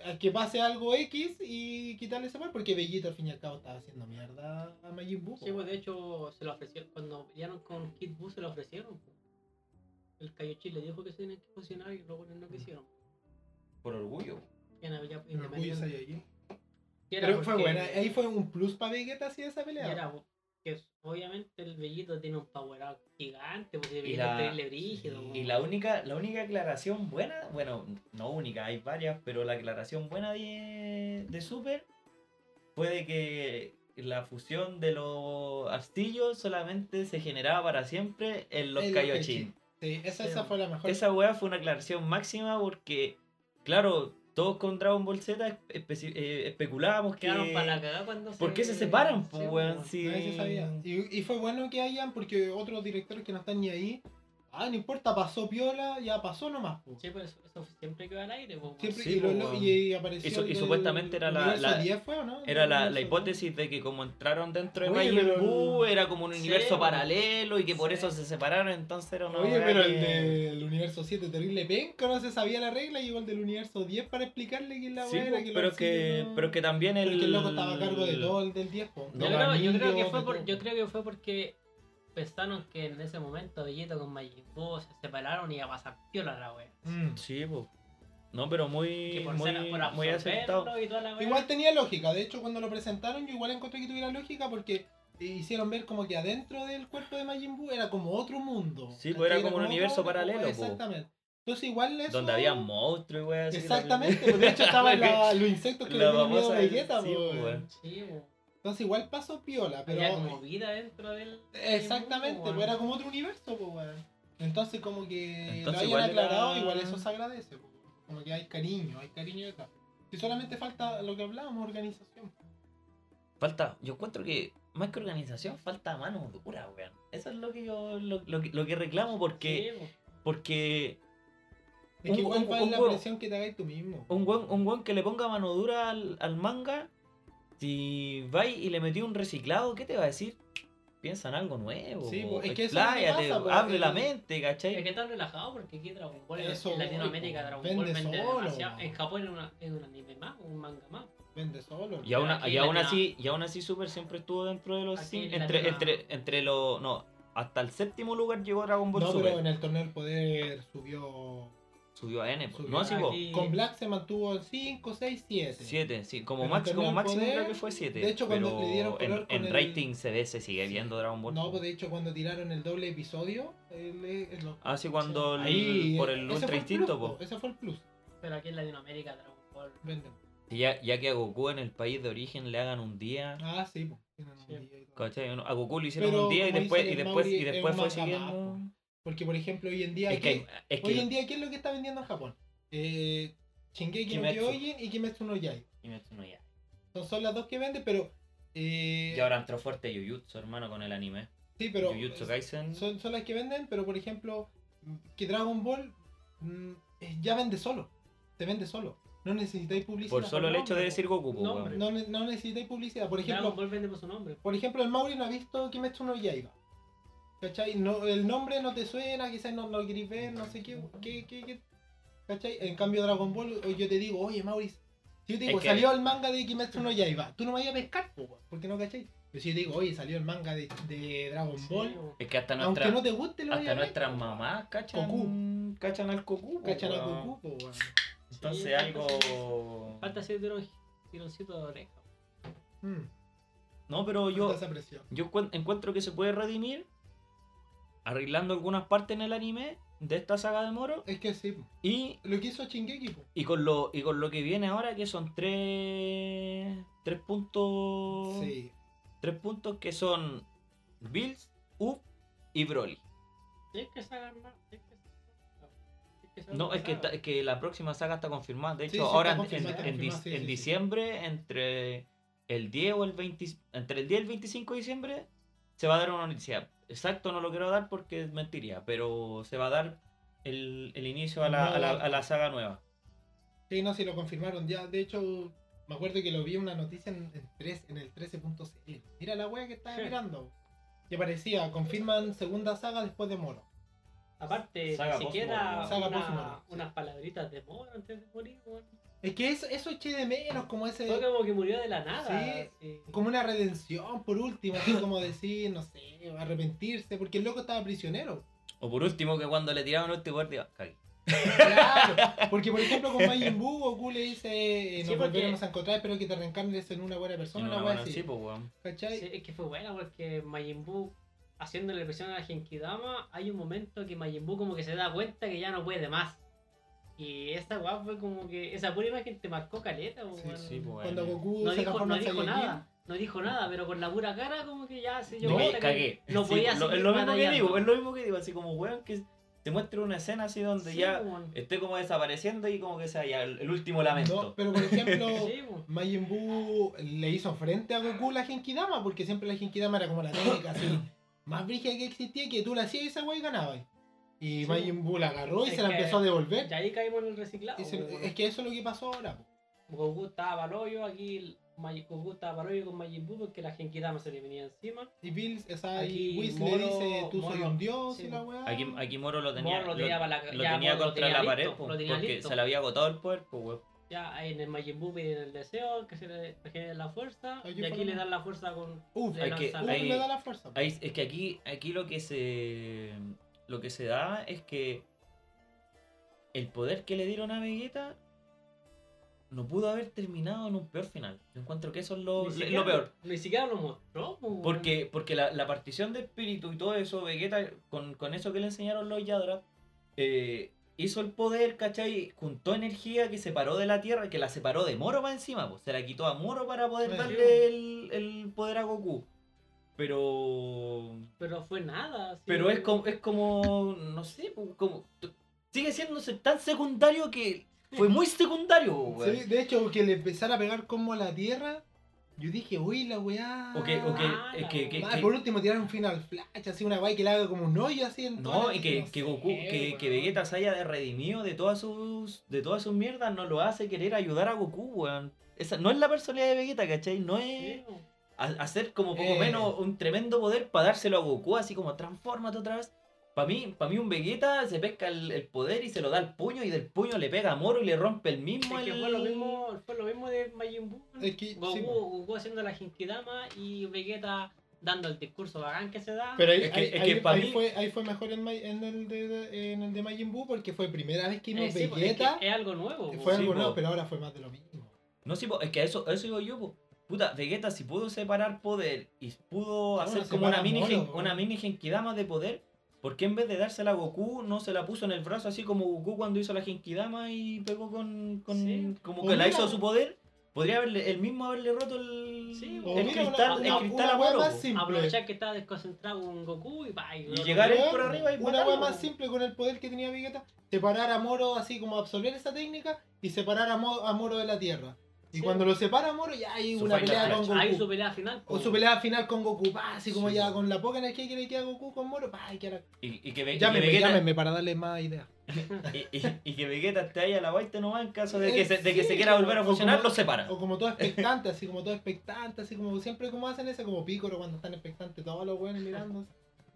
Speaker 1: a que pase algo X y quitarle ese weón, porque Bellito al fin y al cabo estaba haciendo mierda a Majin Buu. po.
Speaker 3: Sí, pues de hecho se lo ofrecieron, cuando pelearon con Kid Buu se lo ofrecieron. po. El Kaiochi le dijo que se tenían que fusionar y luego no quisieron.
Speaker 2: Por orgullo. po.
Speaker 3: Ya no había
Speaker 1: El orgullo
Speaker 3: independiente.
Speaker 1: Saiyajin.
Speaker 3: Y era
Speaker 1: Pero fue
Speaker 3: porque-
Speaker 1: buena, ahí fue un plus para Vegeta así esa
Speaker 3: y
Speaker 1: pelea.
Speaker 3: era po- que obviamente el Bellito tiene un power up gigante, pues, porque el
Speaker 2: Y
Speaker 3: Bellito
Speaker 2: la-
Speaker 3: es terrible brígido. po.
Speaker 2: Y la única, la única aclaración buena, bueno, no única, hay varias, pero la aclaración buena de, de Super fue de que la fusión de los astillos solamente se generaba para siempre en los
Speaker 1: El
Speaker 2: Kaioshin.
Speaker 1: Sí, esa,
Speaker 3: Sí,
Speaker 1: esa
Speaker 3: bueno.
Speaker 1: fue la mejor.
Speaker 2: Esa weá fue una aclaración máxima porque, claro, todos con Dragon Ball Z espe- eh, especulábamos que...
Speaker 3: Quedaron para la cagada cuando
Speaker 2: ¿Por qué se separan, po,
Speaker 3: sí, po,
Speaker 1: Ah,
Speaker 2: weón?
Speaker 3: weón.
Speaker 2: Si-
Speaker 1: Nadie se sabía. Y, y fue bueno que hayan, porque otros directores que no están ni ahí Ah, no importa, pasó piola, ya pasó nomás. po.
Speaker 3: Sí, pero eso, eso siempre queda al aire. po.
Speaker 1: Siempre,
Speaker 2: Sí,
Speaker 1: y, lo-
Speaker 2: po,
Speaker 1: lo-
Speaker 2: weón.
Speaker 1: y apareció.
Speaker 2: Y su- y
Speaker 1: el-
Speaker 2: supuestamente era la-
Speaker 1: universo
Speaker 2: la-
Speaker 1: 10 fue, ¿o no?
Speaker 2: Era la,
Speaker 1: Universo
Speaker 2: la
Speaker 1: 10.
Speaker 2: hipótesis de que como entraron dentro de
Speaker 1: Oye,
Speaker 2: Majin
Speaker 1: pero-
Speaker 2: Buu, era como un
Speaker 3: Sí,
Speaker 2: universo
Speaker 3: bueno.
Speaker 2: paralelo y que por
Speaker 3: Sí.
Speaker 2: eso se separaron, entonces era una
Speaker 1: Oye,
Speaker 2: weá
Speaker 1: pero
Speaker 2: que-
Speaker 1: el del universo 7, terrible penca, no se sabía la regla, llegó el del universo 10 para explicarle que la
Speaker 2: Sí,
Speaker 1: weá
Speaker 2: po,
Speaker 1: era que lo
Speaker 2: pero, que,
Speaker 1: consiguió.
Speaker 2: pero que también el...
Speaker 1: Porque el loco estaba a cargo de todo el del 10, po.
Speaker 2: No,
Speaker 3: yo, creo, yo creo que
Speaker 1: Anillos,
Speaker 3: fue
Speaker 1: de
Speaker 3: por-
Speaker 1: todo.
Speaker 3: yo creo que fue porque pensaron que en ese momento Vegeta con Majin Buu se separaron y iba a pasar piola la wea.
Speaker 1: Mm.
Speaker 2: Sí, po. No, pero muy,
Speaker 3: Que por,
Speaker 2: muy,
Speaker 3: ser, por
Speaker 2: muy
Speaker 3: absorberlo
Speaker 2: aceptado.
Speaker 3: y toda la wea.
Speaker 1: Igual tenía lógica, de hecho cuando lo presentaron yo igual encontré que tuviera lógica porque hicieron ver como que adentro del cuerpo de Majin Buu era como otro mundo.
Speaker 2: Sí, pues, era
Speaker 1: ¿cachai?
Speaker 2: como un
Speaker 1: otro-
Speaker 2: universo paralelo, po.
Speaker 1: Exactamente. Entonces igual eso...
Speaker 2: Donde había monstruos y weá así.
Speaker 1: Exactamente, porque de hecho estaban la- los insectos que le
Speaker 2: La
Speaker 1: tenían miedo a
Speaker 2: famosa-
Speaker 1: Vegeta,
Speaker 2: sí,
Speaker 1: po,
Speaker 2: po,
Speaker 1: weón.
Speaker 3: Sí, po.
Speaker 1: Entonces igual pasó piola, pero...
Speaker 3: Había como vida dentro del.
Speaker 1: Exactamente,
Speaker 3: del
Speaker 1: pues
Speaker 3: mundo,
Speaker 1: era
Speaker 3: weón.
Speaker 1: como otro universo, pues, weón. Entonces, como que
Speaker 2: Entonces,
Speaker 1: lo hayan
Speaker 2: igual era-
Speaker 1: aclarado, igual eso se agradece, pues, weón. Como que hay cariño, hay cariño acá. Si solamente falta lo que hablábamos, organización.
Speaker 2: Falta, yo encuentro que más que organización, falta mano dura, weón. Eso es lo que yo, lo, lo que- lo que reclamo porque,
Speaker 3: Sí, po.
Speaker 2: porque
Speaker 1: Es
Speaker 2: Un-
Speaker 1: que igual
Speaker 2: un-
Speaker 1: vale
Speaker 2: un
Speaker 1: la
Speaker 2: huevo.
Speaker 1: presión que te hagáis tú mismo.
Speaker 2: un weón, un weón que le ponga mano dura al, al manga, si vais y le metí un reciclado, ¿qué te va a decir? Piensa en algo nuevo.
Speaker 1: Sí,
Speaker 2: po,
Speaker 1: pues, es que eso es lo que
Speaker 2: expláyate,
Speaker 1: pasa, pues,
Speaker 2: abre la
Speaker 1: el-
Speaker 2: mente,
Speaker 3: Es
Speaker 2: ¿cachai?
Speaker 3: que está relajado porque aquí Dragon Ball en-
Speaker 1: Eso
Speaker 3: en
Speaker 1: voy,
Speaker 3: Latinoamérica
Speaker 1: po.
Speaker 3: Dragon
Speaker 1: Vende
Speaker 3: Ball vende
Speaker 1: solo,
Speaker 3: demasiado.
Speaker 1: po.
Speaker 3: En Japón es, una, es un anime más, un manga más.
Speaker 1: Vende solo.
Speaker 2: Y aún,
Speaker 3: Aquí
Speaker 2: y aún
Speaker 3: la-
Speaker 2: así, y aún así Super siempre estuvo dentro de los
Speaker 3: Aquí
Speaker 2: cin-
Speaker 3: la-
Speaker 2: entre, entre, entre los. No, hasta el séptimo lugar llegó Dragon Ball
Speaker 1: No,
Speaker 2: Super.
Speaker 1: pero en el torneo del poder subió.
Speaker 2: Subió a N, pues.
Speaker 1: subió
Speaker 2: no así vos.
Speaker 3: Aquí-
Speaker 1: Con Black se mantuvo en 5, 6, 7.
Speaker 2: 7, sí, como,
Speaker 1: En
Speaker 2: max-
Speaker 1: Torneo
Speaker 2: como
Speaker 1: del
Speaker 2: máximo
Speaker 1: Poder,
Speaker 2: creo que fue 7.
Speaker 1: de hecho, cuando
Speaker 2: pero
Speaker 1: le dieron color
Speaker 2: en, en
Speaker 1: con el-
Speaker 2: rating se ve, se sigue
Speaker 1: Sí.
Speaker 2: viendo Dragon Ball.
Speaker 1: No, pues de hecho, cuando tiraron el doble episodio, el, el- lo-
Speaker 2: Así Ah, cuando el-
Speaker 1: Ahí,
Speaker 2: por
Speaker 1: eh,
Speaker 2: el
Speaker 1: ese fue
Speaker 2: Ultra
Speaker 1: plus,
Speaker 2: Instinto,
Speaker 1: po,
Speaker 2: po.
Speaker 1: Ese fue el plus.
Speaker 3: Pero aquí en Latinoamérica Dragon Ball.
Speaker 1: Vende.
Speaker 2: Y Ya, ya que a Goku en el país de origen le hagan un día.
Speaker 1: Ah, sí, po. Tienen
Speaker 3: Sí.
Speaker 1: un día y todo.
Speaker 2: ¿cachai? A Goku le hicieron
Speaker 1: Pero,
Speaker 2: un día y
Speaker 1: como
Speaker 2: después,
Speaker 1: dice
Speaker 2: y
Speaker 1: el
Speaker 2: después, y
Speaker 1: Mauri, es
Speaker 2: después
Speaker 1: un
Speaker 2: fue
Speaker 1: manga más,
Speaker 2: siguiendo.
Speaker 1: Porque, por ejemplo, hoy en día.
Speaker 2: Es que,
Speaker 1: ¿qué-
Speaker 2: es
Speaker 1: Hoy en
Speaker 2: que.
Speaker 1: día, ¿qué es lo que está vendiendo en Japón? Eh, Shingeki no
Speaker 2: Kimetsu.
Speaker 1: Kyojin y Kimetsu no Yaiba.
Speaker 2: Y
Speaker 1: Son, son las dos que venden, pero. eh,
Speaker 2: ahora entró fuerte Yuyutsu, hermano, con el anime.
Speaker 1: sí, pero
Speaker 2: Yuyutsu Kaisen.
Speaker 1: son, son las que venden, pero por ejemplo, que Dragon Ball mm, eh, ya vende solo. Te vende solo. No necesitáis publicidad.
Speaker 2: Por solo el
Speaker 1: No,
Speaker 2: hecho de
Speaker 1: pero-
Speaker 2: decir Goku, po,
Speaker 3: Nombre.
Speaker 2: weón.
Speaker 1: No, ne- no necesitáis publicidad. Por
Speaker 3: Dragon
Speaker 1: ejemplo,
Speaker 3: Ball vende por su nombre.
Speaker 1: por ejemplo, el Mauri no ha visto Kimetsu no Yaiba. ¿Cachai? No, el nombre no te suena, quizás no no lo querís ver, no sé qué, qué, qué, qué. ¿Cachai? En cambio, Dragon Ball, o- yo te digo, oye, Mauri, si yo te digo,
Speaker 2: Es que-
Speaker 1: salió el manga de Kimetsu no Yaiba, tú no vayas a pescar, po, weón, porque no, ¿cachai? Pero si yo te digo, oye, salió el manga de, de Dragon Ball,
Speaker 2: Es que hasta
Speaker 1: aunque
Speaker 2: nuestra.
Speaker 1: no te guste, lo vayas
Speaker 2: Hasta
Speaker 1: a ver,
Speaker 2: nuestras
Speaker 1: po, weón.
Speaker 2: mamás cachan,
Speaker 1: Goku.
Speaker 2: cachan al Goku. pues,
Speaker 1: Cachan a
Speaker 2: weón.
Speaker 1: Goku, po, weón.
Speaker 2: Entonces
Speaker 3: Sí,
Speaker 2: algo...
Speaker 3: Falta ser tirón- tironcito de oreja.
Speaker 1: Mm,
Speaker 2: No, pero yo,
Speaker 1: falta esa presión.
Speaker 2: yo encuent- encuentro que se puede redimir arreglando algunas partes en el anime de esta saga de Moro
Speaker 1: Es que sí, po.
Speaker 2: y,
Speaker 1: lo que hizo Shingeki, po.
Speaker 2: y, con, lo, y con lo que viene ahora que son tres, tres puntos...
Speaker 1: Sí.
Speaker 2: Tres puntos que son Bills, Up y Broly.
Speaker 3: Tienes que sacar más. tienes que sacar más. Tienes sacar
Speaker 2: No,
Speaker 3: más
Speaker 2: es que,
Speaker 3: sagas.
Speaker 2: ta- es que la próxima saga está confirmada. De
Speaker 1: Sí,
Speaker 2: hecho,
Speaker 1: sí, está
Speaker 2: ahora en-
Speaker 1: confirmada,
Speaker 2: en, en
Speaker 1: confirmada,
Speaker 2: dis-
Speaker 1: sí,
Speaker 2: en
Speaker 1: sí, sí.
Speaker 2: diciembre, entre el 10 o el 20, entre el 10 y el 25 de diciembre, se va a dar una noticia. Exacto, no lo quiero dar porque mentiría, pero se va a dar el, el inicio a la, a la- a la saga nueva.
Speaker 1: Sí, no, si lo confirmaron ya. De hecho, me acuerdo que lo vi en una noticia en, en, tres- en el 13.cl. Mira la wea que estaba
Speaker 3: Sí.
Speaker 1: mirando. Y aparecía, confirman segunda saga después de Moro.
Speaker 3: Aparte,
Speaker 2: Saga
Speaker 3: ni
Speaker 2: post
Speaker 3: siquiera
Speaker 2: Moro.
Speaker 1: Saga
Speaker 3: una-
Speaker 1: post Moro, sí.
Speaker 3: unas palabritas de Moro antes de morir. weón.
Speaker 1: Es que eso, eso eché de menos, como
Speaker 3: Fue
Speaker 1: ese.
Speaker 3: como que murió de la nada.
Speaker 1: Sí,
Speaker 3: así.
Speaker 1: Como una redención, por último, así como decir, no sé, arrepentirse, porque el loco estaba prisionero.
Speaker 2: O por último, que cuando le tiraban último guardia, cagué.
Speaker 1: Claro, porque por ejemplo con Majin Buu, Goku le dice, eh, nos
Speaker 3: Sí, porque-
Speaker 1: volveremos a encontrar, espero que te reencarnes en una buena
Speaker 2: En
Speaker 1: persona,
Speaker 2: una
Speaker 1: una wea
Speaker 2: buena,
Speaker 1: así.
Speaker 2: sí, pues, weón.
Speaker 1: ¿Cachai?
Speaker 3: Sí, es que fue buena porque Majin Buu, haciéndole presión a Genkidama, hay un momento que Majin Buu como que se da cuenta que ya no puede más. Y esa guapa fue como que. Esa pura imagen te marcó caleta, po,
Speaker 1: Sí,
Speaker 3: weón.
Speaker 2: sí, po,
Speaker 1: Cuando
Speaker 2: Bueno.
Speaker 1: Goku
Speaker 3: No
Speaker 1: se
Speaker 3: dijo,
Speaker 1: transforma
Speaker 3: no
Speaker 1: en
Speaker 3: dijo
Speaker 1: Saiyajin.
Speaker 3: nada, no dijo nada, pero con la pura cara como que ya se dio
Speaker 1: No,
Speaker 3: cuenta que
Speaker 2: cagué.
Speaker 3: no
Speaker 2: Sí, pues, lo-
Speaker 3: podía
Speaker 2: es
Speaker 3: seguir
Speaker 2: lo mismo que
Speaker 3: batallando.
Speaker 2: digo, es lo mismo que digo, así como, weón, que te muestre una escena así donde
Speaker 3: Sí,
Speaker 2: ya
Speaker 3: po, weón.
Speaker 2: esté como desapareciendo y como que sea ya el, el último lamento.
Speaker 1: No, pero por ejemplo,
Speaker 2: eh,
Speaker 3: Sí, po.
Speaker 1: Majin Buu le hizo frente a Goku la Genkidama, porque siempre la Genkidama era como la técnica así, más brígida que existía, que tú la hacías y esa wey ganaba. Y
Speaker 3: Sí.
Speaker 1: Majin Buu la agarró y
Speaker 3: Es
Speaker 1: se la
Speaker 3: que-
Speaker 1: empezó a devolver.
Speaker 3: Y ahí caímos en el reciclado.
Speaker 1: ¿Eh? Y se- eh,
Speaker 3: weón.
Speaker 1: es que eso es lo que pasó ahora. po.
Speaker 3: Goku estaba baloyo, aquí el May- Goku estaba baloyo con Majin Buu porque la Genkidama se le venía encima.
Speaker 1: Y Bills, o sea, y
Speaker 3: Aquí
Speaker 1: Whis
Speaker 3: Moro-
Speaker 1: le dice, tú soy
Speaker 3: Moro-
Speaker 1: un dios
Speaker 3: sí,
Speaker 1: y la weá.
Speaker 2: Aquí, aquí Moro lo tenía,
Speaker 3: Moro lo
Speaker 2: lo-
Speaker 3: tenía para la-
Speaker 2: lo
Speaker 3: ya,
Speaker 2: tenía
Speaker 3: Moro lo
Speaker 2: contra
Speaker 3: tenía
Speaker 2: la pared
Speaker 3: listo,
Speaker 2: po,
Speaker 3: lo tenía
Speaker 2: porque
Speaker 3: listo.
Speaker 2: se le había agotado el poder, pues, weón.
Speaker 3: Ya en el Majin Buu viene el deseo, que se le genere la fuerza.
Speaker 1: Ahí
Speaker 3: y aquí
Speaker 1: fue-
Speaker 3: le dan la fuerza con.
Speaker 1: Uf,
Speaker 3: le
Speaker 2: hay que-
Speaker 3: lanzan-
Speaker 1: Uf,
Speaker 2: hay-
Speaker 1: le da la fuerza. po.
Speaker 2: Ahí- es que aquí, aquí lo que se. Lo que se da es que el poder que le dieron a Vegeta no pudo haber terminado en un peor final. Yo encuentro que eso es lo,
Speaker 3: Ni
Speaker 2: Oh, lo-
Speaker 3: siquiera-
Speaker 2: lo peor.
Speaker 3: Ni siquiera lo mostró. pues, weón.
Speaker 2: Porque, porque la, la partición de espíritu y todo eso, Vegeta, con, con eso que le enseñaron los Yadra, eh, hizo el poder, ¿cachai? Juntó energía que separó de la Tierra, que la separó de Moro para encima, pues se la quitó a Moro para poder
Speaker 1: Sí.
Speaker 2: darle el, el poder a Goku. Pero
Speaker 3: Pero fue nada. así.
Speaker 2: pero es como, es como no sé, pues, como sigue siendo se- tan secundario que fue muy secundario, pues, weón.
Speaker 1: Sí, de hecho, que le empezara a pegar como a la tierra, yo dije, uy, la weá.
Speaker 2: O que, o que-
Speaker 3: Ah,
Speaker 2: es que, que-
Speaker 1: Ah,
Speaker 2: que-
Speaker 1: por último, tirar un final flash, así una weá que le haga como un hoyo así en toda
Speaker 2: no,
Speaker 1: la-
Speaker 2: y que,
Speaker 1: sé,
Speaker 2: que Goku, que, que
Speaker 1: weón.
Speaker 2: Vegeta se haya redimido de todas sus de todas sus mierdas no lo hace querer ayudar a Goku, weón. Esa no es la personalidad de Vegeta, ¿cachai? No es
Speaker 3: Sí, weón.
Speaker 2: a- hacer como poco
Speaker 1: Eh.
Speaker 2: menos un tremendo poder para dárselo a Goku, así como transfórmate otra vez. Para mí, para mí un Vegeta se pesca el, el poder y se lo da al puño y del puño le pega a Moro y le rompe el mismo
Speaker 3: Es que
Speaker 2: el-
Speaker 3: fue lo mismo, fue lo mismo de Majin Buu. weón.
Speaker 1: Es que-
Speaker 3: Goku,
Speaker 1: sí, po.
Speaker 3: Goku haciendo la Genkidama y Vegeta dando el discurso bacán que se da.
Speaker 1: Pero ahí,
Speaker 2: Es que-
Speaker 1: ahí-
Speaker 2: es que
Speaker 1: ahí-
Speaker 2: pa'
Speaker 1: ahí
Speaker 2: mí-
Speaker 1: fue, ahí fue mejor en, Ma- en el de, de- en el de Majin Buu porque fue primera vez que vimos
Speaker 3: Eh, sí, po, es
Speaker 1: Vegeta.
Speaker 3: que es algo
Speaker 1: fue
Speaker 3: nuevo. weón.
Speaker 2: Sí,
Speaker 1: algo
Speaker 2: po.
Speaker 1: nuevo, pero ahora fue más de lo mismo.
Speaker 2: No, sí, po, es que a eso, a eso digo yo, po. Puta, Vegeta si pudo separar poder y pudo
Speaker 1: Bueno,
Speaker 2: hacer como una
Speaker 1: separa
Speaker 2: mini,
Speaker 1: Moro,
Speaker 2: gen-
Speaker 1: po.
Speaker 2: una mini Genkidama de poder, ¿por qué en vez de dársela a Goku no se la puso en el brazo así como Goku cuando hizo la Genkidama y pegó con... con
Speaker 3: Sí.
Speaker 2: Como
Speaker 1: O
Speaker 2: que la
Speaker 1: mira.
Speaker 2: hizo a su poder? Podría haberle, el mismo haberle roto el,
Speaker 3: Sí,
Speaker 2: el
Speaker 3: po.
Speaker 1: mira, una-
Speaker 2: cristal, el
Speaker 1: una-
Speaker 2: cristal
Speaker 1: una
Speaker 2: a
Speaker 1: wea
Speaker 2: Moro,
Speaker 1: más
Speaker 2: po.
Speaker 1: simple.
Speaker 3: Aprovechar que estaba desconcentrado con Goku y va.
Speaker 2: Y llegar
Speaker 1: Weón,
Speaker 2: él por arriba y pues,
Speaker 1: Una
Speaker 2: matarlo,
Speaker 1: wea más
Speaker 2: po.
Speaker 1: simple con el poder que tenía Vegeta, separar a Moro así como absorber esa técnica y separar a, Mo- a Moro de la Tierra. Y
Speaker 3: Sí.
Speaker 1: cuando lo separa a Moro ya hay
Speaker 2: Su
Speaker 1: una
Speaker 2: final
Speaker 1: pelea con
Speaker 2: flash.
Speaker 1: Goku.
Speaker 3: Ahí su pelea final. pues, po.
Speaker 1: O su pelea final con Goku, pa, así como
Speaker 2: Sí.
Speaker 1: ya con la poca energía que le queda a Goku con Moro, pa, y que ahora...
Speaker 2: Y, y que, Ve- y que
Speaker 1: Llámeme,
Speaker 2: Vegeta,
Speaker 1: llámeme para darle más ideas.
Speaker 2: y, y- y que Vegeta esté ahí a la vuelta nomás en caso de que
Speaker 1: Eh,
Speaker 2: se, de que
Speaker 1: sí,
Speaker 2: se quiera volver a
Speaker 1: o
Speaker 2: funcionar,
Speaker 1: como-
Speaker 2: lo separa.
Speaker 1: O como todo expectante, así como todo expectante, así como siempre como hacen ese, como Piccolo cuando están expectantes, todos los buenos mirándose.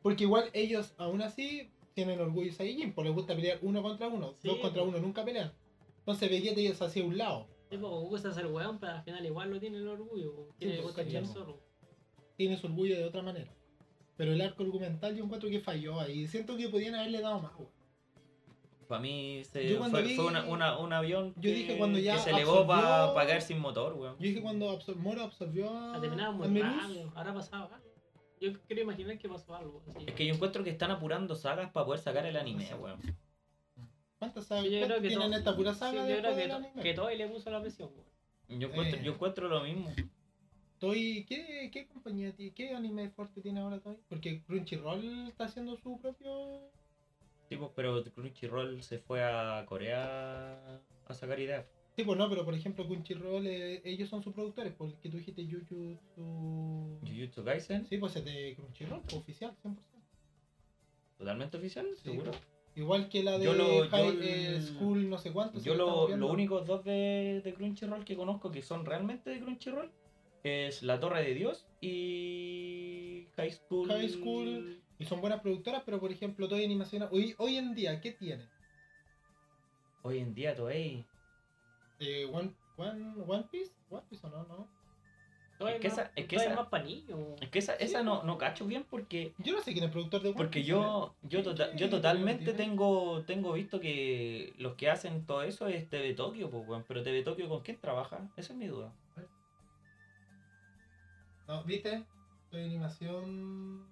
Speaker 1: Porque igual ellos, aún así, tienen orgullo Saiyajin, porque les gusta pelear uno contra uno,
Speaker 3: Sí,
Speaker 1: dos contra
Speaker 3: pues.
Speaker 1: uno, nunca pelean. Entonces Vegeta ellos hacia un lado.
Speaker 3: Sí, po, Goku se hace el weón, pero al final igual lo tiene el orgullo. po. Tiene
Speaker 1: Sí,
Speaker 3: que
Speaker 1: pues,
Speaker 3: cachar
Speaker 1: sí, po.
Speaker 3: solo.
Speaker 1: Tiene su orgullo de otra manera. Pero el arco argumental yo encuentro que falló ahí. Siento que podían haberle dado más, weón.
Speaker 2: Para mí se-
Speaker 1: Yo cuando
Speaker 2: fue,
Speaker 1: vi-
Speaker 2: fue una- una- un avión
Speaker 1: yo
Speaker 2: que,
Speaker 1: dije cuando ya
Speaker 2: que se elevó para
Speaker 1: absorbió-
Speaker 2: caer sin motor, weón.
Speaker 1: Yo dije cuando absor- Moro absorbió a,
Speaker 3: La terminaron
Speaker 1: a
Speaker 3: muy
Speaker 1: Melus,
Speaker 3: rápido. Ahora pasaba. Yo quiero imaginar que pasó algo. así.
Speaker 2: Es que yo encuentro que están apurando sagas para poder sacar el anime,
Speaker 1: Exacto.
Speaker 2: weón.
Speaker 1: ¿Cuántas
Speaker 3: Sí,
Speaker 1: sagas
Speaker 3: yo creo que
Speaker 1: tienen
Speaker 3: todo-
Speaker 1: esta pura
Speaker 3: sí,
Speaker 1: saga
Speaker 3: yo
Speaker 1: después
Speaker 3: creo que,
Speaker 1: del
Speaker 3: to-
Speaker 1: anime?
Speaker 3: que todo y le puso la presión. pues. weón.
Speaker 2: Yo encuentro,
Speaker 1: Eh.
Speaker 2: yo encuentro lo mismo.
Speaker 1: Toy, ¿qué, qué compañía tiene? ¿Qué anime fuerte tiene ahora Toy? Porque Crunchyroll está haciendo su propio.
Speaker 2: Sí, pues, pero Crunchyroll se fue a Corea a sacar ideas.
Speaker 1: Sí, pues no, pero por ejemplo, Crunchyroll, eh, ellos son sus productores, porque tú dijiste Jujutsu.
Speaker 2: Jujutsu Kaisen,
Speaker 1: Sí, pues es de Crunchyroll, oficial, 100%.
Speaker 2: totalmente oficial,
Speaker 1: Sí,
Speaker 2: seguro.
Speaker 1: pues. Igual que la de
Speaker 2: Yo lo-
Speaker 1: High
Speaker 2: yo
Speaker 1: eh,
Speaker 2: el-
Speaker 1: School, no sé cuánto.
Speaker 2: Yo
Speaker 1: si lo
Speaker 2: lo-
Speaker 1: pues, estamos
Speaker 2: los
Speaker 1: viendo.
Speaker 2: únicos dos de, de Crunchyroll que conozco que son realmente de Crunchyroll es La Torre de Dios y High School.
Speaker 1: High School. Y son buenas productoras, pero por ejemplo, Toy Animación. Hoy, hoy en día, ¿qué tienen?
Speaker 2: Hoy en día, Toei.
Speaker 1: Eh, One, One, One Piece? ¿One Piece o no? no?
Speaker 3: Todo
Speaker 2: Es
Speaker 3: es
Speaker 2: que
Speaker 3: más-
Speaker 2: esa- es que
Speaker 3: todo
Speaker 2: esa-
Speaker 3: más pues. pa' niños, weón.
Speaker 2: Es que esa, esa no, no cacho bien porque
Speaker 1: Yo no sé quién es productor de One
Speaker 2: Porque
Speaker 1: Piece,
Speaker 2: yo, yo,
Speaker 1: ¿Qué-
Speaker 2: tota-
Speaker 1: qué
Speaker 2: yo totalmente
Speaker 1: tiene?
Speaker 2: tengo, tengo visto que los que hacen todo eso es TV Tokio, pues, weón. Pero TV Tokio, ¿con quién trabaja? Esa es mi duda.
Speaker 1: ¿eh? No, ¿viste? Soy animación.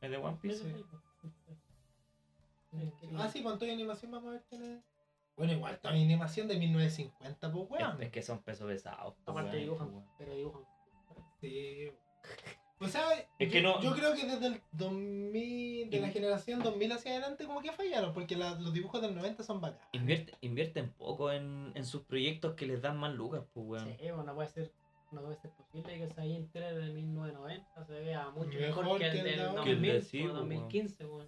Speaker 2: ¿Es de One Piece?
Speaker 1: Sí.
Speaker 3: pues.
Speaker 1: Ah, sí, con Toy Animación vamos a ver quién es. Bueno, igual, Toy Animación de 1950, pues weón.
Speaker 2: Es, es que son pesos pesados. pues,
Speaker 3: Aparte
Speaker 2: weón,
Speaker 3: dibujan,
Speaker 2: weón.
Speaker 3: pero dibujan.
Speaker 1: Sí. O sea,
Speaker 2: Es que
Speaker 1: yo,
Speaker 2: no-
Speaker 1: yo creo que desde el 2000, de la generación 2000 hacia adelante, como que fallaron, porque la- los dibujos del 90 son bacanas.
Speaker 2: Invierte, invierten poco en, en sus proyectos que les dan más lucas, pues, weón.
Speaker 3: Sí, bueno, no puede ser, no puede ser posible que se haya entrado en el 1990, se vea mucho
Speaker 1: Mejor
Speaker 3: mejor, que el
Speaker 1: que el
Speaker 3: del pues,
Speaker 1: de pues, ahora.
Speaker 2: Que el de
Speaker 3: 2000
Speaker 2: sí,
Speaker 3: o
Speaker 2: weón.
Speaker 3: 2015, weón.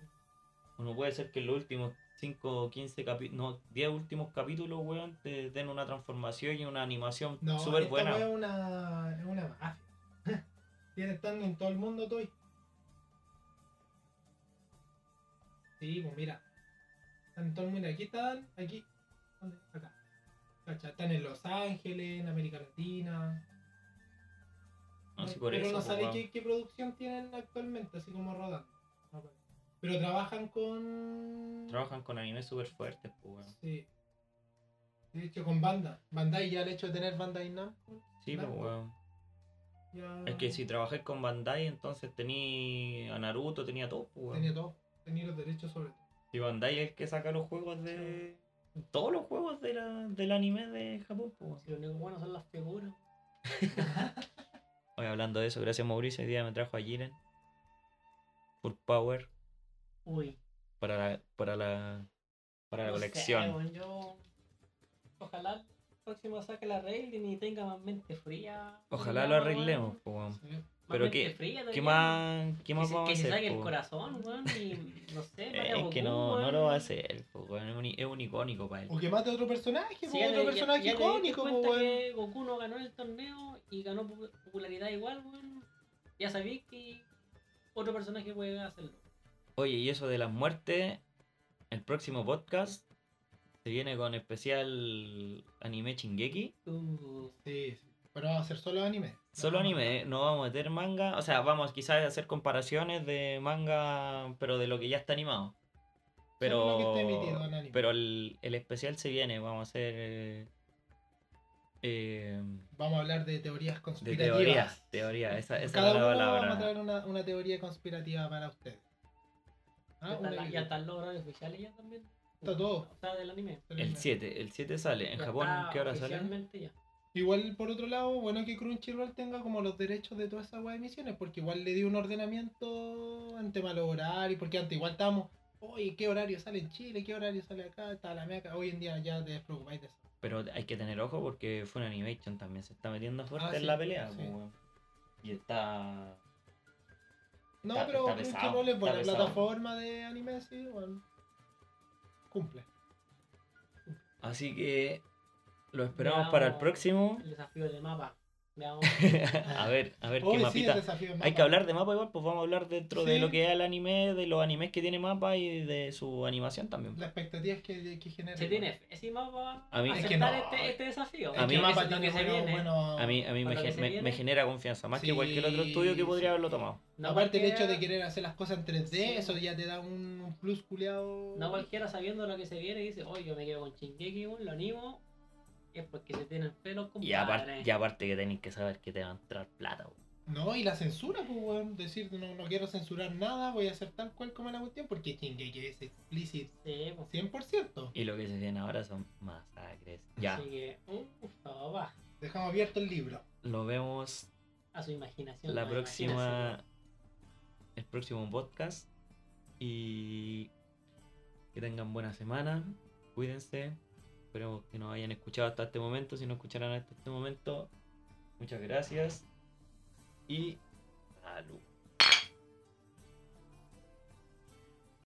Speaker 2: Uno puede ser que en los últimos 5 o 15 capítulos, no, 10 últimos capítulos, weón, te den una transformación y una animación
Speaker 1: No,
Speaker 2: súper
Speaker 1: esta
Speaker 2: buena.
Speaker 1: wea es una, es una mafia. Tiene están en todo el mundo Toy. Sí, pues mira. Están en todo el mundo. Aquí están, aquí. ¿Dónde? Acá. Cacha, Están en Los Ángeles, en América Latina.
Speaker 2: No
Speaker 1: No,
Speaker 2: sé Ah, por
Speaker 1: pero
Speaker 2: eso.
Speaker 1: no
Speaker 2: po,
Speaker 1: sabe
Speaker 2: weón.
Speaker 1: qué, qué producción tienen actualmente, así como rodando. No, pero- Pero trabajan con.
Speaker 2: Trabajan con animes súper fuertes, pues, weón.
Speaker 1: Sí. De hecho, con banda. Bandai ya el hecho de tener Bandai Namco.
Speaker 2: Sí, pues,
Speaker 1: Namco,
Speaker 2: weón.
Speaker 1: ya
Speaker 2: Es que si trabajé con Bandai, entonces tenía a Naruto, tenía todo, pues, weón.
Speaker 1: Tenía todo. Tenía los derechos sobre todo.
Speaker 2: Y Bandai es el que saca los juegos de. Todos los juegos de la- del anime de Japón, pues, weón.
Speaker 3: Si lo único bueno son las figuras.
Speaker 2: Hoy hablando de eso, gracias Mauricio, hoy día me trajo a Jiren. Full Power
Speaker 3: Uy.
Speaker 2: para la, para la, para la
Speaker 3: no sé,
Speaker 2: colección.
Speaker 3: weón, yo... Ojalá la próxima saque la arreglen y tenga más mente fría.
Speaker 2: Ojalá
Speaker 3: Digamos,
Speaker 2: lo
Speaker 3: weón.
Speaker 2: arreglemos, pues, weón.
Speaker 1: Sí.
Speaker 3: Más
Speaker 2: Pero
Speaker 3: mente
Speaker 2: qué-
Speaker 3: fría
Speaker 2: ¿Qué
Speaker 3: deberían.
Speaker 2: más,
Speaker 3: Que
Speaker 2: qué más
Speaker 3: se-
Speaker 2: vamos a
Speaker 3: Que se
Speaker 2: hacer?
Speaker 3: saque el
Speaker 2: po?
Speaker 3: corazón, weón, y no sé,
Speaker 2: Eh,
Speaker 3: vaya
Speaker 2: Es que
Speaker 3: Goku,
Speaker 2: no, no
Speaker 3: weón.
Speaker 2: lo va a hacer, po, weón. es, un, es un icónico para él.
Speaker 1: O que mate a otro personaje, po,
Speaker 3: ya
Speaker 1: otro
Speaker 3: te- ya-
Speaker 1: personaje
Speaker 3: ya te diste
Speaker 1: icónico, po,
Speaker 3: cuenta
Speaker 1: weón.
Speaker 3: que Goku no ganó el torneo y ganó pu- popularidad igual, weón. Ya sabí que otro personaje puede hacerlo.
Speaker 2: Oye, y eso de las muertes, el próximo podcast se viene con especial anime chingeki.
Speaker 3: Uh,
Speaker 1: Sí, sí. Pero va a ser solo anime.
Speaker 2: Solo
Speaker 1: No, no,
Speaker 2: anime, ¿eh? no vamos a meter manga. O sea, vamos quizás a hacer comparaciones de manga, pero de lo que ya está animado.
Speaker 1: Solo lo
Speaker 2: Pero,
Speaker 1: que está emitido en anime.
Speaker 2: pero el, el especial se viene, vamos a hacer eh, eh,
Speaker 1: Vamos a hablar de teorías
Speaker 2: de
Speaker 1: conspirativas.
Speaker 2: teoría. Teoría, esa, esa
Speaker 1: Cada
Speaker 2: era
Speaker 1: uno
Speaker 2: la
Speaker 1: vamos a
Speaker 2: palabra.
Speaker 1: traer una, una teoría conspirativa para ustedes.
Speaker 3: ya
Speaker 1: Ah,
Speaker 3: están
Speaker 1: una
Speaker 3: la-
Speaker 1: que-
Speaker 3: ya están los horarios oficiales ya también.
Speaker 1: Está todo.
Speaker 3: O sea, del anime.
Speaker 2: El 7, el 7 sale. ¿En
Speaker 3: Ya
Speaker 2: Japón
Speaker 3: está
Speaker 2: qué hora sale?
Speaker 3: Oficialmente ya.
Speaker 1: Igual, por otro lado, bueno que Crunchyroll tenga como los derechos de toda esa weá de emisiones, porque igual le dio un ordenamiento en tema de los horarios, porque antes igual estábamos, oye, ¿qué horario sale en Chile? ¿Qué horario sale acá? Está la meca. Hoy en día ya te despreocupáis de eso.
Speaker 2: Pero hay que tener ojo porque Funimation también se está metiendo fuerte
Speaker 1: Ah,
Speaker 2: en
Speaker 1: sí,
Speaker 2: la pelea.
Speaker 1: sí.
Speaker 2: pues, weón. Y está...
Speaker 1: No,
Speaker 2: Está-
Speaker 1: pero
Speaker 2: está pesado,
Speaker 1: Crunchyroll es
Speaker 2: está
Speaker 1: buena
Speaker 2: pesado.
Speaker 1: plataforma de anime, sí, bueno. Cumple.
Speaker 2: Así que lo esperamos para el
Speaker 3: Veamos.
Speaker 2: próximo.
Speaker 3: El desafío de mapa. Veamos.
Speaker 2: a ver, a ver
Speaker 1: Hoy
Speaker 2: qué
Speaker 1: sí,
Speaker 2: mapita.
Speaker 1: el desafío es
Speaker 2: Hay
Speaker 1: mapa.
Speaker 2: que hablar de mapa igual, pues vamos a hablar dentro de
Speaker 1: Sí.
Speaker 2: lo que es el anime, de los animes que tiene mapa y de su animación también.
Speaker 1: La expectativa es que, que genera.
Speaker 3: Se tiene fe. ese mapa
Speaker 2: A mí-
Speaker 1: Es que
Speaker 3: aceptar
Speaker 1: no.
Speaker 3: este, este desafío.
Speaker 2: A mí-
Speaker 1: el
Speaker 2: Eso
Speaker 1: mapa
Speaker 3: es lo
Speaker 1: tiene
Speaker 3: que se
Speaker 1: bueno,
Speaker 3: viene.
Speaker 1: bueno.
Speaker 2: A mí, a mí me,
Speaker 3: Con lo que
Speaker 2: gen-
Speaker 3: se
Speaker 2: me-
Speaker 3: viene.
Speaker 2: me genera confianza, más
Speaker 1: Sí,
Speaker 2: que cualquier otro estudio que podría
Speaker 1: sí.
Speaker 2: haberlo tomado.
Speaker 3: No
Speaker 1: Aparte el
Speaker 3: cualquiera-
Speaker 1: hecho de querer hacer las cosas en 3D,
Speaker 3: Sí.
Speaker 1: eso ya te da un, un plus culeado.
Speaker 3: No cualquiera sabiendo lo que se viene dice, oye, yo me quedo con Shingeki, weón, lo animo. Es porque se tienen pelos, compadre.
Speaker 2: Y aparte, y aparte que tenéis que saber que te va a entrar plata. weón.
Speaker 1: No, y la censura, pues, weón. Decir, no, no quiero censurar nada, voy a hacer tal cual como la cuestión, porque Shingeki es explícito
Speaker 3: Sí, pues.
Speaker 1: 100%.
Speaker 2: Y lo que se viene ahora son masacres. Ya,
Speaker 3: Así que, uff, va.
Speaker 1: Dejamos abierto el libro.
Speaker 2: lo vemos
Speaker 3: A su imaginación.
Speaker 2: la
Speaker 3: no,
Speaker 2: próxima,
Speaker 3: imagínense.
Speaker 2: el próximo podcast. Y que tengan buena semana. Cuídense. Esperemos que nos hayan escuchado hasta este momento. Si no escucharon hasta este momento, muchas gracias. Y salud.